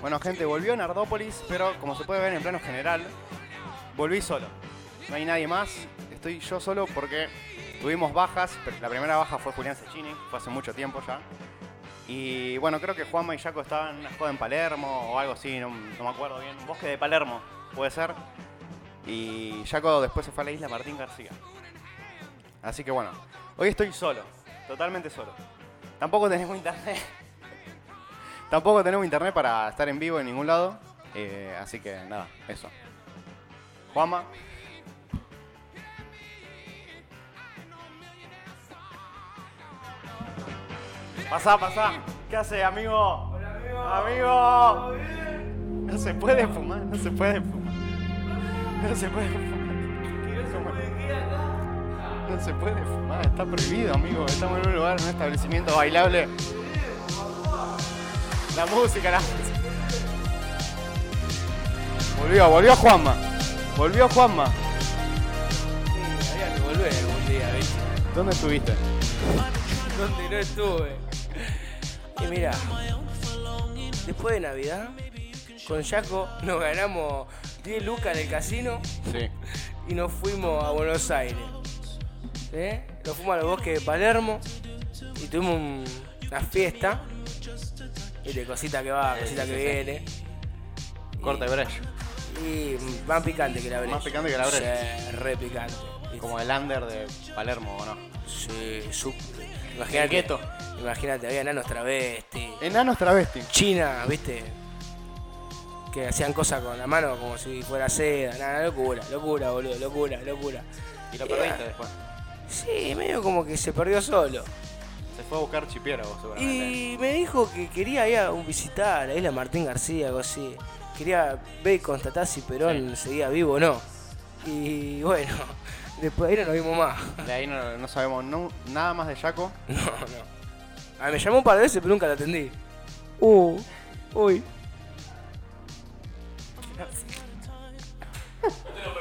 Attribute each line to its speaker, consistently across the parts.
Speaker 1: Bueno, gente, volvió a Nardópolis, pero como se puede ver en plano general, volví solo. No hay nadie más, estoy yo solo porque tuvimos bajas. pero La primera baja fue Julián Cecchini, fue hace mucho tiempo ya. Y bueno, creo que Juanma y Jaco estaban en una joda en Palermo o algo así, no, no me acuerdo bien. Bosque de Palermo, puede ser. Y Jaco después se fue a la isla Martín García. Así que bueno, hoy estoy solo, totalmente solo. Tampoco tenemos internet. Tampoco tenemos internet para estar en vivo en ningún lado. eh, así que nada, eso. Juanma, pasá, pasá. ¿Qué hace, amigo? amigo. No se puede fumar, no se puede fumar. No se puede fumar. No se puede fumar, está prohibido, amigo. Estamos en un lugar, en un establecimiento bailable. La música, la música. Volvió, volvió Juanma. Volvió Juanma.
Speaker 2: Había que volver algún día, ¿viste?
Speaker 1: ¿Dónde estuviste?
Speaker 2: Donde no estuve. Y mira, después de Navidad, con Jaco nos ganamos 10 lucas en el casino
Speaker 1: Sí.
Speaker 2: y nos fuimos a Buenos Aires. ¿Eh? Nos fuimos a los bosques de Palermo y tuvimos un- una fiesta. Y de cosita que va, cosita que viene.
Speaker 3: Corta de brazo.
Speaker 2: Y más picante que la brecha.
Speaker 1: Más picante que la brecha.
Speaker 2: Sí, re picante. ¿viste?
Speaker 1: Como el under de Palermo, ¿o no?
Speaker 2: Sí, su...
Speaker 1: El
Speaker 2: Imagínate,
Speaker 1: gueto.
Speaker 2: imagínate, había enanos travestis.
Speaker 1: Enanos travesti.
Speaker 2: China, viste, que hacían cosas con la mano como si fuera seda. Nada, locura, locura, boludo, locura, locura.
Speaker 1: Y lo
Speaker 2: Yeah.
Speaker 1: perdiste después.
Speaker 2: Sí, medio como que se perdió solo.
Speaker 1: Se fue a buscar chipiero vos, seguramente.
Speaker 2: Y me dijo que quería ir a un visitar a la isla Martín García, algo así. Quería ver y constatar si Perón seguía vivo o no. Y bueno, después de ahí no nos vimos más.
Speaker 1: De ahí no, no sabemos nu- nada más de Jaco.
Speaker 2: No, no. A Ah, me llamó un par de veces, pero nunca la atendí. Uh, uy.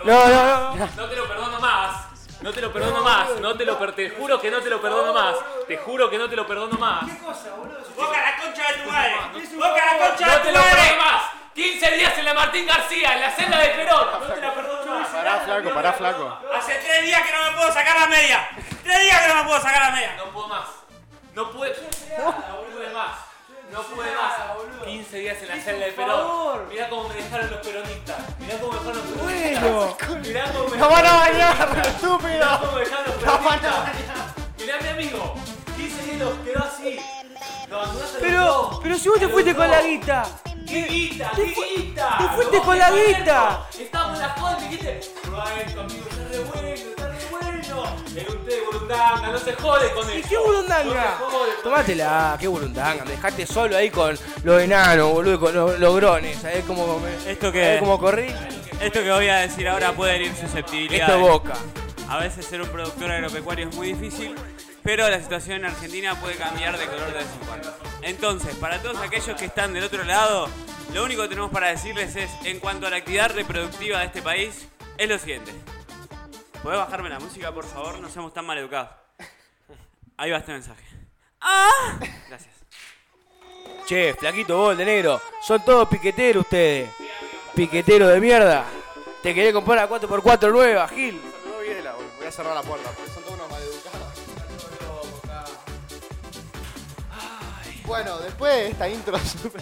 Speaker 2: No, no, no.
Speaker 3: No te lo perdono más. No te lo perdono más. No te lo per- Te juro que no te lo perdono más. Te juro que no te lo perdono más.
Speaker 4: ¡Boca la concha de tu madre! ¡Boca la concha
Speaker 3: No
Speaker 4: de
Speaker 3: te
Speaker 4: tu
Speaker 3: lo
Speaker 4: madre!
Speaker 3: perdono más. 15 días en la Martín García, en la celda de Perón.
Speaker 4: No te la perdono más.
Speaker 1: Pará, flaco, pará, flaco.
Speaker 4: Hace tres días que no me puedo sacar la media. Tres días que no me puedo sacar la media.
Speaker 3: No puedo más. No puedo. No puedo más. No puedo más. 15 días en la celda de Perón. Mirá cómo me dejaron los peronistas. Mirá cómo me dejaron los peronistas. Mirá cómo me
Speaker 1: ¡No van a
Speaker 3: dejaron.
Speaker 1: bailar,
Speaker 3: Mirá
Speaker 1: estúpido!
Speaker 3: cómo me dejaron los
Speaker 1: ¡No van a
Speaker 3: peronistas.
Speaker 1: bailar!
Speaker 3: Mirá mi amigo. 15 días los quedó así. Lo abandonaste a los
Speaker 2: Pero,
Speaker 3: dos.
Speaker 2: pero si vos te
Speaker 3: A
Speaker 2: fuiste
Speaker 3: los
Speaker 2: con la
Speaker 3: dos.
Speaker 2: guita.
Speaker 3: ¡Qué guita!
Speaker 2: Te
Speaker 3: ¡Qué
Speaker 2: fu-
Speaker 3: guita!
Speaker 2: te fuiste
Speaker 3: No,
Speaker 2: con la
Speaker 3: qué
Speaker 2: guita.
Speaker 3: bueno. Estábamos en la joda y me dijiste, Roberto, amigo, está re bueno, está re bueno. Era un té de burundanga, no se jode con eso.
Speaker 2: ¿Y qué
Speaker 3: No
Speaker 2: burundanga?
Speaker 3: se jode con
Speaker 2: Tomátela, qué burundanga. Me dejaste solo ahí con los enanos, boludo, y con los, los grones. ¿Sabés cómo, me-
Speaker 4: ¿Esto qué
Speaker 2: sabés
Speaker 4: es?
Speaker 2: cómo corrí?
Speaker 4: Esto que voy a decir ahora puede herir susceptibilidades.
Speaker 2: Esto es boca.
Speaker 4: A veces ser un productor agropecuario es muy difícil, pero la situación en Argentina puede cambiar de color de vez en cuando. Entonces, para todos aquellos que están del otro lado, lo único que tenemos para decirles es, en cuanto a la actividad reproductiva de este país, es lo siguiente. ¿Podés bajarme la música, por favor? No seamos tan maleducados. Ahí va este mensaje. ¡Ah! Gracias.
Speaker 2: Che, flaquito vos, el de negro. Son todos piqueteros ustedes. Piqueteros de mierda. Te querés comprar a 4x4 nueva, Gil.
Speaker 1: No viela, boludo. Voy a cerrar la puerta porque son todos unos maleducados. Ay. Bueno, después de esta intro súper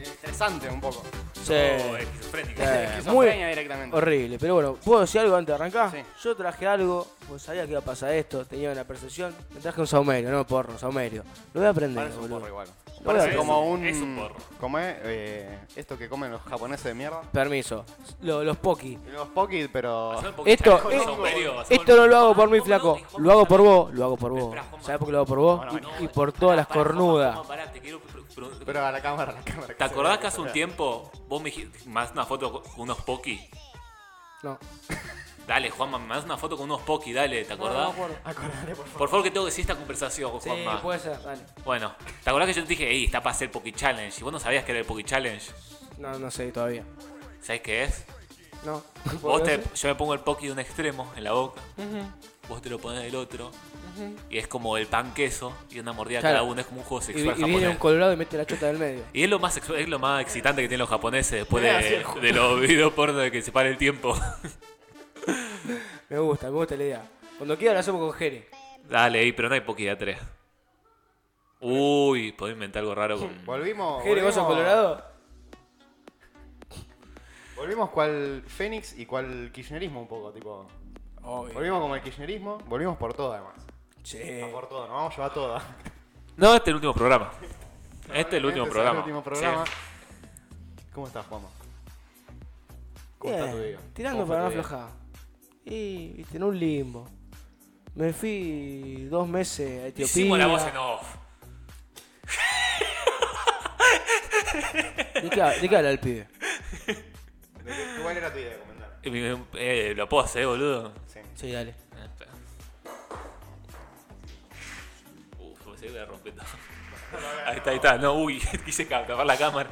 Speaker 1: estresante un poco.
Speaker 2: Sí.
Speaker 3: esquizofrénico.
Speaker 2: Eh, muy
Speaker 1: Esquizofrenia directamente.
Speaker 2: horrible. Pero bueno, ¿puedo decir algo antes de arrancar?
Speaker 1: Sí.
Speaker 2: Yo traje algo, pues sabía que iba a pasar esto, tenía una percepción. Me traje un saumerio, no porro, saumerio. Lo voy a aprender,
Speaker 1: Parece un
Speaker 2: boludo.
Speaker 1: porro igual.
Speaker 2: Lo voy a
Speaker 1: Parece
Speaker 2: aprender.
Speaker 1: como un.
Speaker 3: es un porro.
Speaker 1: ¿Cómo es? Eh, esto que comen los japoneses de mierda.
Speaker 2: Permiso. Lo- los poki.
Speaker 1: Los poquis, pero.
Speaker 3: Son porque
Speaker 2: Esto,
Speaker 3: chalecos
Speaker 2: eh,
Speaker 3: son medios, son-
Speaker 2: esto no lo hago por mí, flaco. Lo hago por vos, lo hago por vos. ¿Sabés por qué lo hago por vos?
Speaker 1: Bueno,
Speaker 2: Y, y por todas las
Speaker 3: Pará, pará,
Speaker 2: cornudas.
Speaker 3: pará, pará, te quiero pr- pr-
Speaker 1: Pero a la cámara, a la cámara.
Speaker 3: ¿Te acordás que hace un tiempo vos me dijiste, me das una foto con unos poki?
Speaker 2: No.
Speaker 3: Dale, Juanma, me das una foto con unos poki, dale, ¿te acordás?
Speaker 1: Ah,
Speaker 3: Por favor, que tengo que decir esta conversación,
Speaker 2: Sí,
Speaker 3: Juanma.
Speaker 2: puede ser, dale.
Speaker 3: Bueno, ¿te acordás que yo te dije, ey, está para hacer Poki Challenge? Y vos no sabías que era el Poki Challenge.
Speaker 2: No, no sé todavía.
Speaker 3: ¿Sabés qué es?
Speaker 2: No.
Speaker 3: Vos te- yo me pongo el Poki de un extremo en la boca, vos te lo pones del otro, y es como el pan queso y una mordida
Speaker 2: Claro.
Speaker 3: cada uno, es como un juego
Speaker 2: Y,
Speaker 3: sexual
Speaker 2: y viene un
Speaker 3: japonés.
Speaker 2: colorado y mete la chota del medio.
Speaker 3: Y es lo más sexu- es lo más excitante que tienen los japoneses después
Speaker 1: Gracias,
Speaker 3: de,
Speaker 1: Ju.
Speaker 3: de los videos porno de que se para el tiempo.
Speaker 2: Me gusta, me gusta la idea. Cuando quiera lo hacemos con Jere.
Speaker 3: Dale, ahí, pero no hay poquiatría. Uy, puedo inventar algo raro con...
Speaker 1: Volvimos.
Speaker 2: Jere,
Speaker 1: volvimos,
Speaker 2: ¿vos sos colorado?
Speaker 1: Volvimos cual Fénix y cual kirchnerismo un poco, tipo.
Speaker 2: Obvio.
Speaker 1: Volvimos como el kirchnerismo, volvimos por todo además.
Speaker 2: Che.
Speaker 1: Por todo, nos vamos a llevar toda.
Speaker 3: No, este es el último programa. Este es el último
Speaker 1: Este
Speaker 3: programa.
Speaker 1: El último programa.
Speaker 3: Sí.
Speaker 1: ¿Cómo estás, Juanma? ¿Cómo está tu
Speaker 2: Bien,
Speaker 1: día?
Speaker 2: tirando
Speaker 1: ¿Cómo fue
Speaker 2: para no
Speaker 1: tu día?
Speaker 2: aflojar. Y, viste, en un limbo. Me fui dos meses a Etiopía.
Speaker 3: Hicimos la voz en off.
Speaker 2: ¿De qué, de qué habla el pibe?
Speaker 1: ¿De qué- ¿Cuál era tu idea de comentar?
Speaker 3: Eh, eh, lo puedo hacer, boludo.
Speaker 1: Sí.
Speaker 2: Sí, dale.
Speaker 3: Eh, espera. Uf, pensé que la rompí todo. Ahí está, ahí está. No, uy, quise ca- tapar la cámara.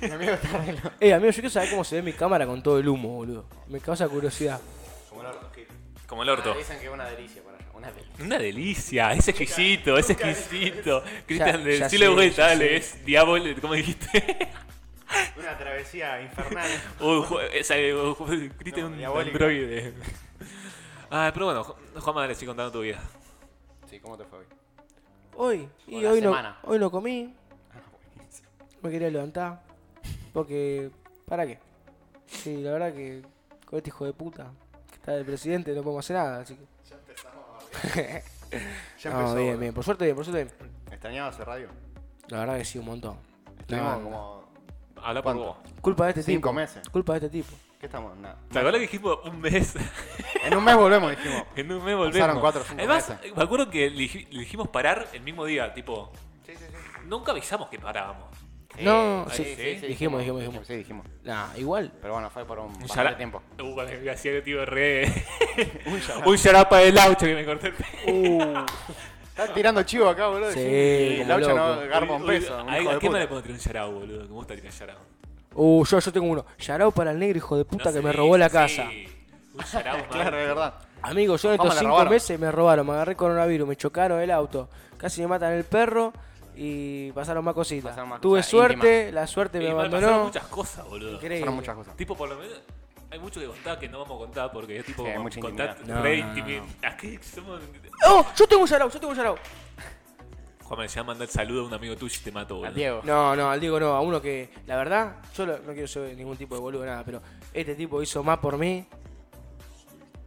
Speaker 1: Mi amigo está re loco.
Speaker 2: Eh, amigo, yo quiero saber cómo se ve mi cámara con todo el humo, boludo. Me causa curiosidad.
Speaker 1: Como el orto, Gil. Ah,
Speaker 3: Como el
Speaker 2: Ah,
Speaker 3: orto.
Speaker 1: Dicen que es una delicia para allá. Una delicia.
Speaker 3: Una delicia, es exquisito, es exquisito. Cristian,
Speaker 2: Ya- ya
Speaker 3: decilo de
Speaker 2: sé,
Speaker 3: vuelta,
Speaker 2: ya
Speaker 3: dale,
Speaker 2: sé.
Speaker 3: es diablo, ¿cómo dijiste?
Speaker 1: Una travesía infernal.
Speaker 3: Uy, Ju- esa- Ju- Cristian,
Speaker 1: No,
Speaker 3: un
Speaker 1: diabólico.
Speaker 3: androide. Ah, pero bueno, Ju- Juanma, dale, estoy contando tu vida.
Speaker 1: sí, ¿cómo te fue hoy?
Speaker 2: Hoy,
Speaker 1: O
Speaker 2: y
Speaker 1: la
Speaker 2: hoy no,
Speaker 1: semana.
Speaker 2: hoy no comí. Me quería levantar. Porque, ¿para qué? Sí, la verdad que con este hijo de puta que está el presidente no podemos hacer nada, así que.
Speaker 1: Ya
Speaker 2: no,
Speaker 1: empezó.
Speaker 2: Ah, bien,
Speaker 1: boludo.
Speaker 2: bien, por suerte, bien, por suerte. bien.
Speaker 1: ¿Extrañabas hacer radio?
Speaker 2: La verdad que sí, un montón.
Speaker 1: Estuvimos
Speaker 2: No,
Speaker 1: como
Speaker 3: Habla por
Speaker 1: ¿Cuánto?
Speaker 3: vos.
Speaker 2: Culpa de este
Speaker 1: cinco
Speaker 2: tipo.
Speaker 1: meses.
Speaker 2: Culpa de este tipo.
Speaker 1: ¿Qué estamos? Nada.
Speaker 3: ¿Te acuerdas que dijimos un mes?
Speaker 1: En un mes volvemos, dijimos.
Speaker 3: En un mes volvemos.
Speaker 1: cuatro o cinco
Speaker 3: Además,
Speaker 1: meses.
Speaker 3: me acuerdo que le dij- le dijimos parar el mismo día, tipo,
Speaker 1: Sí, sí, sí.
Speaker 3: nunca avisamos que parábamos.
Speaker 2: No, sí,
Speaker 1: Eh, sí,
Speaker 2: dijimos, dijimos, dijimos.
Speaker 1: Sí, dijimos.
Speaker 2: Nah, igual.
Speaker 1: Pero bueno, fue por un
Speaker 3: Un
Speaker 1: bastante
Speaker 3: yara-
Speaker 1: tiempo.
Speaker 3: Uh, vale, me hacía el tío re.
Speaker 1: Un yarap.
Speaker 3: un yarapa del aucho que me corté el pelo.
Speaker 1: Estás tirando chivo acá, boludo.
Speaker 2: Sí,
Speaker 1: Y
Speaker 2: como
Speaker 1: la ocho no
Speaker 2: loco.
Speaker 1: garpa un
Speaker 3: Uy, uy,
Speaker 1: peso. un
Speaker 3: ¿A,
Speaker 1: hijo
Speaker 3: a
Speaker 1: de
Speaker 3: quién
Speaker 1: puta.
Speaker 3: no le puedo tirar un yarao, boludo? Que me gusta tirar yarao.
Speaker 2: Uh, yo, yo tengo uno. Yarao para el negro, hijo de puta, que me robó la casa.
Speaker 3: Un yarao, man.
Speaker 1: Claro, es verdad.
Speaker 2: Amigo, yo en
Speaker 1: Vamos,
Speaker 2: estos
Speaker 1: la
Speaker 2: cinco
Speaker 1: robaron.
Speaker 2: meses me robaron, me agarré coronavirus, me chocaron el auto, casi me matan el perro y pasaron más cositas.
Speaker 1: Pasaron más
Speaker 2: Tuve
Speaker 1: cosas
Speaker 2: suerte, la suerte
Speaker 3: Y
Speaker 2: me
Speaker 3: me
Speaker 2: abandonó.
Speaker 3: pasaron muchas cosas, boludo.
Speaker 2: Increíble.
Speaker 1: Son muchas cosas.
Speaker 3: Tipo, por lo menos. Hay mucho que contar que no vamos a contar porque es tipo.
Speaker 1: Sí, hay
Speaker 3: como
Speaker 1: mucha
Speaker 3: contar
Speaker 1: intimidad.
Speaker 3: re
Speaker 2: No, no,
Speaker 3: intimi- Aquí somos.
Speaker 2: ¡Oh! Yo tengo un yarao, yo tengo un yarao.
Speaker 3: Juan, me llama mandar el saludo a un amigo tuyo y te mato, boludo.
Speaker 1: A Diego.
Speaker 2: No, no, al Diego no, a uno que, la verdad, yo lo- no quiero ser ningún tipo de boludo, nada, pero este tipo hizo más por mí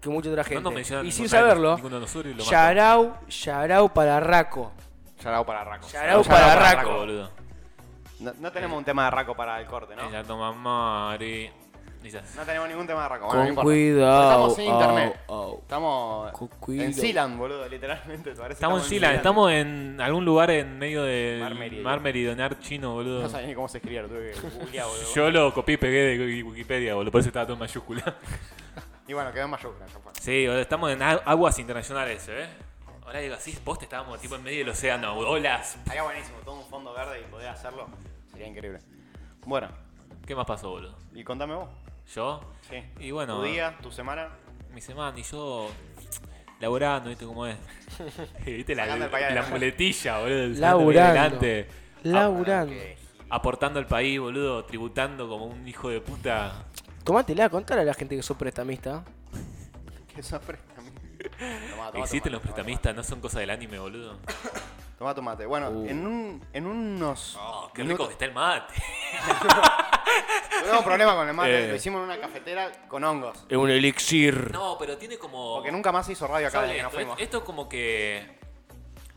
Speaker 2: que mucha otra
Speaker 3: No
Speaker 2: gente.
Speaker 3: nos mencionan
Speaker 2: y
Speaker 3: ningún-
Speaker 2: sin saberlo,
Speaker 3: Ninguno de nosotros y lo mata.
Speaker 2: yarao, yarao para Raco.
Speaker 1: Yarao para Raco. Yarao
Speaker 2: Yarao para Raco.
Speaker 3: boludo.
Speaker 1: No, no tenemos un tema de Raco para el corte, ¿no?
Speaker 3: Ella toma mari.
Speaker 1: No tenemos ningún tema de Raco. Bueno,
Speaker 2: Con
Speaker 1: no importa.
Speaker 2: cuidado,
Speaker 1: Estamos sin
Speaker 2: au,
Speaker 1: internet.
Speaker 2: au.
Speaker 1: Estamos
Speaker 2: Con
Speaker 1: en
Speaker 2: cuidado.
Speaker 1: Sealand, boludo, literalmente. parece
Speaker 3: Estamos en Sila, estamos en algún lugar en medio del
Speaker 1: Mar Meridional.
Speaker 3: Mar Meridional chino, boludo.
Speaker 1: No sabía ni cómo se escribía, lo tuve que googlear, boludo.
Speaker 3: Yo lo copié y pegué de Wikipedia, boludo, por eso estaba todo en mayúscula.
Speaker 1: Y bueno, quedó en mayúscula, ya fue.
Speaker 3: Sí, boludo, estamos en a- aguas internacionales, ¿eh? Ahora digo, así es poste, estábamos tipo en medio del océano, boludo, olas.
Speaker 1: Estaría buenísimo, todo un fondo verde y poder hacerlo. Sería increíble. Bueno,
Speaker 3: ¿Qué más pasó, boludo?
Speaker 1: y contame vos.
Speaker 3: ¿Yo?
Speaker 1: Sí.
Speaker 3: Y bueno.
Speaker 1: Tu día, tu semana.
Speaker 3: Mi semana y yo laburando, ¿viste cómo es? ¿Viste la,
Speaker 1: Sacando el pañal.
Speaker 3: la muletilla, boludo? el
Speaker 2: Laburando.
Speaker 3: santo de delante.
Speaker 2: Laburando.
Speaker 3: aportando al país, boludo, tributando como un hijo de puta.
Speaker 2: Tomátela, contale a la gente que sos prestamista.
Speaker 1: Que sos prestamista. Tomá, tomá, tomá,
Speaker 3: Existen
Speaker 1: tomá,
Speaker 3: los prestamistas, no son cosas del anime, boludo.
Speaker 1: tomá. Tomá tu mate. Bueno,
Speaker 2: Uh.
Speaker 1: en, un, en unos.
Speaker 3: Oh, qué rico
Speaker 1: minutos-
Speaker 3: que está el mate.
Speaker 1: Tuvimos problema con el mate.
Speaker 3: Eh.
Speaker 1: Lo hicimos en una cafetera con hongos.
Speaker 2: Es un elixir.
Speaker 3: No, pero tiene como.
Speaker 1: Porque nunca más se hizo radio acá
Speaker 3: ¿Sabe
Speaker 1: desde que nos
Speaker 3: esto,
Speaker 1: fuimos.
Speaker 3: esto es como que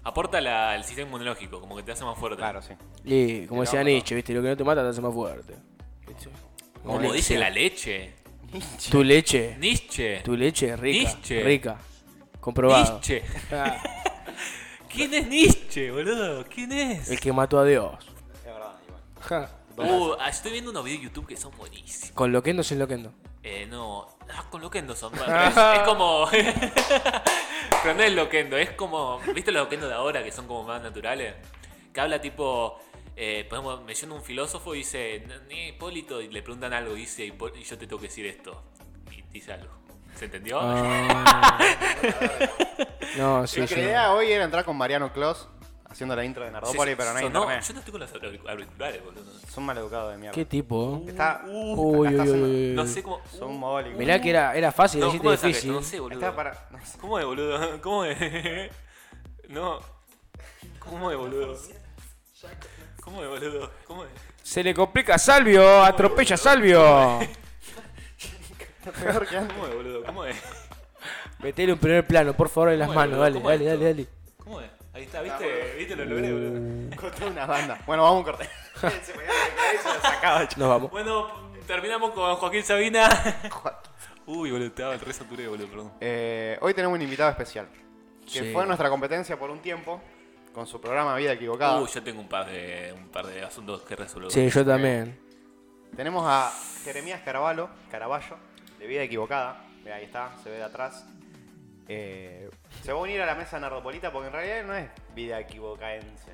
Speaker 3: aporta la- el sistema inmunológico, como que te hace más fuerte.
Speaker 1: Claro, sí.
Speaker 2: Y como
Speaker 1: Pero
Speaker 2: decía
Speaker 1: no.
Speaker 2: Nietzsche, viste, lo que no te mata te hace más fuerte.
Speaker 3: Como
Speaker 2: Elixir.
Speaker 3: dice la leche.
Speaker 2: Tu leche,
Speaker 3: Nietzsche.
Speaker 2: tu leche es rica,
Speaker 3: Nietzsche.
Speaker 2: rica. Comprobado.
Speaker 3: Nietzsche.
Speaker 2: Ah,
Speaker 3: ¿Quién es Nietzsche, boludo? ¿Quién es?
Speaker 2: el que mató a Dios.
Speaker 1: Es verdad, igual.
Speaker 2: Ja.
Speaker 3: Uh, ah, estoy viendo unos videos de YouTube que son buenísimos.
Speaker 2: Con loquendo o sin loquendo.
Speaker 3: Eh, no. Ah, con Loquendo son. pero Es, es como. pero no es Loquendo, es como. ¿Viste los Loquendo de ahora que son como más naturales? Que habla tipo. Eh, por ejemplo, menciona un filósofo y dice. "Ni Hipólito, y le preguntan algo y dice. "Hipó- Y yo te tengo que decir esto. Y dice algo. ¿Se entendió?
Speaker 1: Ah,
Speaker 3: Ah.
Speaker 2: no, sí,
Speaker 1: Nuestra
Speaker 2: yo no.
Speaker 1: idea hoy era entrar con Mariano Clos haciendo la intro de Nardópolis,
Speaker 3: Sí,
Speaker 1: pero no hay
Speaker 3: sonó-
Speaker 1: internet.
Speaker 3: Yo no estoy con los auric- auriculares, boludo.
Speaker 1: Son maleducados de mierda.
Speaker 2: ¿Qué tipo? eh?
Speaker 1: Está, acá
Speaker 2: Uy, uy,
Speaker 1: está
Speaker 2: uy,
Speaker 1: sonando.
Speaker 2: uy.
Speaker 3: No sé cómo.
Speaker 1: Son mogólicos.
Speaker 2: Mirá que era, era fácil,
Speaker 3: No,
Speaker 2: decirte
Speaker 3: ¿cómo es esto?
Speaker 2: difícil.
Speaker 3: No sé, boludo.
Speaker 1: Está para. no sé.
Speaker 3: ¿Cómo es, boludo? ¿Cómo es? No. ¿Cómo es, boludo? ¿Cómo es, boludo? ¿Cómo es?
Speaker 2: Se le complica a Salvio, atropella a Salvio.
Speaker 1: Peor que antes.
Speaker 3: ¿Cómo es, boludo? ¿Cómo es?
Speaker 2: Metele un primer plano, por favor, en las
Speaker 3: ¿Cómo es,
Speaker 2: manos.
Speaker 3: boludo?
Speaker 2: Dale,
Speaker 3: ¿Cómo es
Speaker 2: dale, dale, dale.
Speaker 3: ¿Cómo es? Ahí está, ¿viste? ¿Viste? Lo logré, boludo.
Speaker 1: Corté una banda. Bueno, vamos a cortar. Se me quedaba la cabeza, lo sacaba, ch-
Speaker 2: Nos vamos.
Speaker 3: Bueno, terminamos con Joaquín Sabina. Uy, boludo, estaba el re saturé, boludo, perdón.
Speaker 1: Eh, hoy tenemos un invitado especial. Que
Speaker 2: Sí.
Speaker 1: fue nuestra competencia por un tiempo. Con su programa Vida Equivocada.
Speaker 3: Uy, yo tengo un par de, un par de asuntos que resolver.
Speaker 2: Sí, yo también.
Speaker 1: Tenemos a Jeremías Caraballo, Caraballo, de Vida Equivocada. Mirá, ahí está, se ve de atrás. Eh, se va a unir a la mesa nardopolita porque en realidad no es Vida Equivocaense.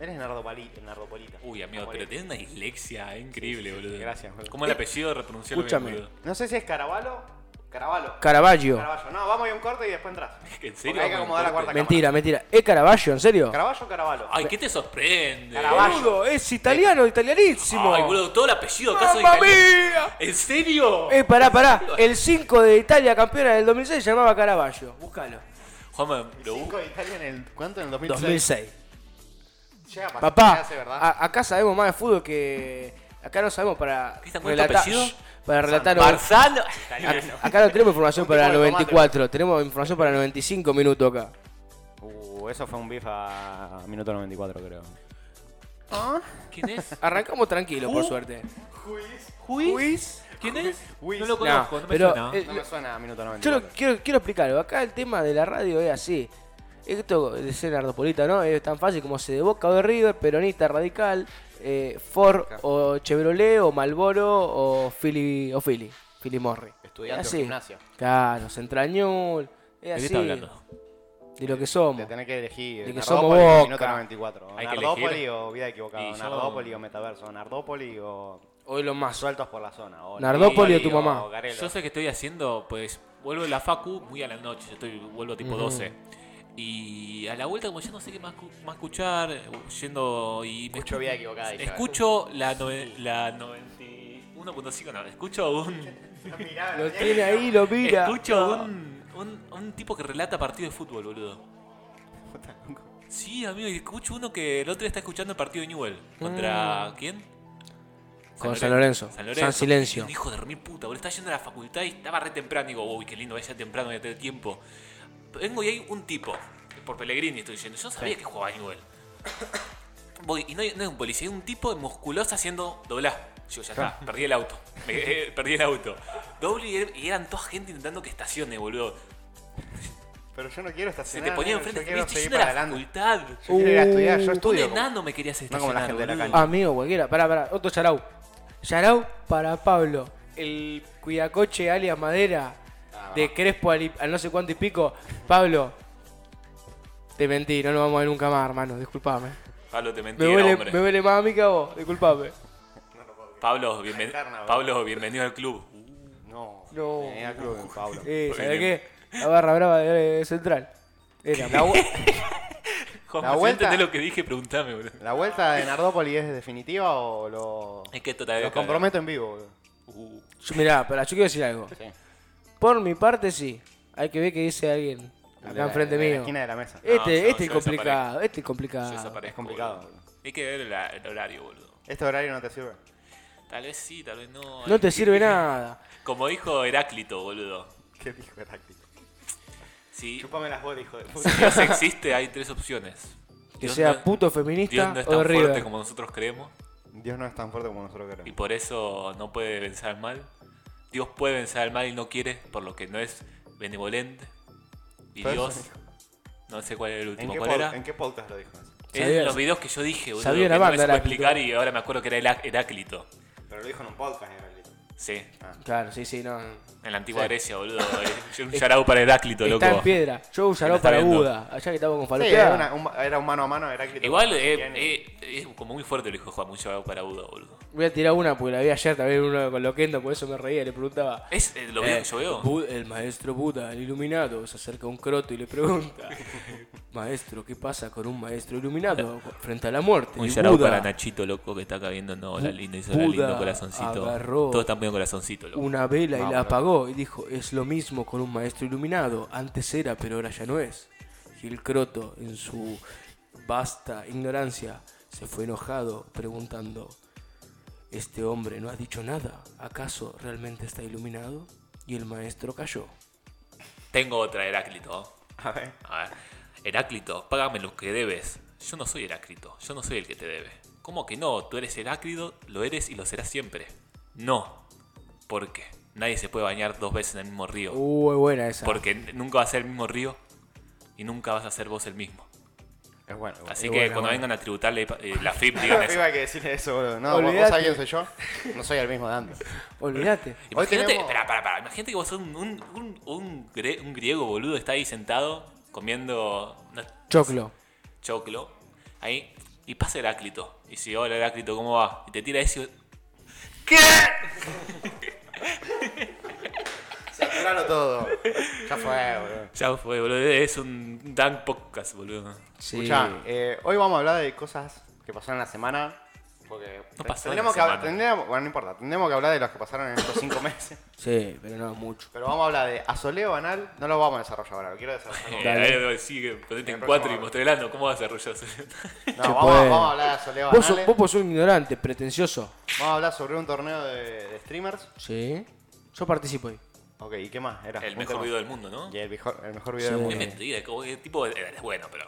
Speaker 1: Eres nardopali, nardopolita.
Speaker 3: Uy, amigo, pero
Speaker 1: Nardopolita.
Speaker 3: tiene una dislexia increíble, boludo.
Speaker 1: gracias, boludo.
Speaker 3: ¿Cómo el apellido repronunciarlo
Speaker 2: Escúchame.
Speaker 3: bien, boludo?
Speaker 1: No sé si es Caraballo. Caraballo.
Speaker 2: Caravaggio.
Speaker 1: Caraballo. No, vamos a ir a un corte y después entras.
Speaker 3: ¿En serio?
Speaker 1: Porque hay que acomodar la cuarta
Speaker 2: Mentira, mentira. ¿Es Caravaggio, en serio?
Speaker 1: cámara. Caraballo, Caraballo.
Speaker 3: Ay, ¿qué te sorprende?
Speaker 1: Caravaggio.
Speaker 2: Boludo, es italiano, italianísimo.
Speaker 3: Ay, boludo, todo el apellido acaso
Speaker 2: ¡Mamma
Speaker 3: italiano.
Speaker 2: mía!
Speaker 3: ¿En serio?
Speaker 2: Eh, pará, pará. El 5 de Italia, campeona del 2006, se llamaba Caravaggio. Búscalo.
Speaker 3: Juanma, lo busco.
Speaker 1: Cinco de Italia en el. ¿Cuánto? En el 2006.
Speaker 2: 2006.
Speaker 1: Llega a pasar,
Speaker 2: Papá,
Speaker 1: se hace, ¿verdad?
Speaker 3: Ah.
Speaker 2: a- acá sabemos más de fútbol que... Acá no sabemos para
Speaker 3: ¿Qué está con tu
Speaker 2: relatar...
Speaker 3: apellido?
Speaker 2: Shh, Para relatar...
Speaker 3: Barzano.
Speaker 2: Ac- Acá no tenemos información
Speaker 1: Un
Speaker 2: para
Speaker 1: tipo de
Speaker 2: 94, tenemos información para 95 minutos acá.
Speaker 1: Uh, eso fue un bif a minuto 94, creo.
Speaker 3: ¿Quién es?
Speaker 2: Arrancamos tranquilo, por
Speaker 3: Uh.
Speaker 2: suerte.
Speaker 3: ¿Juiz? ¿Quién es?
Speaker 1: Juiz.
Speaker 3: No lo
Speaker 2: No,
Speaker 3: conozco, no, me
Speaker 2: pero
Speaker 3: suena.
Speaker 2: eh,
Speaker 1: No me suena a minuto
Speaker 2: yo
Speaker 1: 94.
Speaker 2: lo quiero, quiero explicarlo. Acá el tema de la radio es así. Esto de ser ardopolita, ¿no? Es tan fácil como se de Boca o de River, peronista, radical, eh, Ford o Chevrolet o Malboro o Philly o Philly, Philly Morri.
Speaker 1: Estudiante
Speaker 2: Es
Speaker 1: o
Speaker 2: así.
Speaker 1: gimnasia.
Speaker 2: Claro, Centrañol, es
Speaker 3: ¿De qué
Speaker 2: así.
Speaker 3: está hablando?
Speaker 2: De lo que somos.
Speaker 1: Te tenés que elegir.
Speaker 2: De que
Speaker 1: Nardópoli
Speaker 2: somos
Speaker 1: o
Speaker 2: Boca.
Speaker 1: Minuto 94. O
Speaker 3: Hay que
Speaker 1: Nardópoli
Speaker 3: elegir.
Speaker 1: o Vida Equivocada.
Speaker 3: Y
Speaker 1: o
Speaker 3: yo-
Speaker 1: Nardópoli o Metaverso. o Nardópoli o
Speaker 2: Hoy lo más.
Speaker 1: Sueltos por la Zona. O Lipoli
Speaker 2: Nardópoli o tu mamá.
Speaker 1: Garelo.
Speaker 3: Yo sé que estoy haciendo, pues, vuelvo de la facu muy a la noche, yo estoy, vuelvo tipo 12. Y a la vuelta, como ya no sé qué más, cu- más escuchar, eh, yendo y... me
Speaker 1: Escucho
Speaker 3: escu-
Speaker 1: Vida Equivocada. dije,
Speaker 3: Escucho la, nove- la 91.5, no, escucho un...
Speaker 1: Mirá,
Speaker 2: Lo
Speaker 1: mirá.
Speaker 2: tiene ahí, lo mira.
Speaker 3: Escucho un, un, un tipo que relata partidos de fútbol, boludo. Sí, amigo, y escucho uno que el otro está escuchando el partido de Newell. ¿Contra quién?
Speaker 2: Con San Lorenzo. San Silencio.
Speaker 3: Un Hijo de remil puta, boludo. Estaba yendo a la facultad y estaba re temprano. Y digo, uy, qué lindo, vaya temprano, voy a tener tiempo. Vengo y hay un tipo, por Pellegrini estoy diciendo, yo no sabía que jugaba a Newell. Voy, y no, hay- no es un policía, es un tipo de musculoso haciendo doblá. Yo ya está, perdí el auto. Me- eh, perdí el auto. Doble y, er- y eran toda gente intentando que estacione, boludo.
Speaker 1: Pero yo no quiero
Speaker 3: Se
Speaker 1: estacionar.
Speaker 3: te ponía
Speaker 1: yo
Speaker 3: enfrente,
Speaker 1: quiero
Speaker 3: estoy
Speaker 1: seguir
Speaker 3: yendo
Speaker 1: para
Speaker 3: a la Uh,
Speaker 1: adelante.
Speaker 3: facultad.
Speaker 1: Yo quiero ir a estudiar. Yo
Speaker 3: Un
Speaker 1: estudio. como-
Speaker 3: enano me querías
Speaker 1: No
Speaker 3: estacionar.
Speaker 1: como la gente de la
Speaker 3: boludo.
Speaker 1: cancha.
Speaker 2: Amigo, cualquiera. Pará, pará. Otro Yarau. Yarau para Pablo. El cuidacoche alias Madera
Speaker 3: Ah.
Speaker 2: de Crespo al, al no sé cuánto y pico. Pablo, te mentí. No nos vamos a ver nunca más, hermano. Disculpame.
Speaker 3: Pablo, te mentí,
Speaker 2: Me
Speaker 3: era
Speaker 2: huele,
Speaker 3: hombre.
Speaker 2: me huele más a mí que a vos. Disculpame.
Speaker 3: Pablo, bienven-
Speaker 1: Encarna, boludo.
Speaker 3: Pablo, bienvenido al club.
Speaker 1: No.
Speaker 2: No.
Speaker 1: Venía al club con Pablo.
Speaker 2: Eh, ¿sabés
Speaker 3: bien.
Speaker 2: qué? La barra brava de eh, Central. Era.
Speaker 1: La, vu-
Speaker 3: Juan,
Speaker 1: La
Speaker 3: si no
Speaker 1: vuelta-
Speaker 3: entendés lo que dije, preguntame, boludo.
Speaker 1: ¿La vuelta de Nardópoli es definitiva o lo,
Speaker 3: Es que esto te
Speaker 1: lo comprometo en vivo? boludo?
Speaker 3: Uh,
Speaker 2: Yo- mirá, pará, yo quiero decir algo.
Speaker 1: Sí.
Speaker 2: Por mi parte, sí. Hay que ver que dice alguien
Speaker 1: De la-
Speaker 2: acá enfrente
Speaker 1: de la
Speaker 2: mío.
Speaker 1: esquina de la mesa.
Speaker 2: Este,
Speaker 3: No, yo-
Speaker 2: este es
Speaker 3: yo
Speaker 2: complicado, este es complicado.
Speaker 3: yo desaparezco,
Speaker 1: Ah, es complicado,
Speaker 3: boludo.
Speaker 1: boludo.
Speaker 3: Hay que ver la- el horario, boludo.
Speaker 1: Este horario no te sirve.
Speaker 3: Tal vez sí, tal vez no.
Speaker 2: No te sirve nada.
Speaker 3: Como dijo Heráclito, boludo.
Speaker 1: ¿Qué dijo táctico?
Speaker 3: Si
Speaker 1: Chúpame las bolas, hijo de puta.
Speaker 3: Dios existe, hay tres opciones.
Speaker 2: Que
Speaker 3: Dios
Speaker 2: sea
Speaker 3: no-
Speaker 2: puto feminista
Speaker 3: Dios no es
Speaker 2: o de
Speaker 3: tan
Speaker 2: River.
Speaker 3: fuerte como nosotros creemos
Speaker 1: Dios no es tan fuerte como nosotros
Speaker 3: y
Speaker 1: queremos.
Speaker 3: por eso no puede vencer al mal. Dios puede vencer al mal y no quiere, por lo que no es benevolente. Y
Speaker 1: Todo
Speaker 3: Dios,
Speaker 1: eso dijo.
Speaker 3: no sé cuál era el
Speaker 1: ¿En
Speaker 3: último,
Speaker 1: qué,
Speaker 3: ¿cuál
Speaker 1: pod-
Speaker 3: era?
Speaker 1: en qué podcast lo dijo eso?
Speaker 3: Es
Speaker 2: Sabía-
Speaker 3: los videos que yo dije, boludo.
Speaker 2: sabía
Speaker 3: que
Speaker 2: una
Speaker 3: no me
Speaker 2: banda
Speaker 3: supo
Speaker 2: Heráclito.
Speaker 3: explicar y ahora me acuerdo que era Herá- Heráclito.
Speaker 1: Pero lo dijo en un podcast, en realidad.
Speaker 3: Sí.
Speaker 2: Claro, sí, sí, no. no.
Speaker 3: En la antigua
Speaker 2: Ah, Sí.
Speaker 3: Grecia, boludo. eh, Un yarao para Heráclito, loco.
Speaker 2: Está en piedra. Yo usaré
Speaker 3: está
Speaker 2: para
Speaker 3: viendo.
Speaker 2: Buda. Allá que estaba con
Speaker 1: Sí,
Speaker 2: falopea.
Speaker 1: era, una- un, era un mano a mano, era que-
Speaker 3: Igual eh,
Speaker 1: Bien.
Speaker 3: eh, es como muy fuerte lo dijo Juan, un yarao para Buda, boludo.
Speaker 2: Voy a tirar una porque la vi ayer también uno con Loquendo, por eso me reía, le preguntaba.
Speaker 3: Es eh, lo veo,
Speaker 2: Eh,
Speaker 3: yo veo.
Speaker 2: Bu- el maestro Buda, el iluminado, se acerca a un croto y le pregunta: Maestro, ¿qué pasa con un maestro iluminado frente a la muerte?
Speaker 3: Un
Speaker 2: Y
Speaker 3: yarao
Speaker 2: Buda,
Speaker 3: para Nachito, loco, que está cayendo. No, la linda, hizo la
Speaker 2: Buda
Speaker 3: lindo corazoncito.
Speaker 2: agarró
Speaker 3: Todos están poniendo corazoncito, loco.
Speaker 2: una vela y la apagó y dijo: Es lo mismo con un maestro iluminado. Antes era, pero ahora ya no es. Y el croto, en su vasta ignorancia, se fue enojado preguntando: Este hombre no ha dicho nada. ¿Acaso realmente está iluminado? Y el maestro cayó.
Speaker 3: Tengo otra, Heráclito.
Speaker 1: A ver.
Speaker 3: A ver. Heráclito, págame lo que debes. Yo no soy Heráclito, yo no soy el que te debe. ¿Cómo que no? Tú eres Heráclito, lo eres y lo serás siempre. No. ¿Por qué? Nadie se puede bañar dos veces en el mismo río.
Speaker 2: Uy, buena esa.
Speaker 3: Porque n- nunca va a ser el mismo río y nunca vas a ser vos el mismo.
Speaker 1: Es bueno. es bueno.
Speaker 3: Así
Speaker 2: Es
Speaker 3: que
Speaker 2: buena,
Speaker 3: cuando
Speaker 2: buena.
Speaker 3: vengan a tributarle eh, la FIP, digan eso.
Speaker 1: Iba a que decirle eso, boludo. No, vos- vos
Speaker 2: Olvidate.
Speaker 1: sabés quién soy yo. No soy el mismo de antes.
Speaker 2: Olvídate.
Speaker 1: Hoy
Speaker 3: Imagínate,
Speaker 1: tenemos-
Speaker 3: pará, pará, pará. Imagínate que vos sos un, un- un- un gre- un griego boludo, está ahí sentado comiendo una
Speaker 2: Choclo.
Speaker 3: choclo, ahí, y pasa Heráclito. Y si, hola Heráclito, ¿cómo va? Y te tira ese. ¿Qué?
Speaker 1: Claro todo. Ya fue, boludo.
Speaker 3: Ya fue, boludo. Es un Dan Podcast, boludo.
Speaker 2: Sí.
Speaker 1: Escuchá, eh, hoy vamos a hablar de cosas que pasaron en la semana. Porque
Speaker 3: No pasó en la
Speaker 1: tendremos que hablar,
Speaker 3: semana.
Speaker 1: tendremos- bueno, no importa, tendremos que hablar de los que pasaron en estos cinco meses.
Speaker 2: Sí, pero no mucho.
Speaker 1: Pero vamos a hablar de asoleo anal, no lo vamos a desarrollar ahora, lo quiero desarrollar.
Speaker 3: Eh,
Speaker 1: No,
Speaker 2: Dale.
Speaker 3: a ver, sigue, ponete
Speaker 1: En
Speaker 3: en
Speaker 1: el
Speaker 3: cuatro y
Speaker 1: próximo.
Speaker 3: mostrelando cómo vas a desarrollar.
Speaker 2: Se
Speaker 1: vamos, a-
Speaker 2: puede.
Speaker 1: vamos a hablar de asoleo anal.
Speaker 2: Vos, sos, vos sos un ignorante, pretencioso.
Speaker 1: Vamos a hablar sobre un torneo de, de streamers.
Speaker 2: Sí. Yo participo ahí.
Speaker 1: Ok, ¿y qué más? Era
Speaker 3: El
Speaker 1: un
Speaker 3: mejor
Speaker 1: tema.
Speaker 3: video del mundo, ¿no?
Speaker 1: Y el mejor, el mejor video
Speaker 2: Sí.
Speaker 1: del
Speaker 3: Es
Speaker 1: mundo.
Speaker 3: mentira, es como que tipo. eh, Es bueno, pero.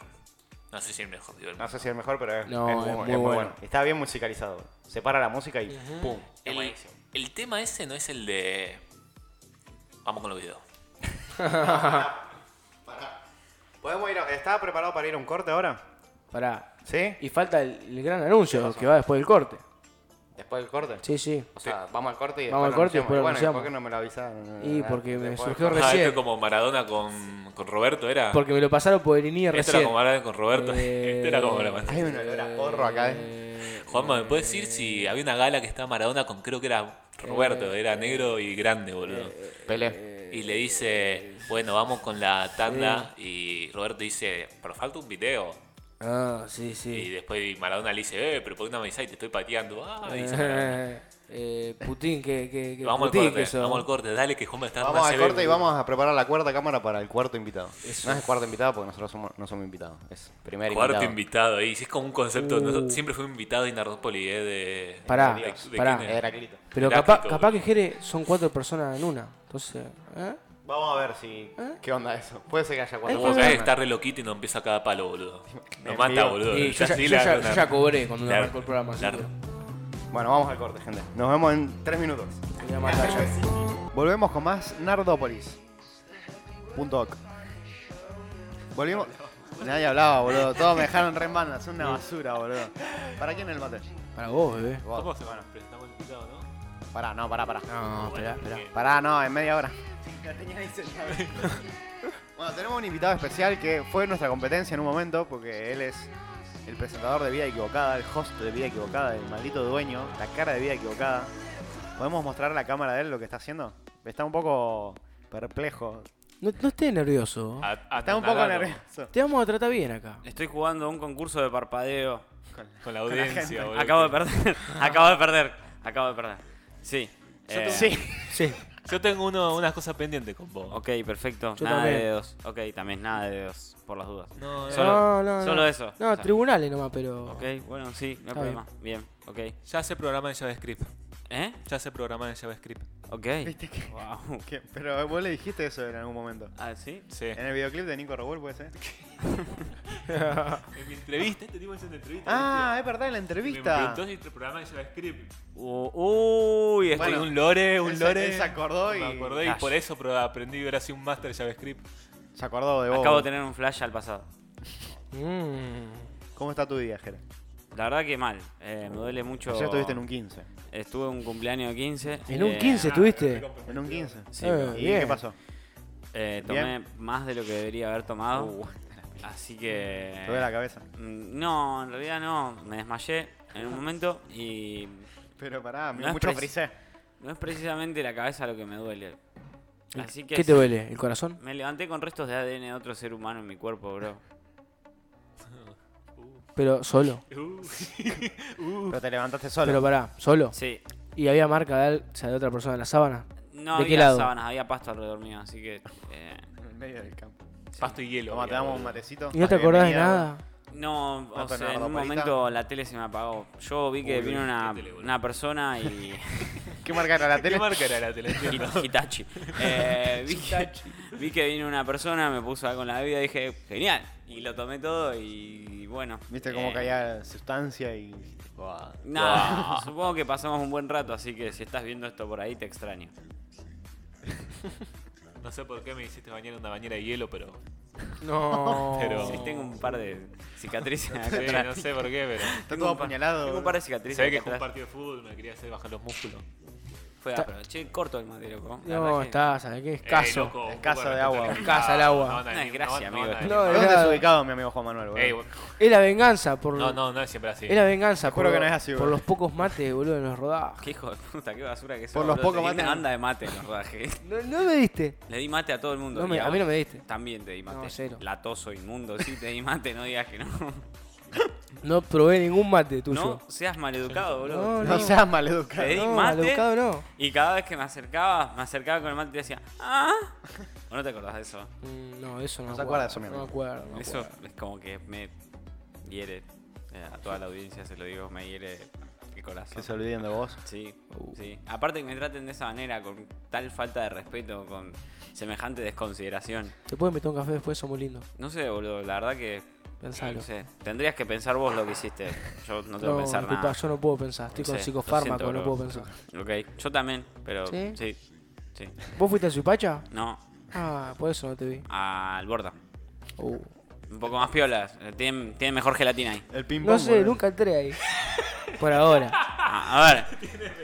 Speaker 3: No sé si es el mejor video del
Speaker 1: No
Speaker 3: mundo.
Speaker 1: sé si es el mejor, pero es,
Speaker 2: No,
Speaker 1: es
Speaker 2: es muy
Speaker 1: es
Speaker 2: bueno.
Speaker 1: Está bien musicalizado. Separa la música y ¡pum! es
Speaker 3: El,
Speaker 1: buenísimo.
Speaker 3: el tema ese no es el de. Vamos con los videos.
Speaker 1: ¿Podemos ir a- ¿Estaba preparado para ir a un corte ahora?
Speaker 2: Pará.
Speaker 1: ¿Sí?
Speaker 2: Y falta el, el gran anuncio que va después del corte.
Speaker 1: ¿Después del corte?
Speaker 2: Sí, sí.
Speaker 1: O sea, vamos al corte y
Speaker 2: Vamos
Speaker 1: después
Speaker 2: al corte y después lo
Speaker 1: bueno,
Speaker 2: anunciamos.
Speaker 1: ¿Por qué no me lo avisaron?
Speaker 2: Y porque me
Speaker 1: Después del
Speaker 2: surgió
Speaker 1: corte.
Speaker 3: Ah, esto
Speaker 2: Recién.
Speaker 3: es como Maradona con, con Roberto, ¿era?
Speaker 2: Ah. Porque me lo pasaron por el INIE
Speaker 3: Esto Este era
Speaker 2: recién.
Speaker 3: como Maradona con Roberto.
Speaker 2: Eh,
Speaker 3: Esto era como Maradona.
Speaker 1: Hay un olor a porro acá, eh.
Speaker 2: Eh,
Speaker 3: Juanma, ¿me puedes decir si había una gala que estaba Maradona con, creo que era
Speaker 2: Eh,
Speaker 3: Roberto, era negro y grande, boludo?
Speaker 1: Eh, Pelé.
Speaker 3: Y le
Speaker 2: eh,
Speaker 3: dice, bueno, vamos con la tanda. Y Roberto dice, pero falta un video.
Speaker 2: Ah, sí,
Speaker 3: Y
Speaker 2: sí.
Speaker 3: después Maradona le dice, eh, pero ¿por qué no me avisás y te estoy pateando? Ah, dice Maradona.
Speaker 2: Eh, eh, Putin, que, que, que
Speaker 3: Vamos al
Speaker 2: Putin, que
Speaker 3: corte,
Speaker 2: sos.
Speaker 3: vamos al corte, dale que Juanma está
Speaker 1: Vamos
Speaker 3: más
Speaker 1: al
Speaker 3: severo.
Speaker 1: corte y vamos a preparar la cuarta cámara para el cuarto invitado. No es el cuarto invitado porque nosotros somos, no somos invitados. Es primer
Speaker 3: Cuarto
Speaker 1: invitado.
Speaker 3: invitado, ahí, sí, es como un concepto.
Speaker 2: Uh.
Speaker 3: nosotros- siempre fue un invitado de Nardópoli, eh, de.
Speaker 2: Pará,
Speaker 3: de- de- de
Speaker 2: pará.
Speaker 3: quién era.
Speaker 1: Heraclito.
Speaker 2: Pero
Speaker 3: Heráclito,
Speaker 2: capaz, capaz que Jere son cuatro personas en una. Entonces, ¿eh?
Speaker 1: Vamos a ver si. ¿Qué onda eso? Puede ser que haya cuatro.
Speaker 3: Como acá está re loquito y no empieza cada palo, boludo. Nos
Speaker 1: En
Speaker 3: mata,
Speaker 1: vivo.
Speaker 3: boludo.
Speaker 2: Y yo, ya,
Speaker 3: sí
Speaker 2: yo
Speaker 3: la-
Speaker 2: ya-
Speaker 3: una-
Speaker 2: yo ya cobré cuando
Speaker 3: Claro,
Speaker 2: arrancó el programa. así
Speaker 3: claro.
Speaker 2: que
Speaker 1: Bueno, vamos al corte, gente. Nos vemos en tres minutos.
Speaker 2: me voy a matar ya.
Speaker 1: Volvemos con más Nardópolis. Punto doc. Volvimos. Nadie hablaba, boludo. Todos me dejaron re en banda. Es una basura, boludo. ¿Para quién el mate?
Speaker 2: Para vos, bebé.
Speaker 1: Vos.
Speaker 3: ¿Cómo se van a presentar con el invitado, no?
Speaker 1: Pará, no, pará, pará.
Speaker 2: No, espera, espera.
Speaker 1: Pará, no, en media hora. bueno, tenemos un invitado especial que fue nuestra competencia en un momento, porque él es el presentador de Vida Equivocada, el host de Vida Equivocada, el maldito dueño, la cara de Vida Equivocada. ¿Podemos mostrar a la cámara de él lo que está haciendo? Está un poco perplejo.
Speaker 2: No, no estés nervioso.
Speaker 3: A-
Speaker 1: Está un poco
Speaker 3: atonadado
Speaker 1: nervioso.
Speaker 2: Te vamos a tratar bien acá.
Speaker 4: Estoy jugando un concurso de parpadeo.
Speaker 3: Con la audiencia, boludo.
Speaker 4: Acabo de perder. Acabo de perder. Acabo de perder. Sí. eh,
Speaker 1: Sí.
Speaker 2: Sí.
Speaker 3: Yo tengo uno, unas cosas pendientes con vos.
Speaker 4: Ok, perfecto.
Speaker 2: Yo
Speaker 4: nada
Speaker 2: también.
Speaker 4: de dedos. Ok, también nada de dedos, por las dudas.
Speaker 3: No, eh,
Speaker 4: Solo- solo eso.
Speaker 2: No,
Speaker 4: O sea,
Speaker 2: tribunales nomás, pero.
Speaker 4: Ok, bueno, sí, no
Speaker 2: Está bien.
Speaker 4: hay problema. Bien, ok.
Speaker 3: ya se programa en JavaScript.
Speaker 4: ¿Eh?
Speaker 3: Ya se programa en JavaScript.
Speaker 4: Ok.
Speaker 1: ¿Viste que-
Speaker 4: Wow.
Speaker 1: que- Pero vos le dijiste eso en algún momento.
Speaker 4: Ah, sí.
Speaker 3: Sí.
Speaker 1: En el videoclip de Nico Robol, puede ser.
Speaker 3: En mi entrevista, este tipo hizo una entrevista.
Speaker 1: Ah, es verdad, en la
Speaker 3: ¿viste?
Speaker 1: entrevista.
Speaker 3: Me preguntó si el programa en JavaScript.
Speaker 4: Uh, uy, estoy.
Speaker 1: Bueno,
Speaker 3: un lore, un
Speaker 1: él se-
Speaker 3: lore.
Speaker 1: él se acordó y-
Speaker 3: Me acordé y
Speaker 4: Flash.
Speaker 3: por eso pro- aprendí a ver así un master de JavaScript.
Speaker 1: Se acordó de vos.
Speaker 4: Acabo de tener un flash al pasado.
Speaker 2: Mm.
Speaker 1: ¿Cómo está tu día, Jere?
Speaker 4: La verdad que mal. Eh, me duele mucho.
Speaker 1: Ayer estuviste en un 15.
Speaker 4: Estuve en un cumpleaños de 15.
Speaker 2: ¿En un
Speaker 4: eh,
Speaker 2: 15 estuviste?
Speaker 1: En un 15.
Speaker 4: Sí.
Speaker 2: Eh,
Speaker 1: ¿Y
Speaker 2: bien.
Speaker 1: qué pasó?
Speaker 4: eh, tomé
Speaker 1: Bien.
Speaker 4: más de lo que debería haber tomado.
Speaker 1: Uh,
Speaker 4: así que.
Speaker 1: Te duele la cabeza.
Speaker 4: Mm, No, en realidad no. Me desmayé en un momento y.
Speaker 1: Pero pará,
Speaker 4: No es
Speaker 1: mucho
Speaker 4: preci-
Speaker 1: frisé.
Speaker 4: No es precisamente la cabeza lo que me duele. Así que.
Speaker 2: ¿Qué te duele? ¿El corazón?
Speaker 4: Me levanté con restos de ADN de otro ser humano en mi cuerpo, bro.
Speaker 2: Pero solo.
Speaker 1: Uh, Pero te levantaste
Speaker 2: Pero
Speaker 1: solo.
Speaker 2: pará, solo.
Speaker 4: Sí.
Speaker 2: ¿Y había marca de, al- o sea, de otra persona en la sábana? ¿De
Speaker 4: No había
Speaker 2: qué lado?
Speaker 4: sábanas, había pasto alrededor mío, así que. eh,
Speaker 1: En el medio del campo.
Speaker 3: Pasto y hielo.
Speaker 1: Toma, te
Speaker 3: mira,
Speaker 1: damos un
Speaker 3: boludo.
Speaker 1: matecito.
Speaker 2: ¿Y no
Speaker 1: Bienvenida,
Speaker 2: te acordás de
Speaker 1: boludo.
Speaker 2: nada?
Speaker 4: No, o
Speaker 1: Pato
Speaker 4: sea, en un
Speaker 1: nardopolita.
Speaker 4: momento la tele se me apagó. Yo vi que
Speaker 3: Uy,
Speaker 4: vino una,
Speaker 3: qué tele, boludo.
Speaker 4: una persona y.
Speaker 1: ¿Qué marca era la tele?
Speaker 3: ¿Qué marca era la televisión?
Speaker 4: Hit- Hitachi. Eh, vi, que, vi que vino una persona, me puso algo en la bebida y dije, genial. Y lo tomé todo y bueno.
Speaker 1: Viste cómo
Speaker 4: eh,
Speaker 1: caía sustancia y. Buah.
Speaker 4: Nada, supongo que pasamos un buen rato, así que si estás viendo esto por ahí te extraño.
Speaker 3: No sé por qué me hiciste bañar en una bañera de hielo, pero.
Speaker 2: No.
Speaker 3: Pero-
Speaker 4: Sí, tengo un par de cicatrices acá
Speaker 3: Sí,
Speaker 4: atrás.
Speaker 3: no sé por qué, pero.
Speaker 1: Está
Speaker 4: Tengo
Speaker 1: todo
Speaker 4: un par-
Speaker 1: apuñalado.
Speaker 4: Tengo un par de cicatrices.
Speaker 3: Se ve que
Speaker 4: acá
Speaker 3: fue un
Speaker 4: atrás.
Speaker 3: partido de fútbol, me quería hacer bajar los músculos.
Speaker 4: Fue a- pero, che, corto el madero, po. La verdad
Speaker 2: No,
Speaker 4: que-
Speaker 2: está, ¿sabes qué?
Speaker 3: Eh,
Speaker 2: Escaso.
Speaker 3: loco, un poco
Speaker 1: escaso de
Speaker 3: respeto
Speaker 1: agua.
Speaker 3: a la-
Speaker 2: Escasa el agua.
Speaker 3: No, no,
Speaker 4: No,
Speaker 3: no,
Speaker 4: gracias,
Speaker 3: no, no,
Speaker 4: amigo.
Speaker 3: no,
Speaker 2: No,
Speaker 1: ¿De dónde
Speaker 2: era-
Speaker 1: es ubicado mi amigo Juan Manuel, boludo?
Speaker 3: Ey, bol-
Speaker 2: Es la venganza por.
Speaker 3: no, no, no es siempre así.
Speaker 2: Es la venganza
Speaker 1: Te juro
Speaker 2: por,
Speaker 1: que no es así,
Speaker 2: por
Speaker 1: boludo.
Speaker 2: los pocos mates, boludo, en los rodajes.
Speaker 4: Qué hijo de puta, qué basura que sos.
Speaker 1: Por los
Speaker 4: boludo.
Speaker 1: pocos
Speaker 4: Te di
Speaker 1: mates.
Speaker 4: Una banda de mate en los rodajes.
Speaker 2: No, no me diste.
Speaker 4: Le di mate a todo el mundo.
Speaker 2: No me-
Speaker 4: y
Speaker 2: a mí
Speaker 4: vos
Speaker 2: no me diste.
Speaker 4: También te di mate.
Speaker 2: No, cero.
Speaker 4: Latoso, inmundo, sí, te di mate, no digas que no.
Speaker 2: No probé ningún mate tuyo.
Speaker 4: No seas maleducado, boludo. Eh.
Speaker 2: No,
Speaker 1: No seas maleducado.
Speaker 4: Te di
Speaker 2: No,
Speaker 4: mate.
Speaker 2: maleducado no.
Speaker 4: Y cada vez que me acercaba, me acercaba con el mate y te decía, ¡ah! ¿O no te acordás de eso?
Speaker 2: Mm, No, eso no,
Speaker 1: No
Speaker 2: me
Speaker 1: se
Speaker 2: acuerdo.
Speaker 1: acuerda de eso, mi
Speaker 2: no me
Speaker 1: amigo.
Speaker 2: acuerdo. no me
Speaker 4: Eso
Speaker 2: acuerdo.
Speaker 4: es como que me hiere. eh, a toda la audiencia se lo digo, me hiere el corazón.
Speaker 1: Que se olviden de vos.
Speaker 4: Sí,
Speaker 2: Uh.
Speaker 4: sí. Aparte que me traten de esa manera, con tal falta de respeto, con semejante desconsideración.
Speaker 2: ¿Te puedes meter un café después? Somos lindos.
Speaker 4: No sé, boludo, la verdad que.
Speaker 2: Pensalo.
Speaker 4: No sé. Tendrías que pensar vos lo que hiciste. Yo no tengo que pensar
Speaker 2: disculpa,
Speaker 4: nada.
Speaker 2: yo no puedo pensar. Estoy
Speaker 4: No
Speaker 2: con
Speaker 4: sé, lo
Speaker 2: psicofármaco,
Speaker 4: siento,
Speaker 2: no
Speaker 4: bro.
Speaker 2: puedo pensar.
Speaker 4: Ok, yo también, pero.
Speaker 2: ¿Sí?
Speaker 4: Sí. Sí.
Speaker 2: ¿Vos fuiste a Suipacha?
Speaker 4: No,
Speaker 2: Ah, por eso no te vi.
Speaker 4: al borda.
Speaker 2: Uh.
Speaker 4: Un poco más piolas. eh, Tienen, tienen mejor gelatina ahí.
Speaker 1: El ping
Speaker 2: No sé, nunca entré ahí. Por ahora.
Speaker 4: Ah, a ver,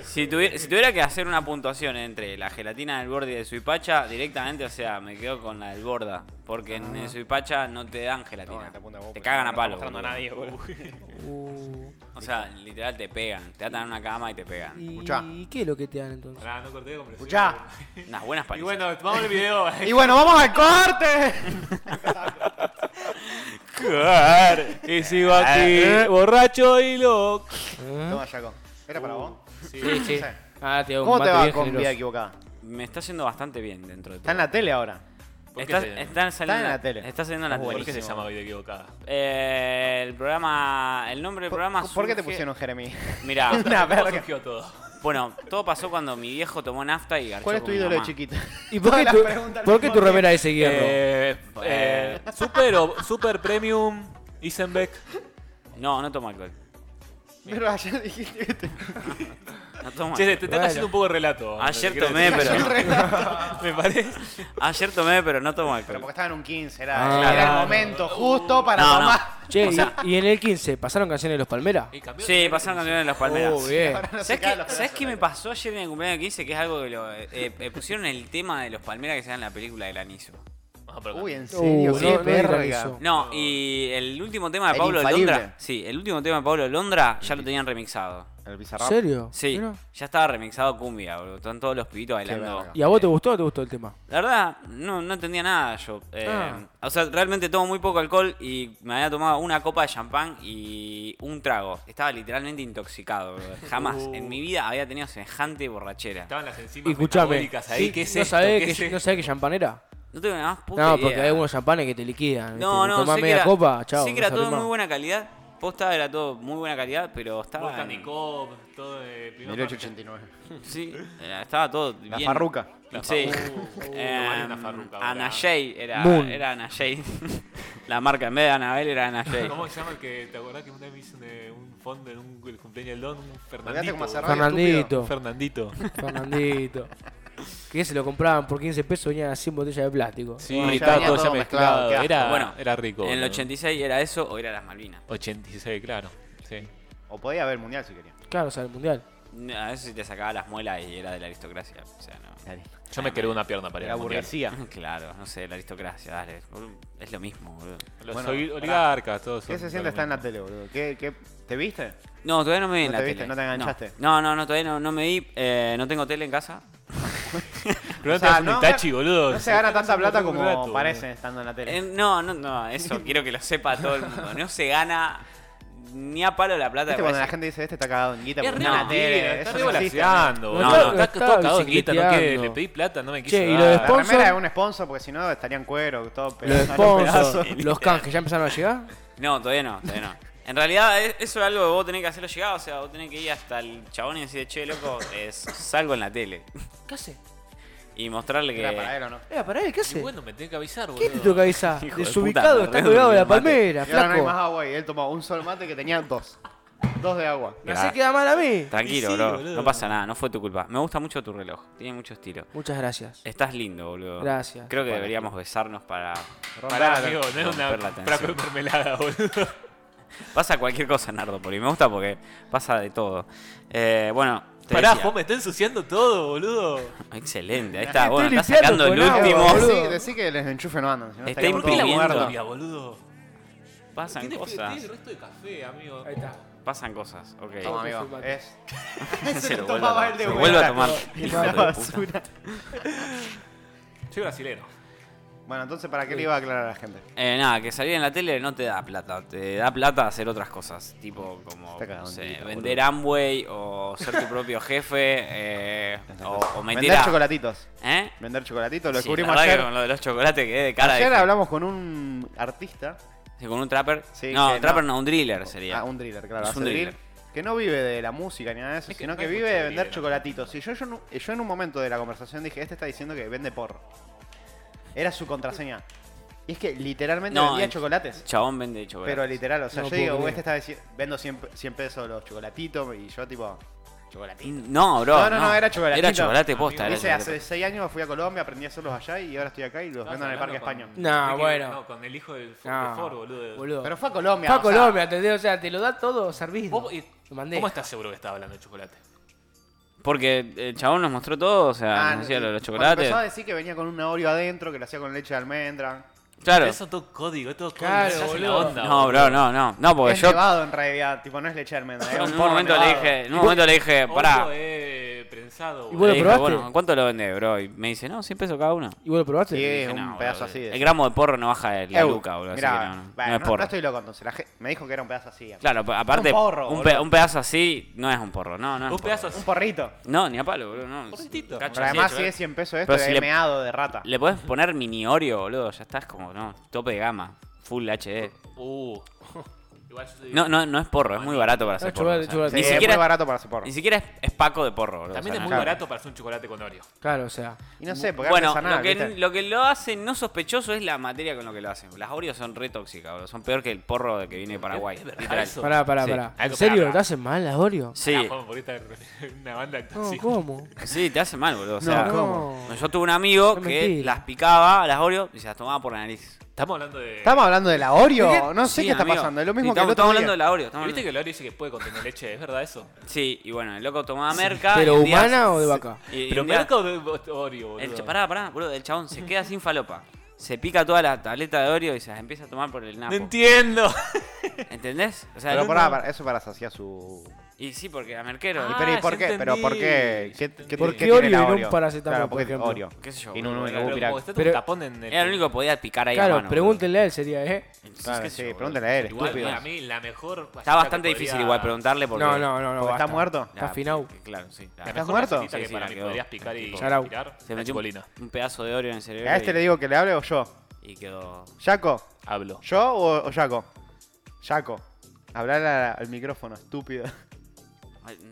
Speaker 4: si, tuvi- si tuviera que hacer una puntuación entre la gelatina del borde y de suipacha, directamente, o sea, me quedo con la del borda. Porque en
Speaker 3: Ah.
Speaker 4: el suipacha no te dan gelatina. te cagan a palo.
Speaker 1: No
Speaker 4: boludo.
Speaker 1: nadie, boludo.
Speaker 2: Uh.
Speaker 4: O sea, literal te pegan. Te atan en una cama y te pegan.
Speaker 2: ¿Y,
Speaker 1: Escuchá.
Speaker 2: y qué es lo que te dan entonces?
Speaker 3: Ah, no corté compresión.
Speaker 1: Escuchá.
Speaker 4: Unas buenas
Speaker 3: Y
Speaker 4: palizas.
Speaker 3: bueno, vamos al video.
Speaker 1: Y bueno, vamos al corte.
Speaker 3: y sigo
Speaker 1: Eh,
Speaker 3: aquí, borracho y loco.
Speaker 1: Toma, Jaco. ¿Era para vos?
Speaker 2: Sí, sí.
Speaker 1: Sí.
Speaker 2: Ah, te doy un
Speaker 1: ¿Cómo te
Speaker 2: Uh. mate
Speaker 1: va
Speaker 2: bien
Speaker 1: con
Speaker 2: generoso.
Speaker 1: vida equivocada?
Speaker 4: Me está yendo bastante bien dentro de todo.
Speaker 1: Está en la tele ahora.
Speaker 3: ¿Por qué
Speaker 4: Está-
Speaker 3: se-
Speaker 4: están saliendo,
Speaker 1: Está en la tele.
Speaker 4: Está saliendo en la
Speaker 3: ¿Por qué
Speaker 4: tele.
Speaker 3: se llama Vida Equivocada?
Speaker 4: Eh, el programa. El nombre del
Speaker 1: ¿Por,
Speaker 4: programa.
Speaker 1: por qué te
Speaker 4: surge-
Speaker 1: pusieron Jeremy?
Speaker 4: Mirá,
Speaker 1: Una
Speaker 3: ¿Cómo
Speaker 1: verga.
Speaker 3: surgió todo?
Speaker 4: bueno, todo pasó cuando mi viejo tomó nafta y garchó
Speaker 1: ¿Cuál es
Speaker 4: con
Speaker 1: tu
Speaker 4: mi
Speaker 1: ídolo de
Speaker 4: mamá.
Speaker 1: chiquito?
Speaker 2: ¿Y por qué,
Speaker 1: Todas las
Speaker 2: tu,
Speaker 1: preguntas al
Speaker 2: por qué
Speaker 1: mismo
Speaker 2: tu remera dice hierro?
Speaker 3: Eh, eh, super, o- super Premium Isenbeck.
Speaker 4: No, no tomo alcohol.
Speaker 1: Pero ayer dijiste que te-
Speaker 4: No tomo
Speaker 3: Che, te,
Speaker 4: alcohol.
Speaker 3: te estás haciendo un poco de relato.
Speaker 4: Ayer
Speaker 3: Quiero
Speaker 4: tomé,
Speaker 3: decir.
Speaker 4: pero-
Speaker 3: Me parece.
Speaker 4: Ayer tomé, pero no tomo
Speaker 1: Pero porque
Speaker 4: alcohol.
Speaker 1: estaba en un 15, era,
Speaker 2: Ah,
Speaker 1: era el
Speaker 2: claro.
Speaker 1: momento justo para
Speaker 4: Uh. No, no.
Speaker 1: tomar.
Speaker 2: Che, y- y, en el 15, ¿pasaron canciones de los Palmeras?
Speaker 3: Y cambió
Speaker 4: Sí,
Speaker 3: de-
Speaker 4: pasaron campeones de las palmeras.
Speaker 2: Oh, bien.
Speaker 1: Ahora no se
Speaker 4: ¿Sabes,
Speaker 1: caen
Speaker 4: qué,
Speaker 1: los
Speaker 4: ¿sabes
Speaker 1: pedazos de
Speaker 4: qué me
Speaker 1: la-
Speaker 4: pasó ayer en el cumpleaños que hice? Que es algo que lo, eh, eh, pusieron el tema de los palmeras que se dan en la película del aniso.
Speaker 3: Ah, pero-
Speaker 1: Uy, en
Speaker 2: Uh,
Speaker 1: serio,
Speaker 2: no,
Speaker 1: qué
Speaker 2: no
Speaker 1: verga.
Speaker 2: organizó.
Speaker 4: No, y el último tema de
Speaker 1: El
Speaker 4: Pablo
Speaker 1: infalible.
Speaker 4: Londra. Sí, el último tema de Pablo Londra ya lo tenían remixado.
Speaker 1: El
Speaker 2: ¿En
Speaker 1: bizarrap.
Speaker 2: serio?
Speaker 4: Sí,
Speaker 2: Mirá.
Speaker 4: ya estaba remixado cumbia, boludo. Están todos los pibitos bailando.
Speaker 1: verga.
Speaker 2: ¿Y a vos te gustó o te gustó el tema?
Speaker 4: La verdad, no, no entendía nada yo. Eh,
Speaker 2: Ah.
Speaker 4: O sea, realmente tomo muy poco alcohol y me había tomado una copa de champán y un trago. Estaba literalmente intoxicado, bro. Jamás
Speaker 3: Uh.
Speaker 4: en mi vida había tenido semejante borrachera.
Speaker 3: Estaban las
Speaker 2: Y
Speaker 3: enzimas
Speaker 2: escuchame,
Speaker 3: metabólicas ahí.
Speaker 2: ¿sí?
Speaker 3: ¿Qué es
Speaker 2: ¿no
Speaker 3: esto?
Speaker 2: sabés
Speaker 3: ¿Qué
Speaker 2: que,
Speaker 3: es esto?
Speaker 2: no sabés que champán era?
Speaker 4: No tengo nada más puta
Speaker 2: No, porque
Speaker 4: idea.
Speaker 2: hay algunos champanes que te liquidan.
Speaker 4: No,
Speaker 2: ¿viste?
Speaker 4: no,
Speaker 2: Tomás
Speaker 4: sé que
Speaker 2: media
Speaker 4: era,
Speaker 2: copa, chao.
Speaker 4: sé que
Speaker 2: no
Speaker 4: era todo
Speaker 2: sabés
Speaker 4: muy
Speaker 2: más.
Speaker 4: buena calidad. Posta era todo muy buena calidad, pero estaba...
Speaker 3: Volcanicop, todo de primera parte.
Speaker 1: 1889.
Speaker 4: Sí, eh, estaba todo
Speaker 1: La
Speaker 4: bien.
Speaker 1: farruca.
Speaker 3: La
Speaker 4: sí.
Speaker 3: farruca. Uh,
Speaker 4: Eh,
Speaker 3: tomaría una farruca ahora.
Speaker 4: Ana Jay era,
Speaker 2: Moon.
Speaker 4: era Ana Jay. La marca en vez de Anabel era Ana Jay.
Speaker 3: ¿Cómo se llama el que te acordás que una vez me hizo un, eh, un fondo en un el cumpleaños del Don? Un
Speaker 1: Olvídate
Speaker 3: Fernandito.
Speaker 1: cómo hacer radio,
Speaker 2: Fernandito,
Speaker 3: Un Fernandito.
Speaker 2: Fernandito. Que se lo compraban por 15 pesos, venían a 100 botellas de plástico.
Speaker 3: Sí,
Speaker 1: Ya
Speaker 3: estaba
Speaker 1: venía
Speaker 3: todo
Speaker 1: todo
Speaker 3: ya
Speaker 1: mezclado,
Speaker 3: mezclado.
Speaker 1: qué asco.
Speaker 3: Era,
Speaker 4: Bueno,
Speaker 3: era rico.
Speaker 4: En el
Speaker 3: boludo.
Speaker 4: 86 era eso o era las Malvinas.
Speaker 3: 86, claro. Sí.
Speaker 1: O podía haber mundial si querían.
Speaker 2: Claro, o sea, el mundial.
Speaker 4: No, a veces te sacaba las muelas y era de la aristocracia. O sea, no.
Speaker 3: Yo me quedé una pierna para ir
Speaker 1: Era
Speaker 3: al mundial.
Speaker 1: burguesía.
Speaker 4: Claro, no sé, la aristocracia, dale. boludo. Es lo mismo, boludo.
Speaker 3: Los
Speaker 1: Bueno,
Speaker 3: oli-
Speaker 1: pará.
Speaker 3: oligarcas, todos.
Speaker 1: ¿Qué
Speaker 3: son-
Speaker 1: se siente
Speaker 3: son
Speaker 1: estar en
Speaker 3: lo
Speaker 1: la tele, boludo? ¿Qué, qué- te viste?
Speaker 4: No, todavía no me vi
Speaker 1: No
Speaker 4: en
Speaker 1: te
Speaker 4: la
Speaker 1: viste,
Speaker 4: tele.
Speaker 1: no te enganchaste.
Speaker 4: No, no, no, todavía no, no me vi. Eh, no tengo tele en casa.
Speaker 3: mismo. Pero no
Speaker 1: O
Speaker 3: te
Speaker 1: sea,
Speaker 3: das un
Speaker 1: no-
Speaker 3: Itachi, boludo.
Speaker 1: No se gana tanta plata
Speaker 3: un rato,
Speaker 1: como
Speaker 3: boludo.
Speaker 1: parece estando en la tele.
Speaker 4: Eh, no, no, no, eso quiero que lo sepa todo el mundo. No se gana ni a palo la plata.
Speaker 1: ¿Viste
Speaker 4: me
Speaker 1: cuando la
Speaker 4: parece.
Speaker 1: gente dice, este está cagado en guita
Speaker 3: Es
Speaker 1: porque
Speaker 3: re
Speaker 1: está en la
Speaker 3: mentira,
Speaker 1: tele?
Speaker 3: está
Speaker 1: Eso
Speaker 3: re
Speaker 1: no existe.
Speaker 3: bolaseando,
Speaker 2: No,
Speaker 3: boludo.
Speaker 2: no,
Speaker 3: Está
Speaker 2: está
Speaker 3: tocado en guita, no quiere-
Speaker 2: bicicleteando.
Speaker 3: le pedí plata, no me quiso
Speaker 2: Che, y
Speaker 3: dar.
Speaker 2: lo de
Speaker 1: La
Speaker 2: Sponsor-
Speaker 1: remera es un sponsor porque si no estarían cuero, todo
Speaker 2: Los
Speaker 1: pedazo, pedazo.
Speaker 2: sponsors, los canjes, ¿ya empezaron a llegar?
Speaker 4: No, todavía no, todavía no. En realidad, e- eso es algo que vos tenés que hacerlo llegar. O sea, vos tenés que ir hasta el chabón y decir, che, loco, eh, salgo en la tele.
Speaker 2: ¿Qué hace?
Speaker 4: Y mostrarle que.
Speaker 1: Era para él o no.
Speaker 2: Era para él, ¿qué hace?
Speaker 3: Y bueno, me tenés que avisar, boludo.
Speaker 2: ¿Quién te toca esa?
Speaker 4: Hijo de
Speaker 2: Desubicado,
Speaker 4: puta,
Speaker 2: está
Speaker 4: me
Speaker 2: colgado de la
Speaker 4: re- mate.
Speaker 2: palmera,
Speaker 1: Y ahora no hay más
Speaker 2: flaco.
Speaker 1: agua y él tomó un sol mate que tenía dos. Dos de agua.
Speaker 2: No se queda mal a mí.
Speaker 4: Tranquilo,
Speaker 3: Y sí,
Speaker 4: bro.
Speaker 3: boludo.
Speaker 4: No pasa nada, no fue tu culpa. Me gusta mucho tu reloj, tiene mucho estilo.
Speaker 2: Muchas gracias.
Speaker 4: Estás lindo, boludo.
Speaker 2: Gracias.
Speaker 4: Creo que deberíamos besarnos para.
Speaker 3: Pará,
Speaker 1: Romper la-
Speaker 3: Ah, amigo, no es una
Speaker 4: romper la tensión.
Speaker 3: fraco de mermelada, boludo.
Speaker 4: Pasa cualquier cosa, Nardo, por ahí. Me gusta porque pasa de todo. Eh, bueno, te
Speaker 3: Pará,
Speaker 4: decía.
Speaker 3: Juan, me está ensuciando todo, boludo.
Speaker 4: Excelente, ahí está.
Speaker 2: Estoy
Speaker 4: Bueno, está
Speaker 2: limpiando
Speaker 4: sacando
Speaker 2: con
Speaker 4: el
Speaker 2: agua,
Speaker 4: último.
Speaker 2: boludo.
Speaker 1: Decí, decí que les enchufe no andan. Si no
Speaker 4: Está
Speaker 1: estaríamos
Speaker 3: ¿Por qué la
Speaker 1: todos
Speaker 4: imprimiendo.
Speaker 1: muertos.
Speaker 3: historia, boludo?
Speaker 4: Pasan
Speaker 3: Tiene
Speaker 4: cosas.
Speaker 3: tiene resto de café, amigo.
Speaker 2: Ahí está.
Speaker 4: Pasan cosas, ok.
Speaker 1: Toma,
Speaker 2: Enchufe el
Speaker 1: amigo.
Speaker 2: mate.
Speaker 1: Es.
Speaker 4: Se lo vuelve a
Speaker 1: tomaba
Speaker 4: tomar.
Speaker 1: él de
Speaker 4: Se vuelve a
Speaker 1: vuelta.
Speaker 4: tomar.
Speaker 1: Y
Speaker 4: Hijo de
Speaker 1: la
Speaker 4: puta.
Speaker 1: basura.
Speaker 3: Soy brasilero.
Speaker 1: Bueno, entonces, ¿para qué le iba a aclarar a la gente?
Speaker 4: Eh, nada, que salir en la tele no te da plata, te da plata hacer otras cosas, tipo como
Speaker 1: Está cagado
Speaker 4: no
Speaker 1: en
Speaker 4: sé,
Speaker 1: guita,
Speaker 4: vender
Speaker 1: boludo.
Speaker 4: Amway o ser tu propio jefe eh, o, o mentir
Speaker 1: Vender
Speaker 4: a-
Speaker 1: chocolatitos.
Speaker 4: ¿Eh?
Speaker 1: Vender chocolatitos, lo
Speaker 4: Sí, la
Speaker 1: descubrimos
Speaker 4: verdad que
Speaker 1: ayer.
Speaker 4: con lo de los chocolates quedé de cara de-
Speaker 1: Ayer hablamos con un artista.
Speaker 4: Sí, con un trapper.
Speaker 1: Sí,
Speaker 4: no,
Speaker 1: que
Speaker 4: trapper
Speaker 1: no.
Speaker 4: no. un driller sería.
Speaker 1: Ah, un driller, claro.
Speaker 4: Es
Speaker 1: hace
Speaker 4: un
Speaker 1: drill,
Speaker 4: driller.
Speaker 1: Que no vive de la música ni nada de eso,
Speaker 3: Es que
Speaker 1: sino
Speaker 3: no
Speaker 1: que
Speaker 3: hay
Speaker 1: vive
Speaker 3: mucho
Speaker 1: de
Speaker 3: drill,
Speaker 1: vender
Speaker 3: ¿no?
Speaker 1: chocolatitos. Y yo, yo, en- yo en un momento de la conversación dije, este está diciendo que vende porro. Era su contraseña. Y es que literalmente
Speaker 4: No,
Speaker 1: vendía
Speaker 4: es-
Speaker 1: chocolates.
Speaker 4: Chabón vende chocolates.
Speaker 1: Pero literal, o sea,
Speaker 2: No
Speaker 1: yo
Speaker 2: puedo
Speaker 1: digo,
Speaker 2: creer.
Speaker 1: este está diciendo, vendo 100, pe- 100 pesos los chocolatitos y yo tipo, chocolatito.
Speaker 4: No, bro.
Speaker 1: No, no, no, era chocolatito.
Speaker 4: Era chocolate posta. era
Speaker 1: Dice,
Speaker 4: chocolate.
Speaker 1: hace 6 años fui a Colombia, aprendí a hacerlos allá y ahora estoy acá y los vendo en el Parque España.
Speaker 2: No, Ah, bueno.
Speaker 3: No, con el hijo del Ford,
Speaker 2: No,
Speaker 3: de Ford, boludo.
Speaker 2: boludo.
Speaker 1: Pero fue a Colombia.
Speaker 2: Fue a
Speaker 1: o sea,
Speaker 2: Colombia, ¿entendés? O sea, te lo da todo servido.
Speaker 3: Vos- y-
Speaker 2: Lo mandé.
Speaker 3: ¿Cómo estás seguro que estaba hablando de chocolate?
Speaker 4: Porque el chabón nos mostró todo, o sea,
Speaker 1: Ah,
Speaker 4: nos hacía lo de los
Speaker 1: cuando
Speaker 4: chocolates.
Speaker 1: Empezó a decir que venía con un Oreo adentro, que lo hacía con leche de almendra.
Speaker 4: Claro.
Speaker 3: Eso todo código, es todo código.
Speaker 2: Claro,
Speaker 3: se hace la
Speaker 2: boludo.
Speaker 3: onda,
Speaker 4: No, bro, no, no. No, porque
Speaker 1: es
Speaker 4: yo.
Speaker 1: nevado en realidad, tipo, no es leche de almendra.
Speaker 4: yo
Speaker 1: es
Speaker 4: en un
Speaker 1: porro
Speaker 4: momento le
Speaker 1: nevado.
Speaker 4: dije, en un momento le dije, pará.
Speaker 3: Ojo, eh, prensado,
Speaker 2: Y
Speaker 3: boludo.
Speaker 2: vos
Speaker 4: Le
Speaker 2: lo
Speaker 4: dije,
Speaker 2: probaste?
Speaker 4: bueno, ¿cuánto lo vendés, bro? Y me dice, no, 100 pesos cada uno.
Speaker 2: ¿Y vos lo probaste?
Speaker 1: Sí,
Speaker 4: Dije,
Speaker 1: un
Speaker 4: no,
Speaker 1: pedazo
Speaker 4: boludo,
Speaker 1: así. de-
Speaker 4: El gramo de porro no baja de la
Speaker 1: Eu,
Speaker 4: luca, boludo. así
Speaker 1: mirá,
Speaker 4: que no, no,
Speaker 1: bueno,
Speaker 4: no es
Speaker 1: no-
Speaker 4: porro.
Speaker 1: no estoy loco entonces. la ge- me dijo que era un pedazo así. digamos.
Speaker 4: Claro, pa- aparte,
Speaker 1: Un porro,
Speaker 4: un,
Speaker 1: boludo.
Speaker 4: un pedazo así no es un porro. No, no. es
Speaker 3: Un pedazo
Speaker 4: porro.
Speaker 3: así.
Speaker 1: Un porrito.
Speaker 4: No, ni a palo, boludo. No.
Speaker 3: Porritito.
Speaker 4: Cacho
Speaker 1: Pero
Speaker 4: así de
Speaker 1: además, si
Speaker 4: chocolate.
Speaker 1: es 100 pesos esto,
Speaker 4: Pero si
Speaker 1: es
Speaker 4: le-
Speaker 1: meado de rata.
Speaker 4: Le podés poner mini Oreo, boludo. Ya estás como, no, tope de gama. Full HD.
Speaker 3: Uh. Igual yo soy-
Speaker 4: No, no, no es porro, es muy barato para hacer porro.
Speaker 2: chocolate,
Speaker 4: o sea,
Speaker 2: chocolate.
Speaker 1: Sí,
Speaker 4: Ni,
Speaker 1: es muy
Speaker 4: siquiera,
Speaker 1: barato para hacer porro.
Speaker 4: ni siquiera es, es paco de porro, boludo.
Speaker 3: También
Speaker 4: o sea,
Speaker 3: es muy
Speaker 4: no-
Speaker 3: barato para hacer un chocolate con Oreo.
Speaker 2: Claro, o sea.
Speaker 1: Y no sé, porque
Speaker 4: Bueno,
Speaker 1: artesanal,
Speaker 4: lo que,
Speaker 1: ¿viste?
Speaker 4: lo que lo hace no sospechoso es la materia con lo que lo hacen. Las Oreos son re tóxicas, boludo. Son peor que el porro de que viene de Paraguay.
Speaker 3: ¿Es verdad
Speaker 4: literal.
Speaker 3: eso?
Speaker 2: Pará, pará,
Speaker 4: Sí.
Speaker 2: pará.
Speaker 3: Algo
Speaker 2: ¿En serio?
Speaker 3: para-
Speaker 2: ¿Te hacen mal las Oreo?
Speaker 3: Ah,
Speaker 4: Sí,
Speaker 3: Juan, porque esta es una banda
Speaker 2: No,
Speaker 3: tóxica.
Speaker 2: ¿cómo?
Speaker 4: sí, te hace mal, boludo. O sea,
Speaker 2: ¿cómo?
Speaker 4: Yo tuve un amigo
Speaker 2: No
Speaker 4: que
Speaker 2: mentira.
Speaker 4: las picaba, las Oreo, y se las tomaba por la nariz.
Speaker 3: Estamos hablando de.
Speaker 1: Estamos hablando de la Oreo. No sé
Speaker 4: Sí,
Speaker 1: qué está
Speaker 4: amigo.
Speaker 1: pasando. Es lo
Speaker 4: Sí,
Speaker 1: mismo que el otro
Speaker 4: estamos, estamos
Speaker 1: día.
Speaker 4: hablando de la Oreo.
Speaker 3: ¿Y
Speaker 4: estamos
Speaker 3: ¿Viste que
Speaker 4: hablando-
Speaker 3: el Oreo dice que puede contener leche? ¿Es verdad eso?
Speaker 4: Sí, y bueno, el loco tomaba merca. y
Speaker 2: ¿Pero
Speaker 4: un día-
Speaker 2: humana o de vaca?
Speaker 4: y- y
Speaker 3: ¿Pero
Speaker 4: un día-
Speaker 3: merca o de o- Oreo, boludo?
Speaker 4: El, cha- pará, pará, boludo, el chabón se queda sin falopa. Se pica toda la tableta de Oreo y se las empieza a tomar por el
Speaker 3: No
Speaker 4: napo.
Speaker 3: entiendo.
Speaker 4: ¿Entendés? O sea,
Speaker 1: Pero
Speaker 4: no-
Speaker 1: pará, pará, eso para saciar su.
Speaker 4: Y sí, porque a merquero.
Speaker 1: ¿Y pero, ¿y
Speaker 3: ya
Speaker 1: por qué? ¿Pero por qué? ¿Qué,
Speaker 3: entendí, ya
Speaker 1: qué
Speaker 3: entendí.
Speaker 1: tiene
Speaker 2: ¿Por qué
Speaker 1: la
Speaker 2: Oreo y no un
Speaker 1: Oreo?
Speaker 2: paracetamol,
Speaker 1: Claro,
Speaker 2: por
Speaker 1: porque
Speaker 2: ejemplo?
Speaker 1: Oreo.
Speaker 4: Qué sé yo,
Speaker 1: Y no un
Speaker 4: boludo,
Speaker 1: Oreo
Speaker 3: Pero
Speaker 1: viral.
Speaker 3: como está
Speaker 2: Pero-
Speaker 3: un tapón en el.
Speaker 4: Era lo único que podía picar ahí a
Speaker 2: Claro,
Speaker 4: mano.
Speaker 2: pregúntenle a él, sería, ¿eh?
Speaker 4: boludo.
Speaker 1: Claro,
Speaker 4: Qué sé
Speaker 1: sí,
Speaker 4: yo,
Speaker 1: pregúntale a él,
Speaker 4: boludo.
Speaker 3: Igual,
Speaker 1: estúpido.
Speaker 3: a mí la mejor.
Speaker 4: Está bastante difícil igual preguntarle porque.
Speaker 2: No, no, no, no.
Speaker 1: Porque está
Speaker 2: basta.
Speaker 1: muerto.
Speaker 4: Nah,
Speaker 2: Está finado.
Speaker 4: sí, Claro, sí. nah.
Speaker 3: La
Speaker 1: ¿Estás
Speaker 3: mejor
Speaker 1: muerto?
Speaker 3: galletita
Speaker 4: Sí,
Speaker 3: que
Speaker 4: sí,
Speaker 3: para
Speaker 4: la
Speaker 3: mí
Speaker 4: quedó.
Speaker 3: podrías picar y
Speaker 2: Yarau.
Speaker 3: tirar. la
Speaker 4: Se metió un,
Speaker 3: chibolina.
Speaker 4: un pedazo de Oreo en el cerebro.
Speaker 1: A este
Speaker 4: y-
Speaker 1: le digo que le hable o yo.
Speaker 4: Y quedó.
Speaker 1: ¿Yaco?
Speaker 3: Hablo.
Speaker 1: ¿Yo o, o Yaco? Yaco. Hablar a- al micrófono, estúpido.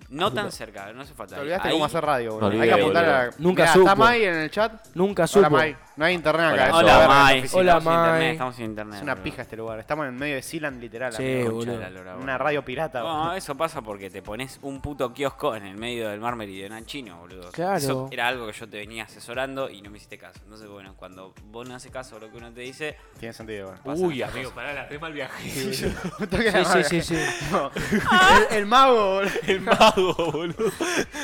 Speaker 4: No tan cerca, no hace falta.
Speaker 1: Te olvidaste
Speaker 4: Ahí-
Speaker 1: cómo hacer radio, boludo.
Speaker 3: Me
Speaker 1: Hay que
Speaker 3: olvidé,
Speaker 1: apuntar a.
Speaker 3: boludo.
Speaker 2: Nunca
Speaker 1: Mirá,
Speaker 2: supo.
Speaker 1: ¿Está Mai en el chat?
Speaker 2: Nunca
Speaker 1: Hola,
Speaker 2: supo.
Speaker 1: Mai. No hay internet acá. eso, a
Speaker 4: Hola,
Speaker 1: ver,
Speaker 4: Mai.
Speaker 1: es
Speaker 2: Hola,
Speaker 4: Estamos sin internet,
Speaker 2: Mai.
Speaker 4: estamos sin internet.
Speaker 1: Es una
Speaker 4: boludo.
Speaker 1: pija este lugar. Estamos en medio de Sealand, literal.
Speaker 2: Sí,
Speaker 1: amigo.
Speaker 4: Concha de la
Speaker 2: boludo.
Speaker 4: lora,
Speaker 1: Eh, Una
Speaker 4: boludo.
Speaker 1: radio pirata. boludo.
Speaker 4: No, eso pasa porque te pones un puto kiosco en el medio del mar meridional chino, boludo.
Speaker 2: Claro.
Speaker 4: Eso era algo que yo te venía asesorando y no me hiciste caso. Entonces, bueno, cuando vos no haces caso a lo que uno te dice,
Speaker 1: Tiene sentido, bueno.
Speaker 4: pasan
Speaker 3: Uy,
Speaker 4: estas
Speaker 3: amigo,
Speaker 4: cosas.
Speaker 3: pará, la re mal viaje.
Speaker 2: Sí, sí, sí, sí.
Speaker 1: No. El, el mago, boludo.
Speaker 3: El mago, boludo.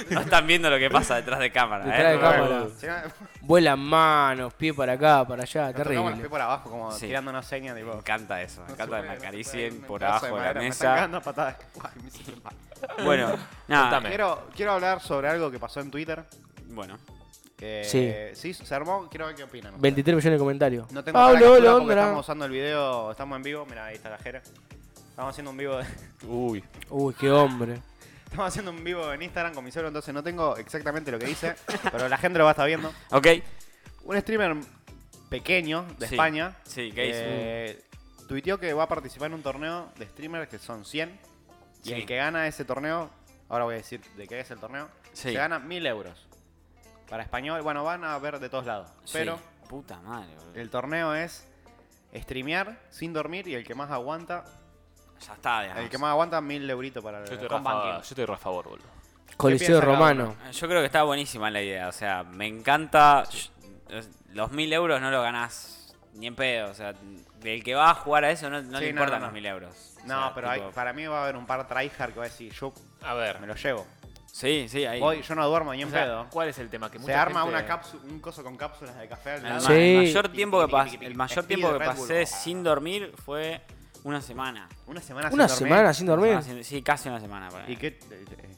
Speaker 4: No están viendo lo que pasa detrás de cámara.
Speaker 2: Detrás de
Speaker 4: ¿eh?
Speaker 2: cámara.
Speaker 1: Sí, nos
Speaker 2: Vuelan manos, pie para acá, para allá,
Speaker 1: tocamos los pies
Speaker 2: terrible.
Speaker 1: por abajo, como
Speaker 4: Sí.
Speaker 1: tirando una seña. Tipo,
Speaker 4: Me encanta eso. Me encanta que me acaricien por
Speaker 1: Pedazo de
Speaker 4: abajo de la
Speaker 1: madera, me están
Speaker 4: mesa.
Speaker 1: cagando a patadas. Ay, me siento mal.
Speaker 4: Bueno, nada. eh,
Speaker 3: Contame.
Speaker 1: Quiero, quiero hablar sobre algo que pasó en Twitter.
Speaker 4: Bueno,
Speaker 1: que-
Speaker 2: Sí.
Speaker 1: se armó. Quiero ver qué opinan. ustedes.
Speaker 2: 23 millones de comentarios.
Speaker 1: No tengo para la
Speaker 2: Pablo
Speaker 1: captura porque
Speaker 2: Londra.
Speaker 1: estamos usando el video, estamos en vivo. Mira, ahí está la jera. Estamos haciendo un vivo de-
Speaker 3: Uy.
Speaker 2: Uy, qué hombre.
Speaker 1: estamos haciendo un vivo en Instagram con mi celu, entonces no tengo exactamente lo que dice, pero la gente lo va a estar viendo.
Speaker 4: ok.
Speaker 1: Un streamer pequeño de
Speaker 4: Sí.
Speaker 1: España
Speaker 4: Sí, ¿qué hizo?
Speaker 1: eh, tuiteó que va a participar en un torneo de streamers que son 100 y
Speaker 4: Sí.
Speaker 1: el que gana ese torneo, ahora voy a decir de qué es el torneo,
Speaker 4: Sí.
Speaker 1: se gana 1000 euros. Para español, bueno, van a ver de todos lados,
Speaker 4: Sí.
Speaker 1: pero
Speaker 4: Puta madre, boludo.
Speaker 1: el torneo es streamear sin dormir y el que más aguanta
Speaker 4: Ya está, digamos.
Speaker 1: El que más aguanta, mil euritos para
Speaker 3: Yo
Speaker 1: el
Speaker 3: te
Speaker 1: con
Speaker 3: rafa,
Speaker 1: banking.
Speaker 3: yo te rafa favor, boludo.
Speaker 2: Coliseo
Speaker 1: piensa cada
Speaker 2: Romano.
Speaker 4: Ah, Yo creo que está buenísima la idea. O sea, me encanta. Los- Los mil euros no lo ganás ni en pedo. O sea, del que va a jugar a eso no, no
Speaker 1: Sí,
Speaker 4: le
Speaker 1: no, no,
Speaker 4: importan
Speaker 1: no.
Speaker 4: los mil euros. O
Speaker 1: No,
Speaker 4: sea,
Speaker 1: pero hay-
Speaker 4: tipo,
Speaker 1: para mí va a haber un par tryhard que va a decir, yo
Speaker 3: A ver.
Speaker 1: me lo llevo.
Speaker 4: Sí, sí, ahí.
Speaker 1: Voy, yo no duermo ni
Speaker 3: o
Speaker 1: en
Speaker 3: sea,
Speaker 1: pedo.
Speaker 3: ¿Cuál es el tema? Que
Speaker 1: Se
Speaker 3: mucha
Speaker 1: arma
Speaker 3: gente-
Speaker 1: una cápsula, un coso con cápsulas de café al
Speaker 4: El,
Speaker 1: lado.
Speaker 2: Sí.
Speaker 4: mayor tiempo que,
Speaker 1: Piqui, piqui,
Speaker 4: pas-
Speaker 1: piqui,
Speaker 4: el
Speaker 1: piqui.
Speaker 4: mayor
Speaker 1: Speed
Speaker 4: tiempo que
Speaker 1: Red Bull.
Speaker 4: pasé sin dormir fue una semana.
Speaker 1: Una semana
Speaker 2: Una
Speaker 1: sin dormir.
Speaker 2: semana sin dormir.
Speaker 4: Una- Sí, casi una semana. por ahí.
Speaker 1: ¿Y qué? te- te-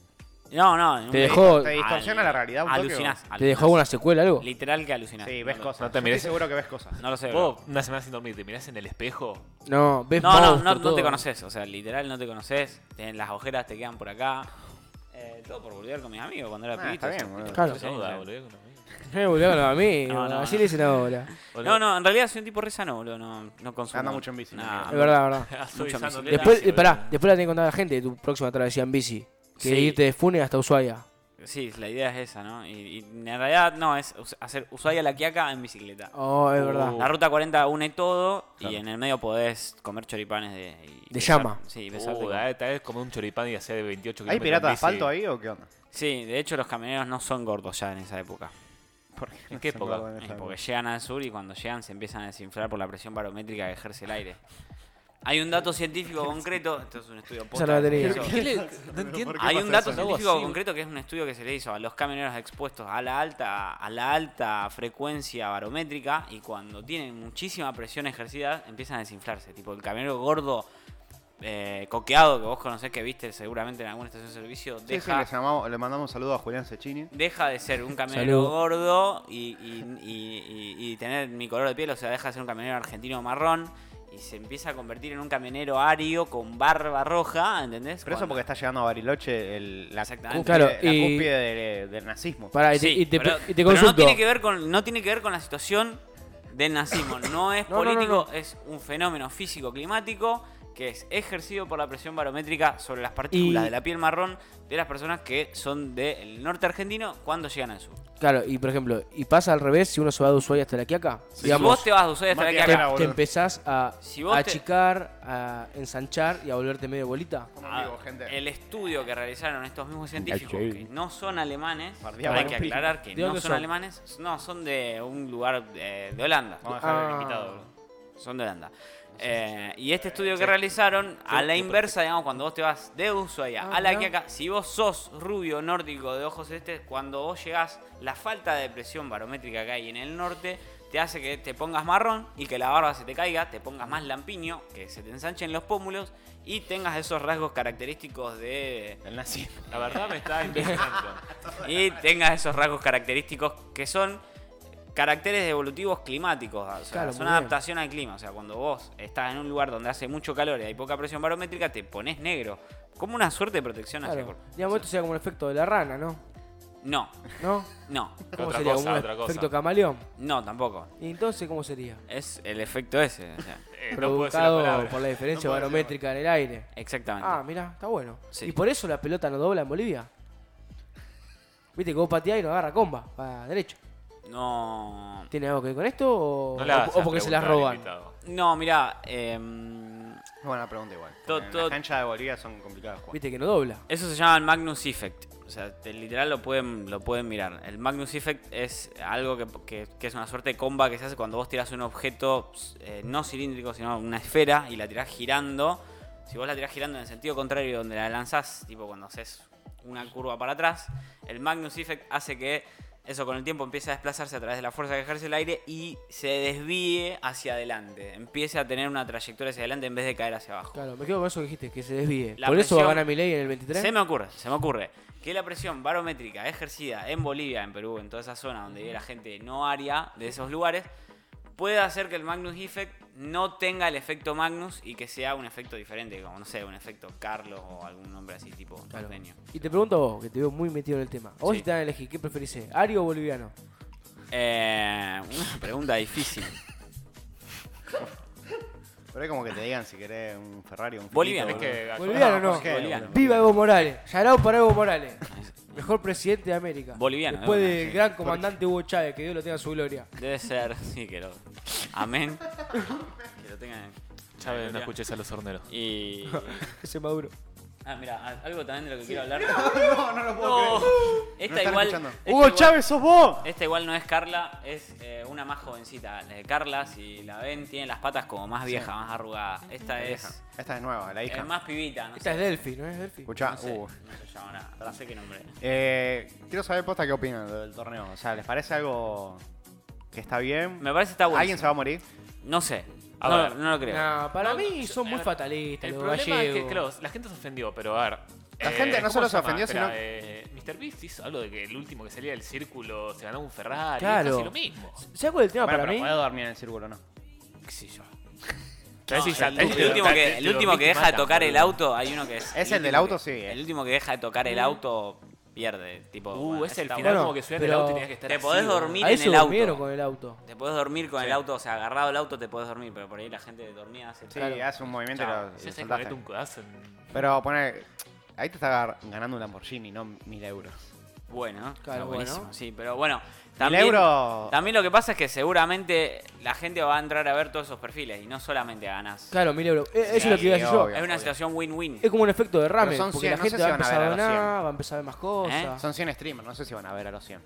Speaker 4: No, no. en un-
Speaker 2: Te dejó-
Speaker 1: Te distorsiona la realidad un toque,
Speaker 4: Alucinás.
Speaker 2: ¿Te dejó alguna
Speaker 4: alucinás.
Speaker 2: secuela algo?
Speaker 4: Literal que alucinás.
Speaker 1: Sí, ves
Speaker 4: No,
Speaker 1: cosas.
Speaker 3: no te
Speaker 1: Yo
Speaker 3: mires.
Speaker 1: Estoy seguro que ves cosas.
Speaker 4: No lo sé. bro.
Speaker 3: Vos una semana sin dormir, te mirás en el espejo.
Speaker 2: No, ves
Speaker 4: No, no,
Speaker 2: monstruos,
Speaker 4: no, no
Speaker 2: todo.
Speaker 4: te conoces, o sea, literal no te conoces. Las ojeras te quedan por acá. Eh, todo por volver con mis amigos cuando era
Speaker 1: Ah,
Speaker 4: pibito.
Speaker 1: está bien,
Speaker 4: o sea,
Speaker 1: boludo.
Speaker 2: Claro.
Speaker 4: Sí,
Speaker 3: No, da,
Speaker 4: sí.
Speaker 3: boludo, con amigo.
Speaker 2: Eh, boludo, no, a mí,
Speaker 4: No, no,
Speaker 2: así
Speaker 4: no.
Speaker 2: le dicen ahora.
Speaker 4: No, no, en realidad soy un tipo re sano, boludo. No, no consumo.
Speaker 1: Anda mucho en bici,
Speaker 4: Nah,
Speaker 1: amigo.
Speaker 2: Es verdad, verdad.
Speaker 3: Ah, soy
Speaker 4: Mucha
Speaker 3: sano,
Speaker 4: miseria.
Speaker 3: ¿qué
Speaker 2: Después,
Speaker 3: tal?
Speaker 2: eh, pará, después la tenés que contar a la gente de tu próxima travesía en bici. Que
Speaker 4: Sí.
Speaker 2: irte de Funes hasta Ushuaia.
Speaker 4: Sí, la idea es esa, ¿no? Y, y en realidad no, es us- hacer Ushuaia la Quiaca en bicicleta.
Speaker 2: Oh, es verdad.
Speaker 3: Uh.
Speaker 4: La ruta 40 une todo
Speaker 3: Claro.
Speaker 4: y en el medio podés comer choripanes de. y
Speaker 2: De llama.
Speaker 4: Sí, besarte
Speaker 3: Uh,
Speaker 4: con-
Speaker 3: da, tal vez como un choripán y hacer de 28 kilómetros.
Speaker 1: ¿Hay pirata
Speaker 3: en
Speaker 1: de
Speaker 3: bici.
Speaker 1: asfalto ahí o qué onda?
Speaker 4: Sí, de hecho los camioneros no son gordos ya en esa época.
Speaker 3: ¿En qué
Speaker 1: Se
Speaker 3: época?
Speaker 1: acuerdan de
Speaker 4: Eh,
Speaker 1: esa
Speaker 4: porque llegan al sur y cuando llegan se empiezan a desinflar por la presión barométrica que ejerce el aire. Hay un dato científico concreto, esto es un estudio posta
Speaker 2: la
Speaker 4: que se
Speaker 2: batería.
Speaker 4: hizo.
Speaker 3: ¿Qué le- No entiendo.
Speaker 1: ¿Por qué
Speaker 4: Hay
Speaker 1: pasa
Speaker 4: un dato
Speaker 1: eso?
Speaker 4: científico
Speaker 3: Algo así.
Speaker 4: concreto que es un estudio que se le hizo a los camioneros expuestos a la alta, a la alta frecuencia barométrica y cuando tienen muchísima presión ejercida empiezan a desinflarse. Tipo el camionero gordo eh, coqueado que vos conocés que viste seguramente en alguna estación de servicio
Speaker 1: Sí, sí,
Speaker 4: deja
Speaker 1: le, llamamos- le mandamos un saludo a Julián Cecchini.
Speaker 4: deja de ser un camionero
Speaker 2: Salud.
Speaker 4: gordo y, y- y- y- y tener mi color de piel, o sea, deja de ser un camionero argentino marrón y se empieza a convertir en un camionero ario con barba roja, ¿entendés?
Speaker 1: Pero eso porque
Speaker 4: Cuando-
Speaker 1: está llegando a Bariloche el, la,
Speaker 4: Exactamente.
Speaker 1: cúspide,
Speaker 2: Claro,
Speaker 1: la
Speaker 2: y-
Speaker 1: cúspide del, del nazismo.
Speaker 2: Pará, Ah, y te,
Speaker 4: Sí,
Speaker 2: y te-
Speaker 4: pero-
Speaker 2: y te
Speaker 4: pero
Speaker 2: consulto.
Speaker 4: no tiene que ver con no tiene que ver con la situación del nazismo, no es
Speaker 2: No, no, no,
Speaker 4: político,
Speaker 2: no.
Speaker 4: es un fenómeno físico climático que es ejercido por la presión barométrica sobre las
Speaker 2: Y-
Speaker 4: partículas de la piel marrón de las personas que son del norte argentino cuando llegan al sur.
Speaker 2: Claro, y por ejemplo, y pasa al revés si uno se va de Ushuaia hasta la Quiaca.
Speaker 4: si
Speaker 2: digamos,
Speaker 4: vos te vas de Ushuaia hasta
Speaker 1: Más
Speaker 4: la
Speaker 1: que
Speaker 2: te,
Speaker 4: Quiaca,
Speaker 1: acá, boludo.
Speaker 2: te empezás a
Speaker 4: Si vos
Speaker 2: a
Speaker 4: te-
Speaker 2: achicar, a ensanchar y a volverte medio bolita.
Speaker 1: Como digo, gente.
Speaker 4: Ah, El estudio que realizaron estos mismos científicos, que no son alemanes,
Speaker 1: Bardeaba
Speaker 4: hay
Speaker 1: un
Speaker 4: que
Speaker 1: pico.
Speaker 4: aclarar que
Speaker 2: ¿De
Speaker 4: no
Speaker 2: dónde
Speaker 4: son,
Speaker 2: son?
Speaker 4: alemanes, no, son de un lugar eh, de Holanda.
Speaker 1: Vamos a dejar
Speaker 2: Ah.
Speaker 1: el invitado.
Speaker 4: Son de Holanda. Eh, y este estudio que realizaron, a la inversa, digamos, cuando vos te vas de Ushuaia
Speaker 2: Ah,
Speaker 4: a la
Speaker 2: mirá.
Speaker 4: Quiaca, si vos sos rubio nórdico de ojos este, cuando vos llegás, la falta de presión barométrica que hay en el norte te hace que te pongas marrón y que la barba se te caiga, te pongas más lampiño, que se te ensanchen los pómulos y tengas esos rasgos característicos de
Speaker 1: El nazismo.
Speaker 3: La verdad me está impresionando.
Speaker 4: y tengas esos rasgos característicos que son caracteres evolutivos climáticos, o sea,
Speaker 2: Claro, muy
Speaker 4: son
Speaker 2: bien.
Speaker 4: adaptación al clima, o sea, cuando vos estás en un lugar donde hace mucho calor y hay poca presión barométrica, te pones negro, como una suerte de protección hacia el
Speaker 2: Claro.
Speaker 4: cuerpo.
Speaker 2: Digamos, esto sea como el efecto de la rana, ¿no?
Speaker 4: No,
Speaker 2: ¿no?
Speaker 4: no,
Speaker 2: ¿Cómo
Speaker 3: Otra
Speaker 2: sería?
Speaker 3: cosa,
Speaker 2: ¿Un
Speaker 3: otra cosa.
Speaker 2: efecto camaleón?
Speaker 4: no, tampoco.
Speaker 2: ¿Y entonces cómo sería?
Speaker 4: Es el efecto ese. o sea,
Speaker 3: Eh, no puedo decir la
Speaker 2: Provocado
Speaker 3: palabra.
Speaker 2: por la diferencia
Speaker 1: No puedo decir
Speaker 2: barométrica en el aire.
Speaker 4: exactamente.
Speaker 2: Ah, mira, está bueno.
Speaker 4: Sí.
Speaker 2: ¿Y por eso la pelota no dobla en Bolivia? Viste que vos pateás y no agarra comba, va derecho.
Speaker 4: No.
Speaker 2: ¿Tiene algo que ver con esto o,
Speaker 3: No la
Speaker 2: o-
Speaker 3: hagas
Speaker 2: o porque se
Speaker 3: pregunta
Speaker 2: las
Speaker 3: al
Speaker 2: roban?
Speaker 3: invitado.
Speaker 4: No, mirá. em,
Speaker 1: Es buena pregunta igual.
Speaker 4: To-
Speaker 1: En
Speaker 4: to-
Speaker 1: Las canchas de Bolivia son complicadas de jugar.
Speaker 2: Viste que no dobla.
Speaker 4: Eso se llama el Magnus Effect. O sea, te- literal lo pueden, lo pueden mirar. El Magnus Effect es algo que, que- que es una suerte de comba que se hace cuando vos tirás un objeto eh, no cilíndrico, sino una esfera y la tirás girando. Si vos la tirás girando en el sentido contrario donde la lanzás, tipo cuando haces una curva para atrás, el Magnus Effect hace que eso con el tiempo empiece a desplazarse a través de la fuerza que ejerce el aire y se desvíe hacia adelante. Empiece a tener una trayectoria hacia adelante en vez de caer hacia abajo.
Speaker 2: Claro, me quedo con eso que dijiste, que se desvíe.
Speaker 4: La
Speaker 2: ¿Por eso va a
Speaker 4: presión-
Speaker 2: ganar Milei en el 23?
Speaker 4: Se me ocurre, se me ocurre que la presión barométrica ejercida en Bolivia, en Perú, en toda esa zona donde vive la gente no área de esos lugares, puede hacer que el Magnus Effect no tenga el efecto Magnus y que sea un efecto diferente, como no sé, un efecto Carlos o algún nombre así tipo
Speaker 2: Claro.
Speaker 4: norteño.
Speaker 2: Y te pregunto a vos, que te veo muy metido en el tema. A vos
Speaker 4: Sí.
Speaker 2: si te dan a elegir, ¿qué preferís ser? ¿Ario o boliviano?
Speaker 4: Eh, una pregunta difícil.
Speaker 1: Pero es como que te digan si querés un Ferrari o un
Speaker 4: Boliviano.
Speaker 1: Fiat,
Speaker 3: Eh,
Speaker 1: es que-
Speaker 2: ¿Boliviano o no?
Speaker 1: es que-
Speaker 4: Boliviano.
Speaker 2: ¡Viva Evo Morales! ¡Yarao para Evo Morales! Mejor presidente de América.
Speaker 4: Boliviano,
Speaker 2: Después
Speaker 4: de una,
Speaker 2: del
Speaker 4: sí.
Speaker 2: gran comandante Hugo Chávez, que Dios lo tenga en su gloria.
Speaker 4: Debe ser, sí, que lo. Amén. Que lo tengan.
Speaker 3: Chávez, no escuches a los horneros.
Speaker 4: Y.
Speaker 2: Ese Maduro.
Speaker 4: Ah, mira, algo también de lo que quiero hablar.
Speaker 1: No, no lo puedo creer.
Speaker 4: Esta
Speaker 1: están
Speaker 4: igual.
Speaker 1: escuchando.
Speaker 4: esta
Speaker 1: ¡Hugo
Speaker 4: igual- Eh,
Speaker 1: Chávez, sos vos!
Speaker 4: Esta igual no es Carla, es eh, una más jovencita. La de Carla, si la ven, tiene las patas como más vieja, más arrugada. Esta es
Speaker 1: Esta es nueva, la
Speaker 4: eh,
Speaker 1: hija.
Speaker 4: más pibita, no
Speaker 2: Esta es Delphi, ¿no es Delphi?
Speaker 1: Escuchá,
Speaker 4: sé. No
Speaker 1: uh,
Speaker 4: sé, no se llama nada, no sé qué nombre.
Speaker 1: eh, quiero saber posta qué opinan del torneo. O sea, ¿les parece algo que está bien?
Speaker 4: Me parece que está bueno.
Speaker 1: ¿Alguien se va a morir?
Speaker 4: No sé.
Speaker 3: A
Speaker 4: no,
Speaker 3: ver.
Speaker 4: no lo creo.
Speaker 2: No, para
Speaker 3: No,
Speaker 2: mí
Speaker 3: yo-
Speaker 2: son
Speaker 3: a
Speaker 2: muy
Speaker 3: ver,
Speaker 2: fatalistas
Speaker 3: El
Speaker 2: los
Speaker 3: problema es que,
Speaker 2: gallegos.
Speaker 3: claro, la gente se ofendió, pero a ver. eh,
Speaker 1: La gente no
Speaker 3: ¿cómo
Speaker 1: solo se
Speaker 3: llama?
Speaker 1: ofendió,
Speaker 3: Espera,
Speaker 1: sino-
Speaker 3: eh, Mr. Beast hizo algo de que el último que salía del círculo se ganaba un Ferrari.
Speaker 2: Claro.
Speaker 3: Es casi lo mismo.
Speaker 2: ¿Sabes cuál es el tema
Speaker 1: bueno,
Speaker 2: para
Speaker 1: pero
Speaker 2: mí?
Speaker 1: podés dormir en el círculo, ¿no?
Speaker 3: ¿Qué sé yo?
Speaker 4: No, el, el último que, el último que deja de tocar el auto, hay uno que es.
Speaker 1: ¿Es el del
Speaker 4: último
Speaker 1: auto?
Speaker 4: que-
Speaker 1: Sí, eh.
Speaker 4: El último que deja de tocar el auto pierde. Tipo,
Speaker 3: Uh,
Speaker 4: bueno,
Speaker 3: es
Speaker 4: ese
Speaker 3: el
Speaker 4: está
Speaker 3: final
Speaker 2: bueno.
Speaker 3: como que subían
Speaker 2: Pero-
Speaker 3: el auto y tenías que estar
Speaker 4: Te
Speaker 3: así,
Speaker 4: podés
Speaker 3: boludo.
Speaker 4: dormir. miren
Speaker 2: Ahí se
Speaker 4: el auto.
Speaker 2: durmieron con el auto.
Speaker 4: bueno. Te podés dormir con
Speaker 1: Sí.
Speaker 4: el auto, o sea, agarrado el auto te podés dormir, pero por ahí la gente dormía hace
Speaker 1: Sí,
Speaker 2: Claro.
Speaker 1: hace un movimiento y
Speaker 4: Chao.
Speaker 1: lo-
Speaker 3: Si
Speaker 1: lo
Speaker 3: haces que
Speaker 1: soltaste.
Speaker 3: mete un codazo en...
Speaker 1: Pero poner. Ahí te está gar- ganando un Lamborghini, no mil euros.
Speaker 4: Bueno,
Speaker 2: Claro,
Speaker 4: está buenísimo,
Speaker 2: bueno.
Speaker 4: sí, pero bueno, también,
Speaker 1: euros.
Speaker 4: también lo que pasa es que seguramente la gente va a entrar a ver todos esos perfiles y no solamente a ganás.
Speaker 2: Claro, mil euros. Eh, Eso es lo que iba a decir
Speaker 1: obvio.
Speaker 2: yo.
Speaker 4: es una situación win-win.
Speaker 2: Es como un efecto de ramen,
Speaker 1: Pero son
Speaker 2: porque
Speaker 1: 100,
Speaker 2: la
Speaker 1: no sé
Speaker 2: gente
Speaker 1: si
Speaker 2: va a
Speaker 1: van a
Speaker 2: empezar a
Speaker 1: ver a los ¿Eh?
Speaker 2: donar, va a empezar a ver más cosas.
Speaker 1: Son 100 streamers, no sé si van a ver a los 100.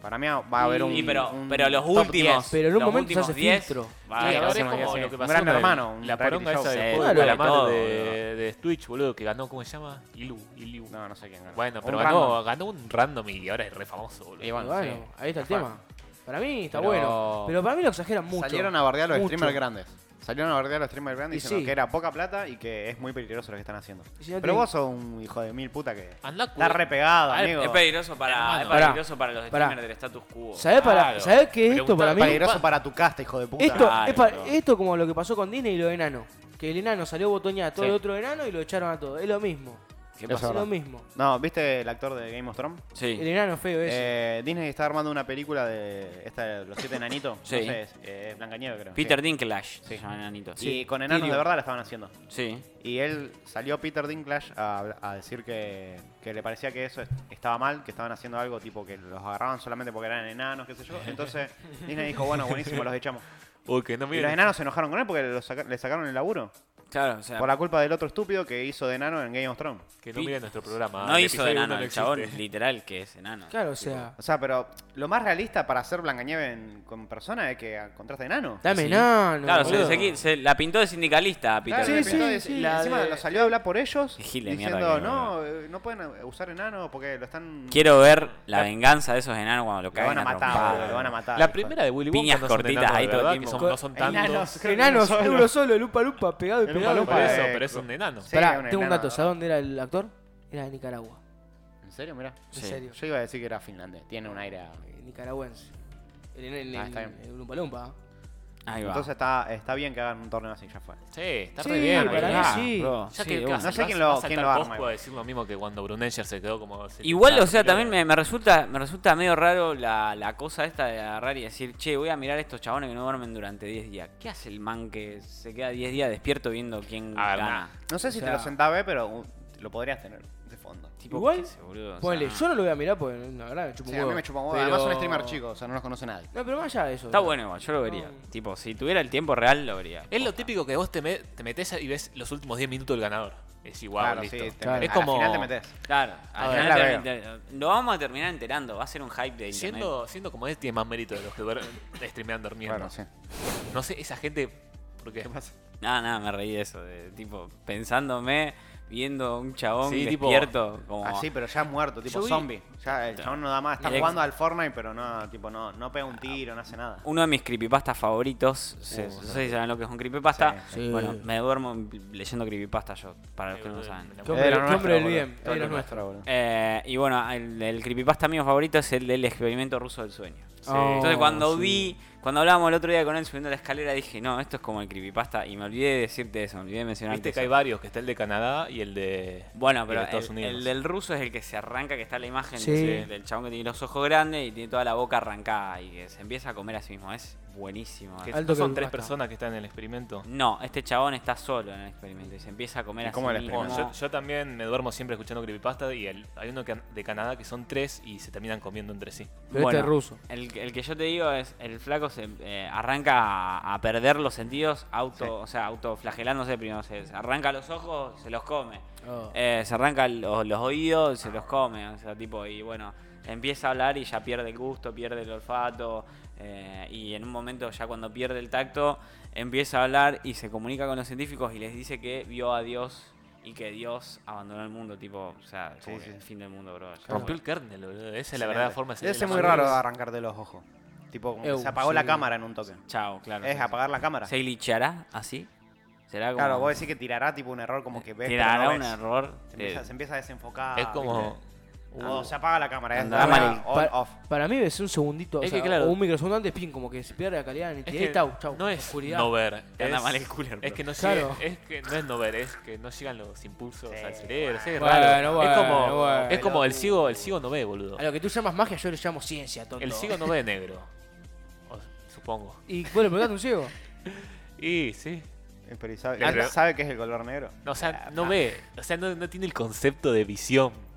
Speaker 1: Para mí va a haber un.
Speaker 4: Y pero,
Speaker 1: un
Speaker 4: pero los
Speaker 1: top
Speaker 4: últimos,
Speaker 1: 10.
Speaker 2: Pero en un
Speaker 4: los
Speaker 2: momento se
Speaker 4: últimos
Speaker 2: hace
Speaker 4: 10,
Speaker 2: filtro.
Speaker 4: va a
Speaker 1: Sí,
Speaker 4: haber
Speaker 1: ahora
Speaker 3: ahora
Speaker 1: sí,
Speaker 3: es como
Speaker 1: sí.
Speaker 3: lo que
Speaker 1: Un
Speaker 3: pasó
Speaker 1: gran
Speaker 3: con el-
Speaker 1: hermano, un
Speaker 3: la
Speaker 1: reality
Speaker 3: poronga
Speaker 1: show.
Speaker 3: esa del
Speaker 4: Sí,
Speaker 3: juego
Speaker 2: claro,
Speaker 3: de
Speaker 4: hay
Speaker 3: la mano
Speaker 4: todo,
Speaker 3: de, de Twitch, boludo, que ganó, ¿cómo se llama? Ilu, Iliu.
Speaker 1: No, no sé quién ganó.
Speaker 3: Bueno,
Speaker 1: Un
Speaker 3: pero
Speaker 1: random.
Speaker 3: ganó, ganó un random y ahora es re famoso, boludo.
Speaker 1: Y
Speaker 2: Y
Speaker 1: bueno,
Speaker 2: bueno,
Speaker 1: sí.
Speaker 2: ahí está el tema. Para mí está
Speaker 1: Pero-
Speaker 2: bueno. Pero para mí lo exageran mucho.
Speaker 1: Salieron a bardear a los
Speaker 2: Mucho.
Speaker 1: streamers grandes. Salieron a bardear a los streamers grandes
Speaker 2: Y
Speaker 1: diciendo
Speaker 2: sí.
Speaker 1: que era poca plata y que es muy peligroso lo que están haciendo.
Speaker 2: Y si no
Speaker 1: pero
Speaker 2: te-
Speaker 1: vos sos un hijo de mil puta que
Speaker 3: Andá,
Speaker 1: está
Speaker 3: cuida-
Speaker 1: re pegado,
Speaker 3: A ver,
Speaker 1: amigo.
Speaker 4: Es peligroso para, es
Speaker 2: Pará,
Speaker 4: peligroso para los
Speaker 2: pará.
Speaker 4: streamers del status quo.
Speaker 2: ¿Sabés, para,
Speaker 3: Claro.
Speaker 2: ¿sabés qué es esto
Speaker 3: Preguntá-
Speaker 2: para
Speaker 1: Es
Speaker 2: mí?
Speaker 1: peligroso para tu casta, hijo de puta.
Speaker 2: Esto,
Speaker 4: Claro,
Speaker 2: es pa-
Speaker 4: pero-
Speaker 2: esto como lo que pasó con Disney y lo de enano. Que el enano salió botoneado a todo
Speaker 4: Sí.
Speaker 2: el otro enano y lo echaron a todo. Es lo mismo.
Speaker 4: ¿Qué
Speaker 1: Eso.
Speaker 4: pasa?
Speaker 2: Es
Speaker 1: verdad.
Speaker 2: lo mismo.
Speaker 1: No, ¿viste el actor de Game of Thrones?
Speaker 2: El
Speaker 4: Sí.
Speaker 2: enano feo ese.
Speaker 1: Eh, Disney está armando una película de esta de los siete enanitos.
Speaker 4: Sí.
Speaker 1: No sé, es, eh, es Blanca Nieve, creo.
Speaker 4: Peter
Speaker 1: Sí.
Speaker 4: Dinklage,
Speaker 1: Sí.
Speaker 4: se llama el enanito.
Speaker 1: Y con enanos
Speaker 2: Tyrion.
Speaker 1: de verdad la estaban haciendo.
Speaker 4: Sí.
Speaker 1: Y él salió Peter Dinklage a, habl- a decir que, que le parecía que eso est- estaba mal, que estaban haciendo algo tipo que los agarraban solamente porque eran enanos, qué sé yo. Entonces Disney dijo, bueno, buenísimo, los echamos.
Speaker 3: Uy, que no
Speaker 1: Y los
Speaker 3: miren.
Speaker 1: enanos se enojaron con él porque los saca- le sacaron el laburo.
Speaker 4: Claro, o sea,
Speaker 1: Por la culpa del otro estúpido que hizo de enano en Game of Thrones.
Speaker 3: Que no miren nuestro programa.
Speaker 2: Ah,
Speaker 4: no
Speaker 3: el
Speaker 4: hizo
Speaker 3: episodio
Speaker 4: de enano
Speaker 3: uno no
Speaker 4: el chabón,
Speaker 3: existe.
Speaker 4: literal que es enano.
Speaker 2: claro, o sea.
Speaker 1: O sea, pero lo más realista para hacer Blancañeve en- con persona es que contraste enano.
Speaker 2: Dame
Speaker 4: Sí.
Speaker 2: enano.
Speaker 4: Claro, se,
Speaker 2: boludo.
Speaker 4: se qui- se la pintó de sindicalista a Peter
Speaker 1: Claro,
Speaker 2: Sí,
Speaker 1: de
Speaker 4: Dinklage.
Speaker 2: sí,
Speaker 1: repente
Speaker 2: sí.
Speaker 1: la encima
Speaker 2: de-
Speaker 1: los salió a hablar por ellos
Speaker 4: Qué gil de mierda
Speaker 1: diciendo,
Speaker 4: que no,
Speaker 1: no, eh, no pueden usar enano porque lo están...
Speaker 4: Quiero ver la venganza de esos enanos cuando lo
Speaker 1: Lo
Speaker 4: caigan
Speaker 1: van a matar, boludo, lo van a matar.
Speaker 3: La
Speaker 1: hijo.
Speaker 3: primera de Willy
Speaker 4: Piñas
Speaker 3: Wonka no son
Speaker 4: cortitas
Speaker 3: enanos,
Speaker 4: ahí
Speaker 3: de
Speaker 4: todo el
Speaker 3: verdad,
Speaker 4: tiempo.
Speaker 3: que son- no son tantos.
Speaker 1: Enanos, creo que
Speaker 2: Enanos,
Speaker 1: uno solo.
Speaker 2: euro solo, el upa lupa, pegado y
Speaker 1: El
Speaker 2: pegado.
Speaker 1: Oompa
Speaker 3: Por
Speaker 1: Eh,
Speaker 3: eso,
Speaker 1: eh,
Speaker 3: pero es un enano.
Speaker 1: Sí,
Speaker 2: Pará,
Speaker 1: era un
Speaker 2: tengo un
Speaker 1: enano,
Speaker 2: dato. ¿Sabes dónde era el actor? Era de Nicaragua.
Speaker 1: ¿En serio? Mira.
Speaker 2: En
Speaker 4: Sí.
Speaker 2: serio.
Speaker 1: Yo iba a decir que era finlandés. Tiene un aire... a-
Speaker 2: eh, nicaragüense. El, el, el,
Speaker 1: Ah, está bien.
Speaker 2: el Oompa Loompa, ¿ah?
Speaker 4: Ahí va.
Speaker 1: Entonces está, está bien que hagan un torneo así, ya fue.
Speaker 3: Sí, está
Speaker 2: Sí,
Speaker 3: re bien.
Speaker 2: para
Speaker 3: boludo.
Speaker 2: mí sí.
Speaker 4: bro.
Speaker 3: Ya
Speaker 4: Sí,
Speaker 3: que
Speaker 4: de
Speaker 3: vas-
Speaker 4: una.
Speaker 1: No sé
Speaker 3: vas-
Speaker 1: quién lo-
Speaker 3: vas a
Speaker 1: quién
Speaker 3: saltar
Speaker 1: lo arma
Speaker 3: vos,
Speaker 1: igual.
Speaker 3: puedo decir lo mismo que cuando Brunenger se quedó como.
Speaker 4: Igual,
Speaker 3: Claro,
Speaker 4: o sea,
Speaker 3: creo.
Speaker 4: también me, me resulta me resulta medio raro la, la cosa esta de agarrar y decir, che, voy a mirar a estos chabones que no duermen durante 10 días. ¿Qué hace el man que se queda 10 días despierto viendo quién
Speaker 3: A ver,
Speaker 4: gana?
Speaker 1: No sé si
Speaker 2: sea-
Speaker 1: te lo sentaba a ver, pero uh, lo podrías tener de fondo.
Speaker 4: Tipo,
Speaker 2: Igual,
Speaker 4: ¿qué hace, boludo? O
Speaker 2: Ponele,
Speaker 4: sea,
Speaker 2: yo no lo voy a mirar porque la verdad me
Speaker 1: O sea,
Speaker 2: chupa un
Speaker 1: a mí
Speaker 2: huevo.
Speaker 1: me chupa un huevo.
Speaker 2: Pero-
Speaker 1: Además son streamer chicos, o sea, no los conoce nadie.
Speaker 2: No, pero más allá de eso.
Speaker 4: Está bueno igual, yo lo vería. Tipo, si tuviera el tiempo real, lo vería.
Speaker 3: Es lo típico que vos te, me- te metes y ves los últimos 10 minutos del ganador. Es igual,
Speaker 1: Claro,
Speaker 3: listo.
Speaker 1: sí. te-
Speaker 2: Claro.
Speaker 1: a
Speaker 3: Es
Speaker 1: la
Speaker 3: como.
Speaker 1: final te metes.
Speaker 4: Claro,
Speaker 1: A
Speaker 4: al
Speaker 1: ver,
Speaker 4: final
Speaker 1: la
Speaker 4: te- te- lo vamos a terminar enterando, va a ser un hype de internet.
Speaker 3: Siendo, siendo como él, tiene más mérito de los que duermen, streamean durmiendo.
Speaker 1: Claro, sí.
Speaker 3: No sé, esa gente. Porque pasa?
Speaker 4: Nada, nada, me reí de eso, de, tipo, pensándome, viendo un chabón
Speaker 3: Sí, tipo,
Speaker 4: despierto, como...
Speaker 1: Así, pero ya muerto, tipo
Speaker 3: Yo vi-
Speaker 1: zombie. Ya el chabón no da más. Está
Speaker 4: Directo.
Speaker 1: jugando al Fortnite, pero no, tipo, no, no pega un tiro, no hace nada.
Speaker 4: Uno de mis creepypastas favoritos,
Speaker 3: Uh,
Speaker 4: se- no sé si saben lo que es un creepypasta.
Speaker 2: Sí. Sí.
Speaker 4: Bueno, me duermo leyendo creepypasta yo, para los que no
Speaker 3: boludo,
Speaker 4: saben.
Speaker 3: me la-
Speaker 2: Qué hombre,
Speaker 1: Era
Speaker 2: qué
Speaker 1: nuestro,
Speaker 2: hombre del
Speaker 1: boludo.
Speaker 2: bien,
Speaker 1: Era
Speaker 2: era
Speaker 1: nuestro,
Speaker 2: nuestro.
Speaker 1: boludo.
Speaker 4: Eh, y bueno, el, el creepypasta mío favorito es el del experimento ruso del sueño.
Speaker 2: Oh,
Speaker 4: Entonces cuando
Speaker 2: sí.
Speaker 4: vi, cuando hablábamos el otro día con él subiendo la escalera, dije, no, esto es como el creepypasta. Y me olvidé de decirte eso, me olvidé de mencionarte
Speaker 3: Viste
Speaker 4: eso.
Speaker 3: que hay varios, que está el de Canadá y el de. y
Speaker 4: Bueno,
Speaker 3: el
Speaker 4: pero
Speaker 3: de Estados
Speaker 4: el,
Speaker 3: Unidos.
Speaker 4: el del ruso es el que se arranca, que está la imagen
Speaker 2: Sí.
Speaker 4: de- del chabón que tiene los ojos grandes y tiene toda la boca arrancada y que se empieza a comer a sí mismo. Es buenísimo.
Speaker 3: Que
Speaker 2: Alto
Speaker 3: no son
Speaker 2: que
Speaker 3: tres
Speaker 2: basta.
Speaker 3: personas que están en el experimento.
Speaker 4: No, este chabón está solo en el experimento y se empieza a comer
Speaker 1: ¿Y
Speaker 4: a
Speaker 1: cómo
Speaker 4: sí
Speaker 1: el
Speaker 4: mismo.
Speaker 1: experimento?
Speaker 3: Yo, yo también me duermo siempre escuchando creepypasta y el- hay uno que- de Canadá que son tres y se terminan comiendo entre sí.
Speaker 2: Pero este es ruso.
Speaker 4: El, el que yo te digo es, el flaco se eh, arranca a, a perder los sentidos, auto,
Speaker 1: Sí.
Speaker 4: o sea, autoflagelándose primero. Se, se arranca los ojos, se los come.
Speaker 2: Oh.
Speaker 4: Eh, se arranca lo- los oídos, se los come. O sea, tipo, y bueno, empieza a hablar y ya pierde el gusto, pierde el olfato. eh, y en un momento, ya cuando pierde el tacto, empieza a hablar y se comunica con los científicos y les dice que vio a Dios y que Dios abandonó el mundo. Tipo, o sea, como
Speaker 1: Sí,
Speaker 4: que
Speaker 1: sí.
Speaker 4: el fin del mundo, bro. Ya fue.
Speaker 3: Rompió el kernel, boludo. Esa es la verdadera forma de
Speaker 1: Debe
Speaker 3: de
Speaker 1: ser
Speaker 3: la
Speaker 1: muy
Speaker 3: familia.
Speaker 1: raro arrancarte los ojos. Tipo, como que
Speaker 2: Eu,
Speaker 1: se apagó la
Speaker 2: sí.
Speaker 1: cámara en un toque.
Speaker 4: Chao, claro.
Speaker 1: Es apagar la cámara.
Speaker 4: ¿Se glitchará así? ¿Será como.?
Speaker 1: Claro, vos decís que tirará tipo un error como que ves. pero
Speaker 4: ¿Tirará
Speaker 1: no
Speaker 4: un
Speaker 1: ves.
Speaker 4: error?
Speaker 1: Se empieza,
Speaker 4: Eh,
Speaker 1: se empieza a desenfocar.
Speaker 3: Es como. uh,
Speaker 1: ¿viste? O se apaga la cámara. Es
Speaker 4: Andá
Speaker 1: la-
Speaker 4: mal.
Speaker 1: on,
Speaker 2: Pa-
Speaker 1: off.
Speaker 2: Para mí es un segundito,
Speaker 3: Es
Speaker 2: o, sea,
Speaker 3: que claro.
Speaker 2: o un microsegundo antes, pin, como que se pierde la calidad.
Speaker 3: Es
Speaker 2: nitidez,
Speaker 3: que
Speaker 2: chau, chau,
Speaker 3: no es
Speaker 2: oscuridad.
Speaker 3: no ver.
Speaker 4: Te anda
Speaker 3: es-
Speaker 4: mal el cooler,
Speaker 3: Es
Speaker 4: bro.
Speaker 3: que, no
Speaker 2: Claro.
Speaker 3: llega- es que no es no ver, es que no llegan los impulsos
Speaker 1: Sí,
Speaker 3: al cerebro. sí, es
Speaker 2: bueno.
Speaker 3: raro.
Speaker 2: Bueno,
Speaker 3: es como,
Speaker 2: bueno.
Speaker 3: es como el ciego, el ciego no ve, boludo.
Speaker 2: A lo que tú llamas magia, yo le llamo ciencia, tonto.
Speaker 3: El ciego no ve negro. O- supongo.
Speaker 2: ¿Y vos le preguntaste a un ciego?
Speaker 3: Y sí.
Speaker 1: Eh, Pero ¿y sabe,
Speaker 3: Le creo.
Speaker 1: sabe qué es el color negro?
Speaker 3: No, o
Speaker 2: Ah,
Speaker 3: sea, no ve. O sea, no, no tiene el concepto de visión.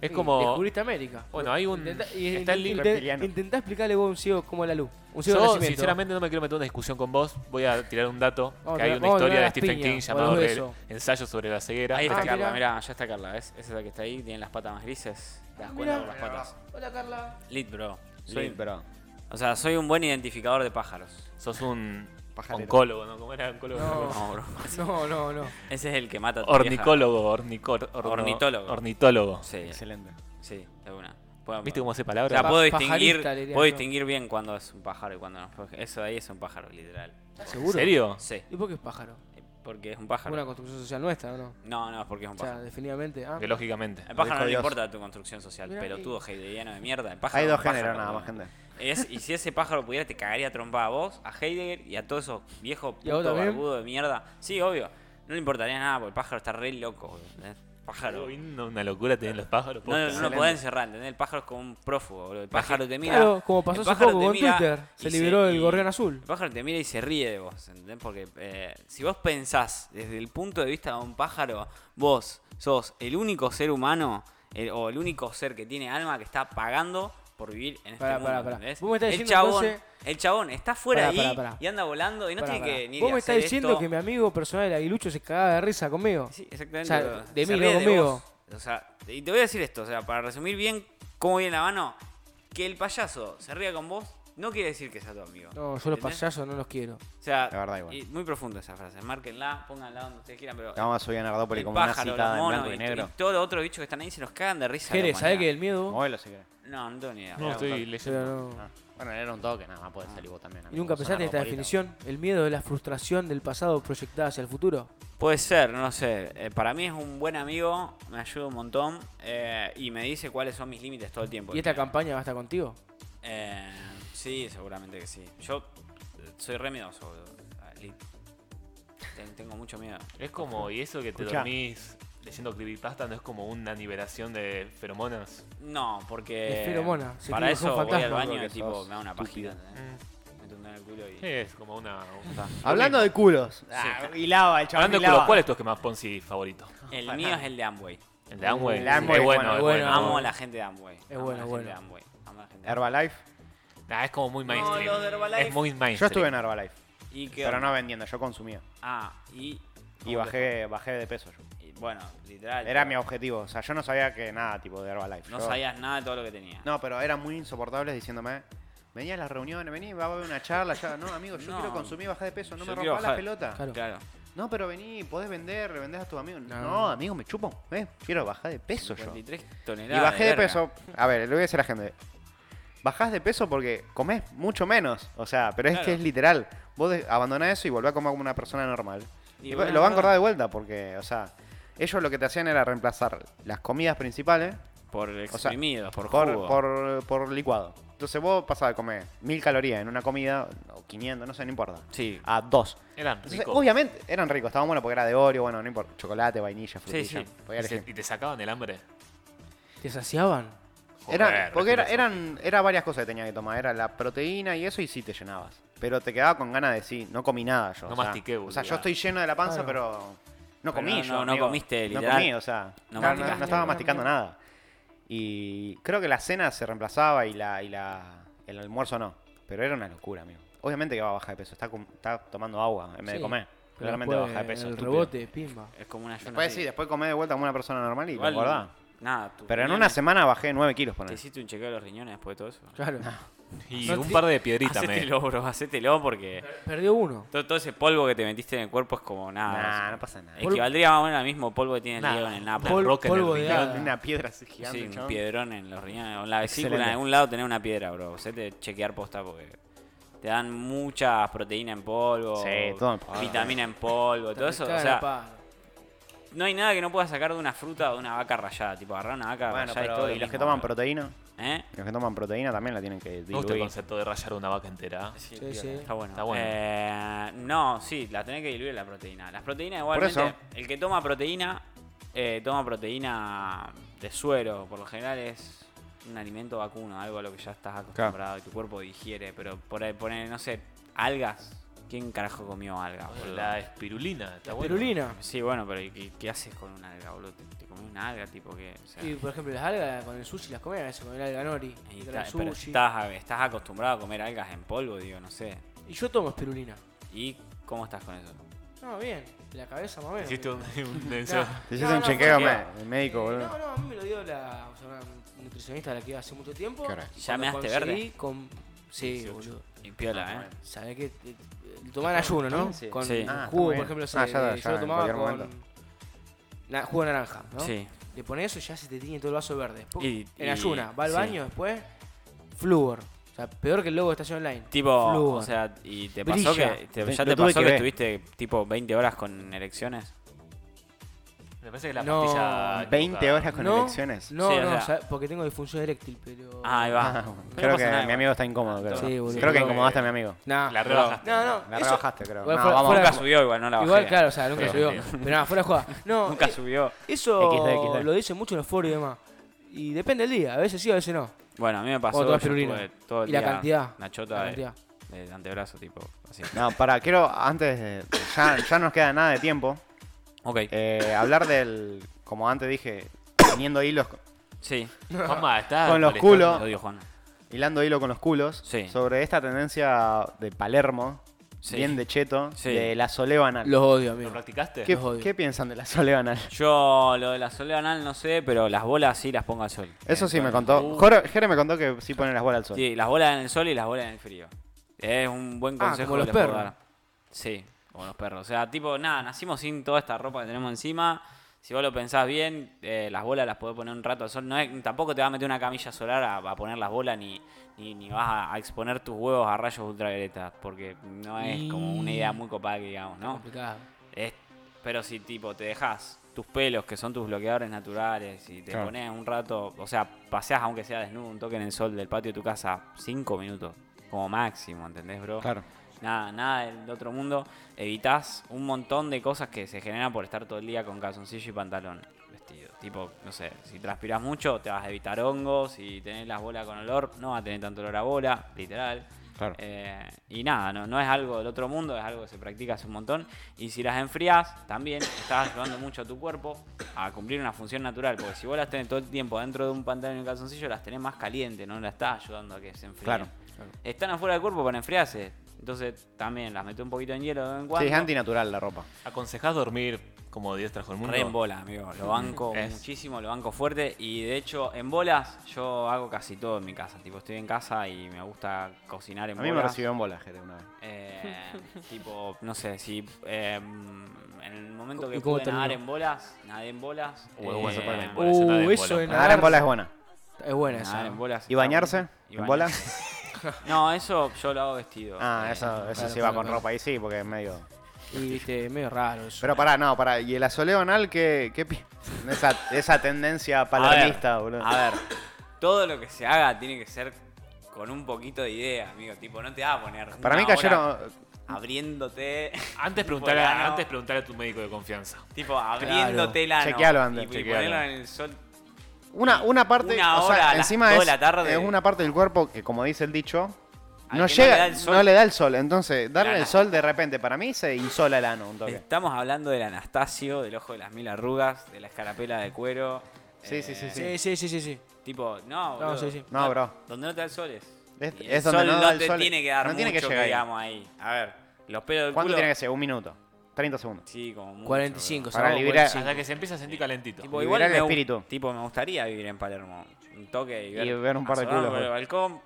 Speaker 3: Es
Speaker 2: Y
Speaker 3: como.
Speaker 2: Descubriste América.
Speaker 3: Bueno, hay un-
Speaker 2: Intenta, y-
Speaker 3: está el
Speaker 2: inte-
Speaker 3: libro
Speaker 2: inte-
Speaker 1: reptiliano.
Speaker 2: Intentá explicarle vos a un ciego cómo es la luz. Un ciego de
Speaker 3: Yo,
Speaker 2: nacimiento.
Speaker 3: sinceramente, no me quiero meter en una discusión con vos. Voy a tirar un dato.
Speaker 2: Vamos
Speaker 3: que
Speaker 2: Oh, a
Speaker 3: hay
Speaker 2: tirar-
Speaker 3: una
Speaker 2: vamos a
Speaker 3: historia
Speaker 2: tirar
Speaker 3: de
Speaker 2: las
Speaker 3: Stephen
Speaker 2: piñas,
Speaker 3: King
Speaker 2: o
Speaker 3: llamado
Speaker 2: los
Speaker 3: Re-
Speaker 2: besos.
Speaker 3: Ensayo sobre la ceguera.
Speaker 4: Ahí está
Speaker 2: Ah,
Speaker 4: Carla,
Speaker 2: mirá.
Speaker 4: mirá, ya está Carla, ¿ves? Esa es la que está ahí, tiene las patas más grises. Te das
Speaker 2: Mirá.
Speaker 4: cuenta por las patas.
Speaker 2: Hola, Carla.
Speaker 4: Lit, bro.
Speaker 1: Sí,
Speaker 4: Lit.
Speaker 1: pero.
Speaker 4: O sea, soy un buen identificador de pájaros.
Speaker 3: Sos un
Speaker 1: Pajarero.
Speaker 3: oncólogo, ¿no? ¿Cómo era? Oncólogo.
Speaker 2: No.
Speaker 4: No, bro.
Speaker 2: No, no, no.
Speaker 4: Ese es el que mata a tu
Speaker 3: Ornicólogo, ornicor- orno-
Speaker 4: Ornitólogo.
Speaker 3: Ornitólogo.
Speaker 4: vieja. Sí,
Speaker 1: Excelente.
Speaker 4: sí, de una. Bueno,
Speaker 3: ¿Viste cómo hace
Speaker 4: o
Speaker 3: palabras?
Speaker 4: sea, puedo
Speaker 2: Pajarista,
Speaker 4: distinguir,
Speaker 2: le diría
Speaker 4: puedo
Speaker 2: yo.
Speaker 4: distinguir bien cuando es un pájaro y cuando no. porque Eso de ahí es un pájaro, literal.
Speaker 3: ¿En
Speaker 2: ¿Seguro?
Speaker 3: serio?
Speaker 4: Sí,
Speaker 2: ¿Y por qué es pájaro?
Speaker 4: porque es un
Speaker 2: ¿Fue una
Speaker 4: pájaro.
Speaker 2: construcción social nuestra o no?
Speaker 4: No, no, es porque es un
Speaker 2: O sea,
Speaker 4: pájaro.
Speaker 2: definitivamente. Ah,
Speaker 3: Biológicamente.
Speaker 4: El
Speaker 1: Lo
Speaker 4: pájaro
Speaker 1: dijo
Speaker 4: no le
Speaker 1: Dios.
Speaker 4: importa tu construcción social,
Speaker 2: Mirá,
Speaker 4: pelotudo, heideguiano de mierda. El pájaro
Speaker 1: Hay
Speaker 4: es
Speaker 1: dos
Speaker 4: un pájaro,
Speaker 1: géneros nada
Speaker 4: boludo.
Speaker 1: más, gente.
Speaker 4: Es- y si ese pájaro pudiera, te cagaría a trompada a vos, a Heidegger y a todos esos viejos
Speaker 2: ¿Y a vos
Speaker 4: putos
Speaker 2: también?
Speaker 4: barbudos de mierda. Sí, obvio. No le importaría nada porque el pájaro está re loco. boludo, ¿entendés? Pájaro.
Speaker 3: Uy, no, Una locura tienen los pájaros.
Speaker 4: No, no,
Speaker 3: posta.
Speaker 4: lo podés encerrar, ¿entendés? El pájaro es como un prófugo, boludo. El pájaro te mira.
Speaker 2: Claro, como pasó
Speaker 4: el
Speaker 2: hace
Speaker 4: pájaro
Speaker 2: poco
Speaker 4: te
Speaker 2: con
Speaker 4: mira
Speaker 2: Twitter.
Speaker 4: y
Speaker 2: Se liberó el
Speaker 4: y-
Speaker 2: gorrión azul.
Speaker 4: El pájaro te mira y se ríe de vos, ¿entendés? Porque eh, si vos pensás desde el punto de vista de un pájaro, vos sos el único ser humano el- o el único ser que tiene alma que está pagando por vivir en este
Speaker 2: Pará,
Speaker 4: mundo,
Speaker 2: pará, pará.
Speaker 4: ¿entendés?
Speaker 2: Vos me estás
Speaker 4: el,
Speaker 2: diciendo,
Speaker 4: chabón,
Speaker 2: entonces-
Speaker 4: el chabón está fuera
Speaker 2: Pará,
Speaker 4: ahí
Speaker 2: pará, pará.
Speaker 4: y anda volando y no
Speaker 2: Pará,
Speaker 4: tiene
Speaker 2: pará.
Speaker 4: que ni
Speaker 2: Vos
Speaker 4: de
Speaker 2: me estás
Speaker 4: hacer
Speaker 2: diciendo
Speaker 4: esto.
Speaker 2: que mi amigo personal, el aguilucho, se cagaba de risa conmigo.
Speaker 4: Sí, exactamente.
Speaker 2: O sea,
Speaker 4: boludo.
Speaker 2: de
Speaker 4: Se
Speaker 2: mí,
Speaker 4: ríe
Speaker 2: no
Speaker 4: de
Speaker 2: conmigo.
Speaker 4: vos. O sea, y te voy a decir esto, o sea, para resumir bien cómo viene la mano, que el payaso se ría con vos no quiere decir que sea tu amigo.
Speaker 2: No, yo los
Speaker 4: ¿Entendés?
Speaker 2: payasos no los quiero.
Speaker 4: O sea,
Speaker 1: La verdad, igual.
Speaker 4: y muy profunda esa frase, márquenla, pónganla donde ustedes quieran, pero
Speaker 1: La vamos a subir a Nardópolis
Speaker 4: el
Speaker 1: como una
Speaker 4: pájaro,
Speaker 1: citada
Speaker 4: los
Speaker 1: en
Speaker 4: monos
Speaker 1: blanco
Speaker 4: y,
Speaker 1: y negro.
Speaker 4: y todos los otros bichos que están ahí se nos cagan de risa. de la
Speaker 2: Jere, ¿sabés
Speaker 4: humanidad.
Speaker 2: que el miedo?
Speaker 1: Móvelo si querés.
Speaker 4: No, no tengo ni idea.
Speaker 3: No, estoy
Speaker 2: Pero
Speaker 3: leyendo.
Speaker 2: no.
Speaker 1: Ah, Bueno, era un toque, nada más podés salir vos también.
Speaker 2: ¿Y
Speaker 1: amigo.
Speaker 2: nunca
Speaker 1: Son
Speaker 2: pensaste en esta
Speaker 1: Nardópolis,
Speaker 2: definición? ¿El miedo es la frustración del pasado proyectada hacia el futuro?
Speaker 4: Puede ser, no sé. Eh, para mí es un buen amigo, me ayuda un montón eh, y me dice cuáles son mis límites
Speaker 2: este
Speaker 4: todo el tiempo.
Speaker 2: ¿Y esta campaña va a estar contigo?
Speaker 4: Eh, sí, seguramente que sí. Yo eh, soy re miedoso, boludo. Ah, li- Ten- Tengo mucho miedo.
Speaker 3: Es como, y eso que te
Speaker 1: Escuchá.
Speaker 3: dormís leyendo creepypasta no es como una liberación de feromonas.
Speaker 4: No, porque.
Speaker 2: Es feromona, se
Speaker 4: Para
Speaker 2: te dibujó
Speaker 4: eso
Speaker 2: un
Speaker 4: voy al
Speaker 2: fantasma.
Speaker 4: baño y
Speaker 5: Porque
Speaker 4: tipo,
Speaker 5: sos
Speaker 4: me da una pajita.
Speaker 5: estúpido.
Speaker 4: ¿entendés?
Speaker 1: Mm.
Speaker 4: Me tundo en el culo y.
Speaker 3: Es como una. un-
Speaker 5: Hablando de culos.
Speaker 1: Ah, hilaba, el chaval.
Speaker 3: Hablando de culo, ¿cuál es tu esquema Ponzi favorito?
Speaker 4: El mío es el de Amway.
Speaker 3: El de Amway.
Speaker 1: El de Amway
Speaker 3: es
Speaker 1: es
Speaker 3: bueno,
Speaker 1: bueno,
Speaker 3: es
Speaker 2: bueno.
Speaker 3: bueno.
Speaker 4: Amo a la gente de Amway. Amo a
Speaker 2: bueno,
Speaker 4: la gente
Speaker 2: bueno.
Speaker 4: de Amway. Amo a la gente de Amway.
Speaker 1: Herbalife.
Speaker 3: Nah, es como muy
Speaker 4: No,
Speaker 3: mainstream.
Speaker 4: lo de Herbalife-
Speaker 3: es muy mainstream.
Speaker 1: Yo estuve en Herbalife,
Speaker 4: Y que.
Speaker 1: pero no vendiendo, yo consumía.
Speaker 4: Ah, y.
Speaker 1: Y bajé, bajé de peso yo.
Speaker 4: y, bueno, literal.
Speaker 1: Era mi objetivo, o sea, yo no sabía que nada tipo de Herbalife.
Speaker 4: No
Speaker 1: Yo-
Speaker 4: sabías nada de todo lo que tenía.
Speaker 1: No, pero eran muy insoportables diciéndome, venía a las reuniones, vení, va a haber una charla, ya, no, amigo, yo
Speaker 4: No.
Speaker 1: quiero consumir, bajé de peso, no
Speaker 4: Yo
Speaker 1: me
Speaker 4: quiero
Speaker 1: rompa la
Speaker 4: bajar.
Speaker 1: pelota.
Speaker 2: Claro.
Speaker 4: Claro.
Speaker 1: No, pero vení, podés vender, vendés a tus amigos. No,
Speaker 2: No.
Speaker 1: amigo, me chupo, ¿ves? Quiero bajar de peso yo.
Speaker 4: 53
Speaker 1: Y
Speaker 4: toneladas.
Speaker 1: bajé de
Speaker 4: verga.
Speaker 1: peso, a ver, le voy a decir a la gente, bajás de peso porque comés mucho menos, o sea, pero es
Speaker 4: Claro.
Speaker 1: que es literal. Vos de- abandonás eso y volvés a comer como una persona normal.
Speaker 4: Y
Speaker 1: Y
Speaker 4: bueno,
Speaker 1: lo van a
Speaker 4: es
Speaker 1: acordar de
Speaker 4: verdad.
Speaker 1: vuelta porque, o sea, ellos lo que te hacían era reemplazar las comidas principales
Speaker 4: Por
Speaker 1: o sea,
Speaker 4: exprimidos, por
Speaker 1: por,
Speaker 4: jugo.
Speaker 1: por- por licuado. Entonces vos pasabas de comer mil calorías en una comida, o 500, no sé, no importa.
Speaker 4: Sí.
Speaker 1: A dos.
Speaker 3: Eran
Speaker 1: Entonces,
Speaker 3: ricos.
Speaker 1: obviamente eran ricos, estaban buenos porque era de Oreo, bueno, no importa. Chocolate, vainilla, frutilla.
Speaker 4: sí.
Speaker 1: podía
Speaker 3: Y se-
Speaker 1: elegir.
Speaker 3: y te sacaban el hambre.
Speaker 2: ¿Te saciaban?
Speaker 1: Era-
Speaker 3: Joder,
Speaker 1: porque era,
Speaker 3: eso.
Speaker 1: eran era varias cosas que tenía que tomar. Era la proteína y eso, y sí te llenabas. Pero te quedaba con ganas de sí, no comí nada yo.
Speaker 3: No
Speaker 1: o sea,
Speaker 3: mastiqué,
Speaker 1: O sea,
Speaker 3: boludo.
Speaker 1: yo estoy lleno de la panza,
Speaker 2: Claro.
Speaker 1: pero. No comí
Speaker 4: no,
Speaker 1: yo.
Speaker 4: no, no
Speaker 1: amigo.
Speaker 4: comiste,
Speaker 1: No
Speaker 4: literal.
Speaker 1: comí, o sea. No, no-
Speaker 4: No
Speaker 1: no
Speaker 4: masticaste.
Speaker 1: estaba masticando nada. Y creo que la cena se reemplazaba y la y la el almuerzo no. Pero era una locura, amigo. Obviamente que va a bajar de peso. Está, com- está tomando agua en vez de
Speaker 2: Sí.
Speaker 1: comer.
Speaker 2: Pero
Speaker 1: Claramente va a
Speaker 2: después
Speaker 1: bajar de peso.
Speaker 2: El
Speaker 1: estúpido.
Speaker 2: rebote, pimba.
Speaker 4: Es como una ayuno
Speaker 1: Después
Speaker 4: así.
Speaker 1: sí, después comer de vuelta como una persona normal y
Speaker 4: Igual,
Speaker 1: lo engordás.
Speaker 4: Nada, tu
Speaker 1: Pero en
Speaker 4: riñón-
Speaker 1: una semana bajé 9 kilos, por
Speaker 4: ¿Te
Speaker 1: ahí.
Speaker 4: hiciste un chequeo de los riñones después de todo eso?
Speaker 2: Claro.
Speaker 3: Y
Speaker 2: No,
Speaker 3: un
Speaker 2: sí.
Speaker 3: par de piedritas me.
Speaker 4: Hacételo, bro, hacételo porque
Speaker 2: Perdió uno.
Speaker 4: todo, todo ese polvo que te metiste en el cuerpo es como nada. o
Speaker 1: Nah,
Speaker 4: sea,
Speaker 1: no pasa nada.
Speaker 2: Polvo-
Speaker 4: Equivaldría más o menos al mismo polvo que tiene el
Speaker 1: Nada.
Speaker 4: Diego en Ah, el Napa.
Speaker 2: Pol-
Speaker 3: roca en el
Speaker 2: polvo de
Speaker 3: riñón,
Speaker 2: hada.
Speaker 1: Una piedra así gigante,
Speaker 4: Sí, un
Speaker 1: chabón.
Speaker 4: piedrón en los riñones. En la vesícula,
Speaker 1: Excelente.
Speaker 4: en algún lado tenés una piedra, bro. Hacete chequear posta porque te dan muchas proteínas en polvo,
Speaker 1: Sí, todo en polvo.
Speaker 4: vitamina en polvo, todo eso. O
Speaker 2: Cagan a
Speaker 4: sea,
Speaker 2: palo.
Speaker 4: no hay nada que no puedas sacar de una fruta o de una vaca rayada. Tipo, agarrar una vaca
Speaker 1: Bueno,
Speaker 4: rayada
Speaker 1: pero
Speaker 4: y todo.
Speaker 1: ¿y
Speaker 4: lo
Speaker 1: los que
Speaker 4: mismo,
Speaker 1: toman
Speaker 4: bro.
Speaker 1: proteína,
Speaker 4: ¿Eh?
Speaker 1: los que toman proteína también la tienen que
Speaker 3: Me gusta el
Speaker 1: diluir.
Speaker 3: concepto de rayar una vaca entera.
Speaker 2: Sí, sí.
Speaker 4: Está bueno.
Speaker 3: Está bueno.
Speaker 4: Eh, no, sí, la tenés que diluir la proteína. Las proteínas igualmente.
Speaker 1: eso.
Speaker 4: El que toma proteína, eh, toma proteína de suero. Por lo general es un alimento vacuno, algo a lo que ya estás acostumbrado y tu cuerpo digiere. Pero por ahí poner, no sé, algas. ¿Quién carajo comió algas, boludo?
Speaker 3: La espirulina, está bueno.
Speaker 2: Perulina.
Speaker 4: Sí, bueno, pero ¿y ¿qué, qué haces con una alga, boludo? ¿Te, te comés una alga, tipo que. o sea,
Speaker 2: Y por ejemplo, las algas con el sushi las comían a veces con el alga nori.
Speaker 4: y
Speaker 2: con
Speaker 4: ta-
Speaker 2: el
Speaker 4: pero
Speaker 2: sushi.
Speaker 4: estás, estás acostumbrado a comer algas en polvo, digo, no sé.
Speaker 2: Y yo tomo espirulina.
Speaker 4: ¿Y cómo estás con eso?
Speaker 2: No, bien. La cabeza más o menos.
Speaker 3: Hiciste un, un-
Speaker 2: Nah.
Speaker 1: Te hiciste un
Speaker 2: no,
Speaker 1: chequeo
Speaker 2: porque-
Speaker 1: me- médico,
Speaker 2: Eh,
Speaker 1: boludo.
Speaker 2: No, no, a mí me lo dio la o sea, una nutricionista a la que iba hace mucho tiempo.
Speaker 1: Qué hora.
Speaker 2: Y
Speaker 4: ¿Ya
Speaker 2: cuando
Speaker 4: me daste
Speaker 2: conseguí,
Speaker 4: verde?
Speaker 2: Con... Sí, boludo.
Speaker 4: Y piola, ¿eh?
Speaker 2: Sabés que eh, tomar ayuno, ¿no?
Speaker 1: Sí.
Speaker 2: Con
Speaker 4: Sí.
Speaker 1: Ah,
Speaker 2: jugo,
Speaker 1: está
Speaker 2: por
Speaker 1: bien.
Speaker 2: ejemplo, se-
Speaker 1: Ah, ya,
Speaker 2: yo
Speaker 1: ya,
Speaker 2: lo
Speaker 1: en
Speaker 2: tomaba
Speaker 1: cualquier
Speaker 2: con na- jugo de naranja, ¿no?
Speaker 4: Sí.
Speaker 2: Le pones eso y ya se te tiene todo el vaso verde. Después,
Speaker 4: Y-
Speaker 2: en
Speaker 4: y-
Speaker 2: ayuna, va al
Speaker 4: sí.
Speaker 2: baño después, flúor. O sea, peor que el logo de Estación Online.
Speaker 4: Tipo,
Speaker 2: Flúor.
Speaker 4: o sea, y te
Speaker 2: Brilla.
Speaker 4: pasó que te-
Speaker 1: Te-
Speaker 4: ya
Speaker 1: lo
Speaker 4: te
Speaker 1: tuve
Speaker 4: pasó
Speaker 1: que
Speaker 4: que,
Speaker 1: ver.
Speaker 4: estuviste tipo 20 horas con erecciones.
Speaker 3: Me parece que la
Speaker 2: No.
Speaker 3: pastilla.
Speaker 1: 20 horas con
Speaker 2: no,
Speaker 1: elecciones.
Speaker 2: No,
Speaker 4: Sí, o
Speaker 2: no,
Speaker 4: sea-
Speaker 2: ¿sabes? porque tengo disfunción eréctil, pero...
Speaker 4: Ah, ahí
Speaker 1: Ah,
Speaker 4: va.
Speaker 1: bueno.
Speaker 4: No
Speaker 1: creo
Speaker 4: pasa
Speaker 1: que
Speaker 4: nada,
Speaker 1: mi amigo está incómodo, creo.
Speaker 2: Sí, boludo.
Speaker 1: creo que
Speaker 2: Creo que-
Speaker 1: incomodaste a mi amigo.
Speaker 2: Nah.
Speaker 3: La rebajaste.
Speaker 2: No, no.
Speaker 1: La
Speaker 2: eso-
Speaker 1: rebajaste, creo.
Speaker 2: Igual
Speaker 1: No,
Speaker 2: fuera-
Speaker 1: vamos,
Speaker 2: fuera-
Speaker 4: Nunca subió igual, no la bajé.
Speaker 2: Igual, claro, o sea, nunca
Speaker 3: Pero,
Speaker 2: subió.
Speaker 3: tío.
Speaker 2: Pero nada, fuera de jugada. No,
Speaker 4: Nunca
Speaker 2: eh,
Speaker 4: subió.
Speaker 2: Eso
Speaker 1: XD.
Speaker 2: lo dicen mucho en los foros y demás. Y depende del día, a veces sí, a veces no.
Speaker 4: Bueno, a mí me pasó
Speaker 2: O tomás
Speaker 4: yo estuve
Speaker 2: pirulina.
Speaker 4: todo el
Speaker 2: Y la
Speaker 4: día
Speaker 2: cantidad.
Speaker 4: Una chota
Speaker 2: La
Speaker 4: de-
Speaker 2: cantidad.
Speaker 4: De, antebrazo, tipo, así.
Speaker 1: No, para, quiero, antes, de- ya, ya nos queda nada de tiempo,
Speaker 4: Ok,
Speaker 1: eh, hablar del, como antes dije, teniendo hilos,
Speaker 4: sí.
Speaker 3: Mamá, está.
Speaker 1: Con los
Speaker 3: molestando.
Speaker 1: culos.
Speaker 4: Lo odio, Juan.
Speaker 1: hilando hilo con los culos,
Speaker 4: Sí.
Speaker 1: sobre esta tendencia de Palermo,
Speaker 4: Sí.
Speaker 1: bien de cheto,
Speaker 4: Sí.
Speaker 1: de la soleo anal.
Speaker 2: Los odio,
Speaker 3: ¿Lo
Speaker 2: amigo.
Speaker 3: practicaste?
Speaker 1: ¿Qué,
Speaker 2: los odio.
Speaker 1: qué piensan de la soleo anal?
Speaker 4: Yo lo de la soledad anal no sé, pero las bolas sí las pongo al sol.
Speaker 1: Eso
Speaker 4: Eh,
Speaker 1: sí me
Speaker 4: bueno.
Speaker 1: contó, Jore, Jere me contó que sí ponen las bolas al sol.
Speaker 4: Sí, las bolas en el sol y las bolas en el frío. Es un buen
Speaker 2: Ah,
Speaker 4: consejo
Speaker 2: como los
Speaker 4: que les puedo
Speaker 2: perros.
Speaker 4: dar. Sí, como los perros. O sea, tipo, nada, nacimos sin toda esta ropa que tenemos encima. Si vos lo pensás bien, eh, las bolas las podés poner un rato al sol. No es- tampoco te vas a meter una camilla solar a, a poner las bolas ni, ni, ni vas a, a exponer tus huevos a rayos ultravioletas. Porque no es como una idea muy copada que digamos, ¿no?
Speaker 2: Complicado.
Speaker 4: Es- pero si tipo te dejas tus pelos, que son tus bloqueadores naturales, y te
Speaker 1: Claro.
Speaker 4: pones un rato, o sea, paseas aunque sea desnudo, un toque en el sol del patio de tu casa, cinco minutos, como máximo, ¿entendés, bro?
Speaker 1: Claro.
Speaker 4: nada, nada del otro mundo. Evitás un montón de cosas que se generan por estar todo el día con calzoncillo y pantalón vestido. Tipo, no sé, si transpiras mucho te vas a evitar hongos, si tenés las bolas con olor, no vas a tener tanto olor a bola, literal.
Speaker 6: Claro.
Speaker 4: Eh, y nada, no, no es algo del otro mundo, es algo que se practica hace un montón. Y si las enfrías, también estás ayudando mucho a tu cuerpo a cumplir una función natural. Porque si vos las tenés todo el tiempo dentro de un pantalón y un calzoncillo, las tenés más caliente, no las estás ayudando a que se enfríen.
Speaker 6: Claro,
Speaker 4: Están afuera del cuerpo para enfriarse. Entonces también las metes un poquito en hielo de vez en
Speaker 6: Sí,
Speaker 4: cuando.
Speaker 6: es antinatural la ropa.
Speaker 3: ¿Aconsejás dormir como Dios trajo el mundo?
Speaker 4: Re en bola, amigo. Lo banco
Speaker 6: Es.
Speaker 4: muchísimo, lo banco fuerte. Y de hecho, en bolas yo hago casi todo en mi casa. Tipo, estoy en casa y me gusta cocinar en
Speaker 1: A mí me
Speaker 4: bolas.
Speaker 1: recibió en bola, Jere, una vez.
Speaker 4: Eh, tipo, no sé, si eh, en el momento que
Speaker 2: ¿Y cómo
Speaker 4: pude nadar
Speaker 2: terminó?
Speaker 4: en bolas, nadé en bolas.
Speaker 3: Uy, bueno, se pone
Speaker 4: eh,
Speaker 3: en bola, se
Speaker 1: Uh,
Speaker 3: nada en
Speaker 2: eso
Speaker 3: bola.
Speaker 2: es-
Speaker 1: Nadar en bola es buena.
Speaker 2: Es buena
Speaker 4: nadar
Speaker 2: esa.
Speaker 4: en bolas
Speaker 1: ¿Y
Speaker 4: está
Speaker 1: bañarse
Speaker 4: bueno. Y
Speaker 1: en bola?
Speaker 4: bañarse. No, eso yo lo hago vestido.
Speaker 1: Ah,
Speaker 4: Eh,
Speaker 1: eso, eso
Speaker 2: claro,
Speaker 1: sí va
Speaker 2: claro,
Speaker 1: con
Speaker 2: claro.
Speaker 1: ropa ahí sí, porque es medio...
Speaker 2: Y viste, medio raro eso.
Speaker 1: Pero pará, no, pará. ¿Y el asoleo anal qué, qué pi- esa, esa tendencia palermista, boludo?
Speaker 4: A ver, todo lo que se haga tiene que ser con un poquito de idea, amigo. Tipo, no te va a poner.
Speaker 1: Para mí
Speaker 4: una hora
Speaker 1: cayeron...
Speaker 4: Abriéntes
Speaker 3: Antes preguntar,
Speaker 4: preguntale
Speaker 3: a,
Speaker 4: a- antes
Speaker 3: tu médico de confianza.
Speaker 4: Tipo, abriéndote la.
Speaker 1: Chequealo antes,
Speaker 4: Y, y
Speaker 1: chequealo.
Speaker 4: ponerlo en el sol.
Speaker 1: Una, una parte,
Speaker 4: Una
Speaker 1: o sea,
Speaker 4: hora a las
Speaker 1: encima
Speaker 4: dos de
Speaker 1: es,
Speaker 4: la tarde.
Speaker 1: es una parte del cuerpo que, como dice el dicho,
Speaker 4: Al
Speaker 1: no
Speaker 4: que no le da
Speaker 1: llega,
Speaker 4: el
Speaker 1: no
Speaker 4: sol.
Speaker 1: le, da el sol. Entonces, darle el sol de repente, para mí se insola el ano un toque.
Speaker 4: Estamos hablando del Anastasio, del ojo de las mil arrugas, de la escarapela de cuero. Eh,
Speaker 1: Sí, sí, sí, sí.
Speaker 2: Sí, sí, sí, sí, sí.
Speaker 4: Tipo, no,
Speaker 2: No,
Speaker 4: boludo.
Speaker 2: sí, sí.
Speaker 1: No, bro.
Speaker 4: Donde no te da el sol es.
Speaker 1: Es-
Speaker 4: Y
Speaker 1: es donde
Speaker 4: sol
Speaker 1: no
Speaker 4: no,
Speaker 1: da el
Speaker 4: te
Speaker 1: sol.
Speaker 4: tiene que dar
Speaker 1: No tiene que
Speaker 4: mucho,
Speaker 1: llegar ahí.
Speaker 4: digamos, ahí. A ver, los pelos del
Speaker 1: ¿Cuánto
Speaker 4: culo.
Speaker 1: tiene que ser? Un minuto. 30 segundos.
Speaker 4: Sí, como mucho,
Speaker 2: 45,
Speaker 1: Para
Speaker 2: sacamos
Speaker 1: liberar-
Speaker 2: 45.
Speaker 3: Hasta que se empieza a sentir calentito.
Speaker 4: Tipo,
Speaker 1: Liberar
Speaker 4: igual
Speaker 1: el
Speaker 4: me, gu-
Speaker 1: espíritu.
Speaker 4: Tipo, me gustaría vivir en Palermo. Un toque y ver,
Speaker 1: Y ver un par de culos, eh.
Speaker 4: asomarme por el
Speaker 1: boludo.
Speaker 4: balcón.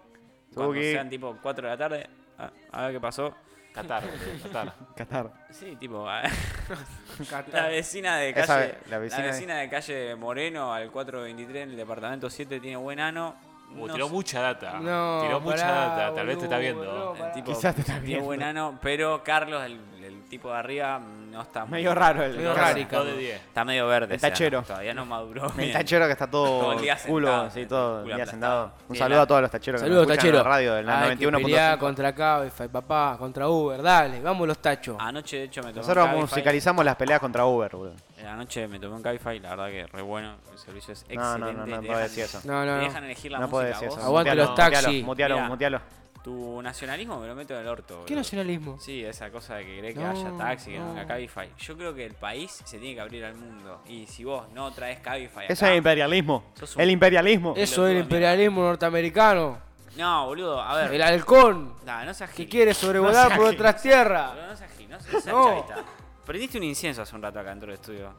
Speaker 4: Cuando
Speaker 1: Tuki.
Speaker 4: sean tipo 4 de la tarde. A, a ver qué pasó.
Speaker 3: Catar, boludo, Catar.
Speaker 1: Catar.
Speaker 4: Sí, tipo. a- la vecina de
Speaker 1: Esa
Speaker 4: calle.
Speaker 1: ve- la
Speaker 4: la
Speaker 1: vecina
Speaker 4: vecina,
Speaker 1: de-
Speaker 4: de... calle Moreno al 423 en el departamento 7 tiene buen ano.
Speaker 3: Uh,
Speaker 4: No
Speaker 3: tiró
Speaker 4: sé-
Speaker 3: mucha data.
Speaker 2: No,
Speaker 3: tiró mucha
Speaker 2: pará,
Speaker 3: data. Tal vez te está
Speaker 2: boludo,
Speaker 3: viendo.
Speaker 2: no, pará.
Speaker 4: tipo,
Speaker 6: Quizás te estás
Speaker 4: tiene
Speaker 6: viendo.
Speaker 4: buen ano, pero Carlos, el, el tipo de arriba, no está muy-
Speaker 6: Medio raro el
Speaker 2: Medio
Speaker 6: caso.
Speaker 2: raro.
Speaker 3: Dos de 10.
Speaker 4: Está medio verde.
Speaker 6: El
Speaker 4: ese ano,
Speaker 6: tachero.
Speaker 4: Todavía no maduró.
Speaker 1: El
Speaker 4: bien.
Speaker 1: tachero que está todo,
Speaker 4: Todo el día
Speaker 1: culo,
Speaker 4: sentado,
Speaker 1: sí, todo el
Speaker 4: culo
Speaker 1: día
Speaker 4: aplastado.
Speaker 1: sentado. Un
Speaker 4: Sí,
Speaker 1: saludo
Speaker 4: la-
Speaker 1: a todos los tacheros
Speaker 2: Saludos,
Speaker 1: que nos escuchan en
Speaker 2: tachero.
Speaker 1: la radio del
Speaker 2: Hay que pelear
Speaker 1: 91.5.
Speaker 2: contra Cabify, papá, contra Uber, dale, vamos los tachos.
Speaker 4: Anoche, de hecho, me tomé
Speaker 1: Nosotros
Speaker 4: un Cabify. Eh,
Speaker 1: musicalizamos las peleas contra Uber, boludo.
Speaker 4: Anoche me tomé un Cabify, la verdad que re bueno. El servicio es
Speaker 1: No, no,
Speaker 4: excelente.
Speaker 1: no, no
Speaker 4: te dejan-
Speaker 1: puedo decir eso.
Speaker 2: No, no,
Speaker 4: Te
Speaker 2: no.
Speaker 4: dejan elegir la
Speaker 1: No
Speaker 4: música.
Speaker 1: puedo decir
Speaker 4: vos.
Speaker 1: eso.
Speaker 2: Aguante
Speaker 1: Mutealo,
Speaker 2: los taxis.
Speaker 1: Mutealo, mutealo,
Speaker 4: Mirá.
Speaker 1: mutealo.
Speaker 4: Tu nacionalismo me lo meto en el orto.
Speaker 2: ¿Qué
Speaker 4: boludo.
Speaker 2: nacionalismo?
Speaker 4: Sí, esa cosa de que cree que
Speaker 2: No,
Speaker 4: haya taxi, que no
Speaker 2: no.
Speaker 4: haya Cabify. Yo creo que el país se tiene que abrir al mundo. Y si vos no traes Cabify acá,
Speaker 6: Eso es imperialismo.
Speaker 4: Sos un-
Speaker 6: El imperialismo.
Speaker 2: Eso es el imperialismo norteamericano.
Speaker 4: No, boludo, a ver.
Speaker 2: El halcón
Speaker 4: Nah, no seas
Speaker 2: que
Speaker 4: gil.
Speaker 2: quiere sobrevolar por otras tierras.
Speaker 4: Boludo, No seas gil, no seas
Speaker 2: No.
Speaker 4: chavista. Prendiste un incienso hace un rato acá dentro del estudio.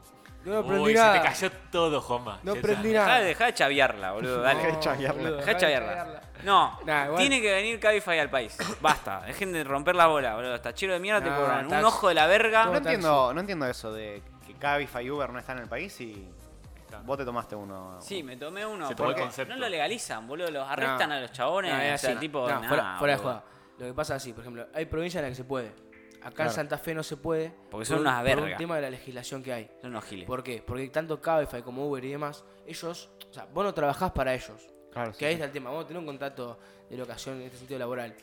Speaker 2: Yo no aprendí
Speaker 3: Uy, se te
Speaker 2: nada.
Speaker 3: cayó todo, Joma.
Speaker 2: No
Speaker 3: Ya
Speaker 2: aprendí
Speaker 3: está.
Speaker 4: Dejá,
Speaker 2: nada.
Speaker 4: dejá de chaviarla, boludo, dale.
Speaker 1: Dejá de chaviarla.
Speaker 2: boludo,
Speaker 4: Dejá de chaviarla. No,
Speaker 2: Nah, igual.
Speaker 4: tiene que venir Cabify al país. Basta, dejen de romper la bola, boludo. Tachero de mierda te
Speaker 2: Nah,
Speaker 4: cobran un
Speaker 2: tax-
Speaker 4: ojo de la verga.
Speaker 1: Ah, No
Speaker 2: Todo taxi.
Speaker 1: entiendo, no entiendo eso de que Cabify y Uber no están en el país y vos te tomaste uno.
Speaker 4: Sí, me tomé uno.
Speaker 3: Se tomó el
Speaker 4: porque
Speaker 3: concepto.
Speaker 4: No lo legalizan, boludo. Los arrestan
Speaker 2: No.
Speaker 4: a los chabones.
Speaker 2: No, es
Speaker 4: o sea,
Speaker 2: así.
Speaker 4: tipo,
Speaker 2: No,
Speaker 4: nah,
Speaker 2: fuera, fuera de
Speaker 4: boludo.
Speaker 2: joda. Lo que pasa es así, por ejemplo, hay provincias en las que se puede. Acá en Santa Fe no se puede.
Speaker 4: Porque son
Speaker 2: por un-
Speaker 4: unas
Speaker 2: Por un
Speaker 4: verga.
Speaker 2: tema de la legislación que hay.
Speaker 4: Son unos giles.
Speaker 2: ¿Por qué? Porque tanto Cabify como Uber y demás, ellos, o sea, vos no trabajás para ellos.
Speaker 1: Claro,
Speaker 2: que ahí está el tema, vos tenés un contrato de locación en este sentido laboral.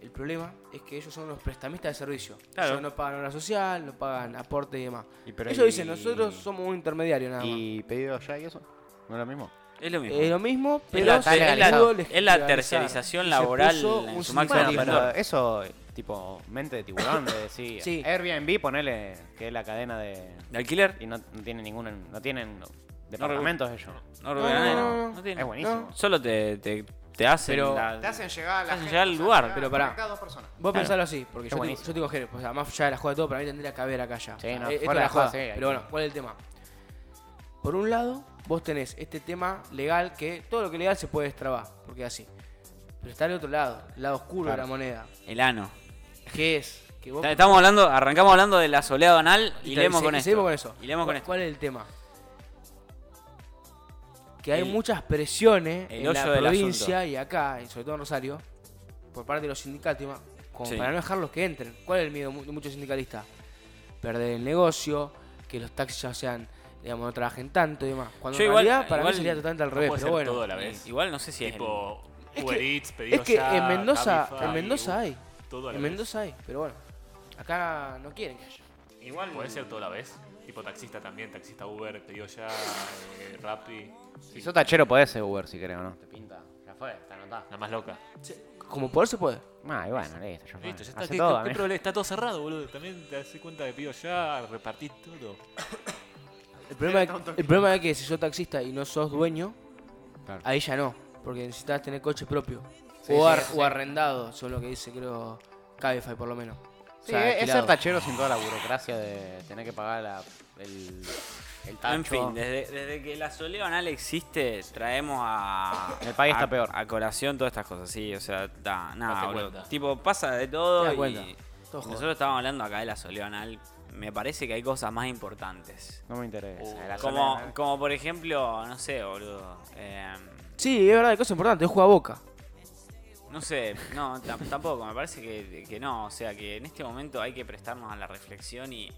Speaker 2: El problema es que ellos son los prestamistas de servicio. Ellos no pagan obra social, no pagan aporte y demás.
Speaker 1: Y pero
Speaker 2: ellos
Speaker 1: y-
Speaker 2: dicen, nosotros somos un intermediario nada más.
Speaker 1: ¿Y pedido ya y eso? ¿No es lo mismo?
Speaker 4: Es lo mismo.
Speaker 2: Es eh, lo mismo, pero
Speaker 4: la-
Speaker 2: se
Speaker 4: es la-
Speaker 2: pudo
Speaker 4: es la
Speaker 2: legitimizar.
Speaker 4: terciarización
Speaker 2: Y se
Speaker 4: laboral
Speaker 2: puso
Speaker 4: en
Speaker 2: un
Speaker 4: su máximo
Speaker 2: sindicalismo.
Speaker 4: esplendor.
Speaker 1: pero eso, tipo, mente de tiburón, de decir.
Speaker 2: Sí.
Speaker 1: Airbnb, ponele, que es la cadena de.
Speaker 4: ¿De alquiler?
Speaker 1: Y no, no tienen ningún. No tienen departamentos ellos.
Speaker 4: No,
Speaker 2: No,
Speaker 4: Rubén,
Speaker 2: no,
Speaker 4: no,
Speaker 2: no, no.
Speaker 4: no tiene.
Speaker 1: Es buenísimo.
Speaker 4: Solo te, te, te hacen.
Speaker 2: Pero-
Speaker 4: la-
Speaker 1: llegar a
Speaker 4: la Te hacen gente, llegar al o sea, lugar, llegar-
Speaker 2: pero pará.
Speaker 1: dos personas.
Speaker 2: Vos pensalo así, porque yo te,
Speaker 1: buenísimo.
Speaker 2: yo te cogeré, pues, además ya de la joda todo, para mí tendría que haber acá ya.
Speaker 1: Sí, no,
Speaker 2: eh, esto
Speaker 1: fuera de
Speaker 2: es la
Speaker 1: joda,
Speaker 2: joda.
Speaker 1: sí, hay
Speaker 2: pero
Speaker 1: que-
Speaker 2: bueno, ¿cuál es el tema? Por un lado, vos tenés este tema legal que todo lo que es legal se puede destrabar, porque es así. Pero está el otro lado, el lado oscuro de la moneda,
Speaker 4: El ano.
Speaker 2: que es que vos
Speaker 4: Está- Estamos hablando, arrancamos hablando de la soleada anal y,
Speaker 2: Y
Speaker 4: leemos
Speaker 2: se-
Speaker 4: con
Speaker 2: y
Speaker 4: esto.
Speaker 2: seguimos con eso.
Speaker 4: Y leemos con
Speaker 2: ¿Cuál-
Speaker 4: esto.
Speaker 2: ¿Cuál es el tema? Que hay
Speaker 4: El-
Speaker 2: muchas presiones
Speaker 4: el
Speaker 2: en la
Speaker 4: hoyo del
Speaker 2: provincia y acá, y sobre todo en Rosario, por parte de los sindicatos, y demás, como
Speaker 4: Sí.
Speaker 2: para no dejarlos que entren. ¿Cuál es el miedo mu- de muchos sindicalistas? Perder el negocio, que los taxis ya sean, digamos, no trabajen tanto y demás. Cuando
Speaker 4: Yo
Speaker 2: en
Speaker 4: igual-
Speaker 2: realidad para
Speaker 4: igual
Speaker 2: mí sería totalmente al
Speaker 3: no
Speaker 2: revés,
Speaker 3: puede
Speaker 2: pero
Speaker 3: ser
Speaker 2: bueno.
Speaker 3: todo a la vez.
Speaker 4: Igual no sé si es.
Speaker 3: Tipo,
Speaker 2: Es
Speaker 3: Uber
Speaker 2: que-
Speaker 3: Eats, pedido
Speaker 2: Es que
Speaker 3: ya,
Speaker 2: en Mendoza,
Speaker 3: Cabify,
Speaker 2: en Mendoza
Speaker 3: Uber.
Speaker 2: hay.
Speaker 3: Todo a la
Speaker 2: En
Speaker 3: vez.
Speaker 2: Mendoza hay, pero bueno. Acá no quieren que haya.
Speaker 3: Igual puede ser todo a la vez. Tipo taxista también, taxista Uber, pedido ya, eh, Rappi.
Speaker 1: Si sos tachero podés ser Uber si querés o no.
Speaker 4: Te pinta. Ya fue, está anotado.
Speaker 3: La más loca.
Speaker 2: Ah, Como poder se puede.
Speaker 1: Ah, y bueno, listo, ya fue.
Speaker 3: Listo, ya está.
Speaker 1: Hace
Speaker 3: ¿Qué-
Speaker 1: todo,
Speaker 3: qué
Speaker 1: amigo.
Speaker 3: problema? Está todo cerrado, boludo. También te das cuenta que pido ya, repartís todo.
Speaker 2: El problema, es, el problema es que si sos taxista y no sos dueño,
Speaker 1: Claro.
Speaker 2: ahí ya no. Porque necesitas tener coche propio. o, ar- o arrendado, eso es lo que dice, creo, Cabify por lo menos. O
Speaker 1: Sí,
Speaker 2: sea,
Speaker 1: es- es
Speaker 2: alquilado.
Speaker 1: ser tachero sin toda la burocracia de tener que pagar la, el, el tacho.
Speaker 4: En fin, desde, desde que la solea anal existe, traemos a.
Speaker 1: El país está
Speaker 4: a-
Speaker 1: peor.
Speaker 4: A colación todas estas cosas, sí, o sea, da, nada,
Speaker 3: Date
Speaker 4: boludo.
Speaker 3: cuenta.
Speaker 4: Tipo, pasa de
Speaker 2: Te
Speaker 4: todo.
Speaker 2: das
Speaker 4: Y
Speaker 2: cuenta. Todo joda.
Speaker 4: nosotros estábamos hablando acá de la solea anal. Me parece que hay cosas más importantes.
Speaker 1: No me interesa. la
Speaker 4: Como,
Speaker 1: zona-
Speaker 4: como por ejemplo, no sé, boludo. eh,
Speaker 2: Sí, es verdad, hay cosas importantes. Juega boca.
Speaker 4: no sé, no, tam- tampoco, me parece que, que no. O sea, que en este momento hay que prestarnos a la reflexión y,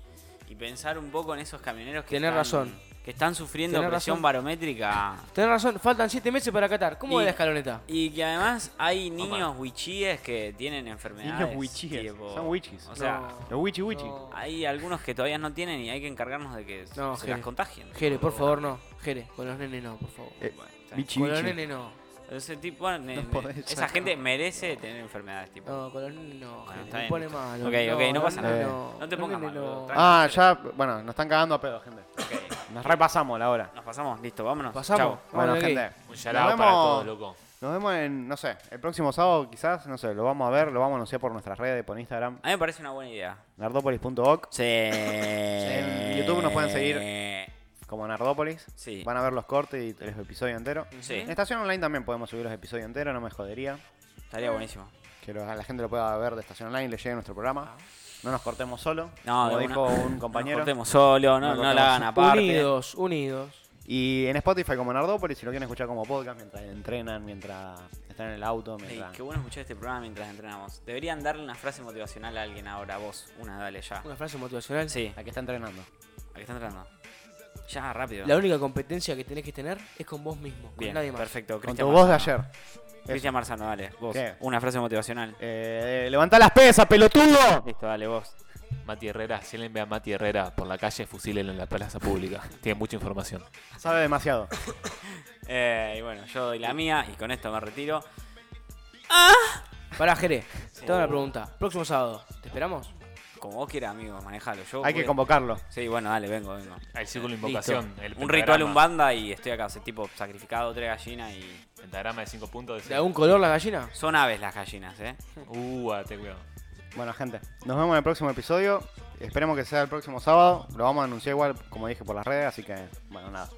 Speaker 4: y pensar un poco en esos camioneros que.
Speaker 2: Tenés
Speaker 4: están-
Speaker 2: razón.
Speaker 4: Que están sufriendo
Speaker 2: Tenés
Speaker 4: presión
Speaker 2: razón.
Speaker 4: barométrica
Speaker 2: Tenés razón, faltan 7 meses para Qatar. ¿Cómo
Speaker 4: Y-
Speaker 2: es la escaloneta?
Speaker 4: Y que además hay niños wichíes que tienen enfermedades.
Speaker 1: Niños wichíes, son wichis.
Speaker 4: O sea,
Speaker 2: No.
Speaker 1: Los wichi wichi.
Speaker 2: No.
Speaker 4: hay algunos que todavía no tienen y hay que encargarnos de que
Speaker 2: No,
Speaker 4: se
Speaker 2: Jere.
Speaker 4: las contagien.
Speaker 2: Jere, por favor, no. Jere, con los nenes no, por favor.
Speaker 1: Eh, bichi,
Speaker 2: con los
Speaker 1: bichi.
Speaker 2: nenes no.
Speaker 4: Ese tipo, bueno, ne- ne-
Speaker 1: podés
Speaker 4: esa
Speaker 1: sacar.
Speaker 4: gente merece tener enfermedades, tipo.
Speaker 2: No, con los nenes no.
Speaker 4: Bueno,
Speaker 2: Jere,
Speaker 4: está
Speaker 2: me
Speaker 4: bien.
Speaker 2: pone mal.
Speaker 4: Ok, ok, no pasa
Speaker 2: los nenes
Speaker 1: nada.
Speaker 4: No te
Speaker 2: los
Speaker 4: pongas
Speaker 2: nenes
Speaker 4: mal, boludo,
Speaker 2: no.
Speaker 4: tranqui.
Speaker 1: Ah, ya, bueno, nos están cagando a pedo, gente.
Speaker 4: Ok,
Speaker 1: Nos repasamos la hora.
Speaker 4: Nos pasamos, listo, vámonos.
Speaker 2: Pasamos.
Speaker 4: Chau.
Speaker 1: Bueno,
Speaker 2: ok.
Speaker 1: gente.
Speaker 3: Un
Speaker 1: nos
Speaker 3: charado para
Speaker 1: vemos-
Speaker 3: todos, loco.
Speaker 1: Nos vemos en, no sé, el próximo sábado quizás, no sé, lo vamos a ver, lo vamos a anunciar por nuestras redes, por Instagram,
Speaker 4: A mí me parece una buena idea.
Speaker 1: nardopolis.org,
Speaker 4: Sí. En
Speaker 1: YouTube nos pueden seguir. como Nardopolis.
Speaker 4: Sí.
Speaker 1: Van a ver los cortes y el episodio entero.
Speaker 4: Sí,
Speaker 1: En Estación Online también podemos subir los episodios enteros, no me jodería.
Speaker 4: estaría buenísimo.
Speaker 1: Que lo- la gente lo pueda ver de Estación Online, le llegue nuestro
Speaker 4: Ah.
Speaker 1: programa. No nos cortemos solo,
Speaker 4: No,
Speaker 1: como
Speaker 4: de
Speaker 1: dijo
Speaker 4: una-
Speaker 1: un compañero.
Speaker 4: No nos cortemos solo,
Speaker 1: No
Speaker 4: no, no,
Speaker 1: cortemos.
Speaker 4: la hagan aparte.
Speaker 2: Unidos, unidos.
Speaker 1: Y en Spotify como Nardopolis, si lo quieren escuchar como podcast mientras entrenan, mientras están en el auto,
Speaker 4: Ey,
Speaker 1: mientras...
Speaker 4: qué bueno escuchar este programa mientras entrenamos. Deberían darle una frase motivacional a alguien ahora, vos. Una, dale ya.
Speaker 2: Una frase motivacional.
Speaker 4: Sí,
Speaker 1: Aquí está entrenando.
Speaker 4: aquí está entrando. Ya, rápido.
Speaker 2: La única competencia que tenés que tener es con vos mismo, con
Speaker 4: Bien,
Speaker 2: nadie más.
Speaker 4: perfecto.
Speaker 1: Con
Speaker 4: Cristian
Speaker 1: tu voz de
Speaker 4: Marzano.
Speaker 1: ayer.
Speaker 4: Cristian Marzano, dale, vos.
Speaker 1: ¿Qué?
Speaker 4: Una frase motivacional.
Speaker 1: Eh, levanta las pesas, pelotudo.
Speaker 4: Listo, dale, vos.
Speaker 3: Mati Herrera, si alguien ve a Mati Herrera por la calle, fusílenlo en la plaza pública. Tiene mucha información.
Speaker 1: Sabe demasiado.
Speaker 4: Eh, y bueno, yo doy la mía y con esto me retiro.
Speaker 2: Pará, Jere, te hago una pregunta. Próximo sábado, ¿te esperamos?
Speaker 4: Como vos quieras, amigo, manejalo. Yo
Speaker 1: Hay que
Speaker 4: voy-
Speaker 1: convocarlo.
Speaker 4: Sí, bueno, dale, vengo, vengo.
Speaker 3: El círculo de invocación. el
Speaker 4: Un
Speaker 3: pentagrama.
Speaker 4: ritual, un banda y estoy acá, se- tipo sacrificado, tres gallinas y.
Speaker 3: Pentagrama de 5 puntos.
Speaker 2: ¿De algún color la gallina?
Speaker 4: Son aves las gallinas, eh.
Speaker 3: Uh, ah, ten cuidado.
Speaker 1: Bueno, gente, nos vemos en el próximo episodio. Esperemos que sea el próximo sábado. Lo vamos a anunciar igual, como dije, por las redes. Así que, bueno, nada.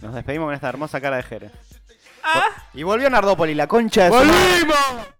Speaker 1: Nos despedimos con esta hermosa cara de Jerez. Y volvió Nardópoli, la concha de su madre.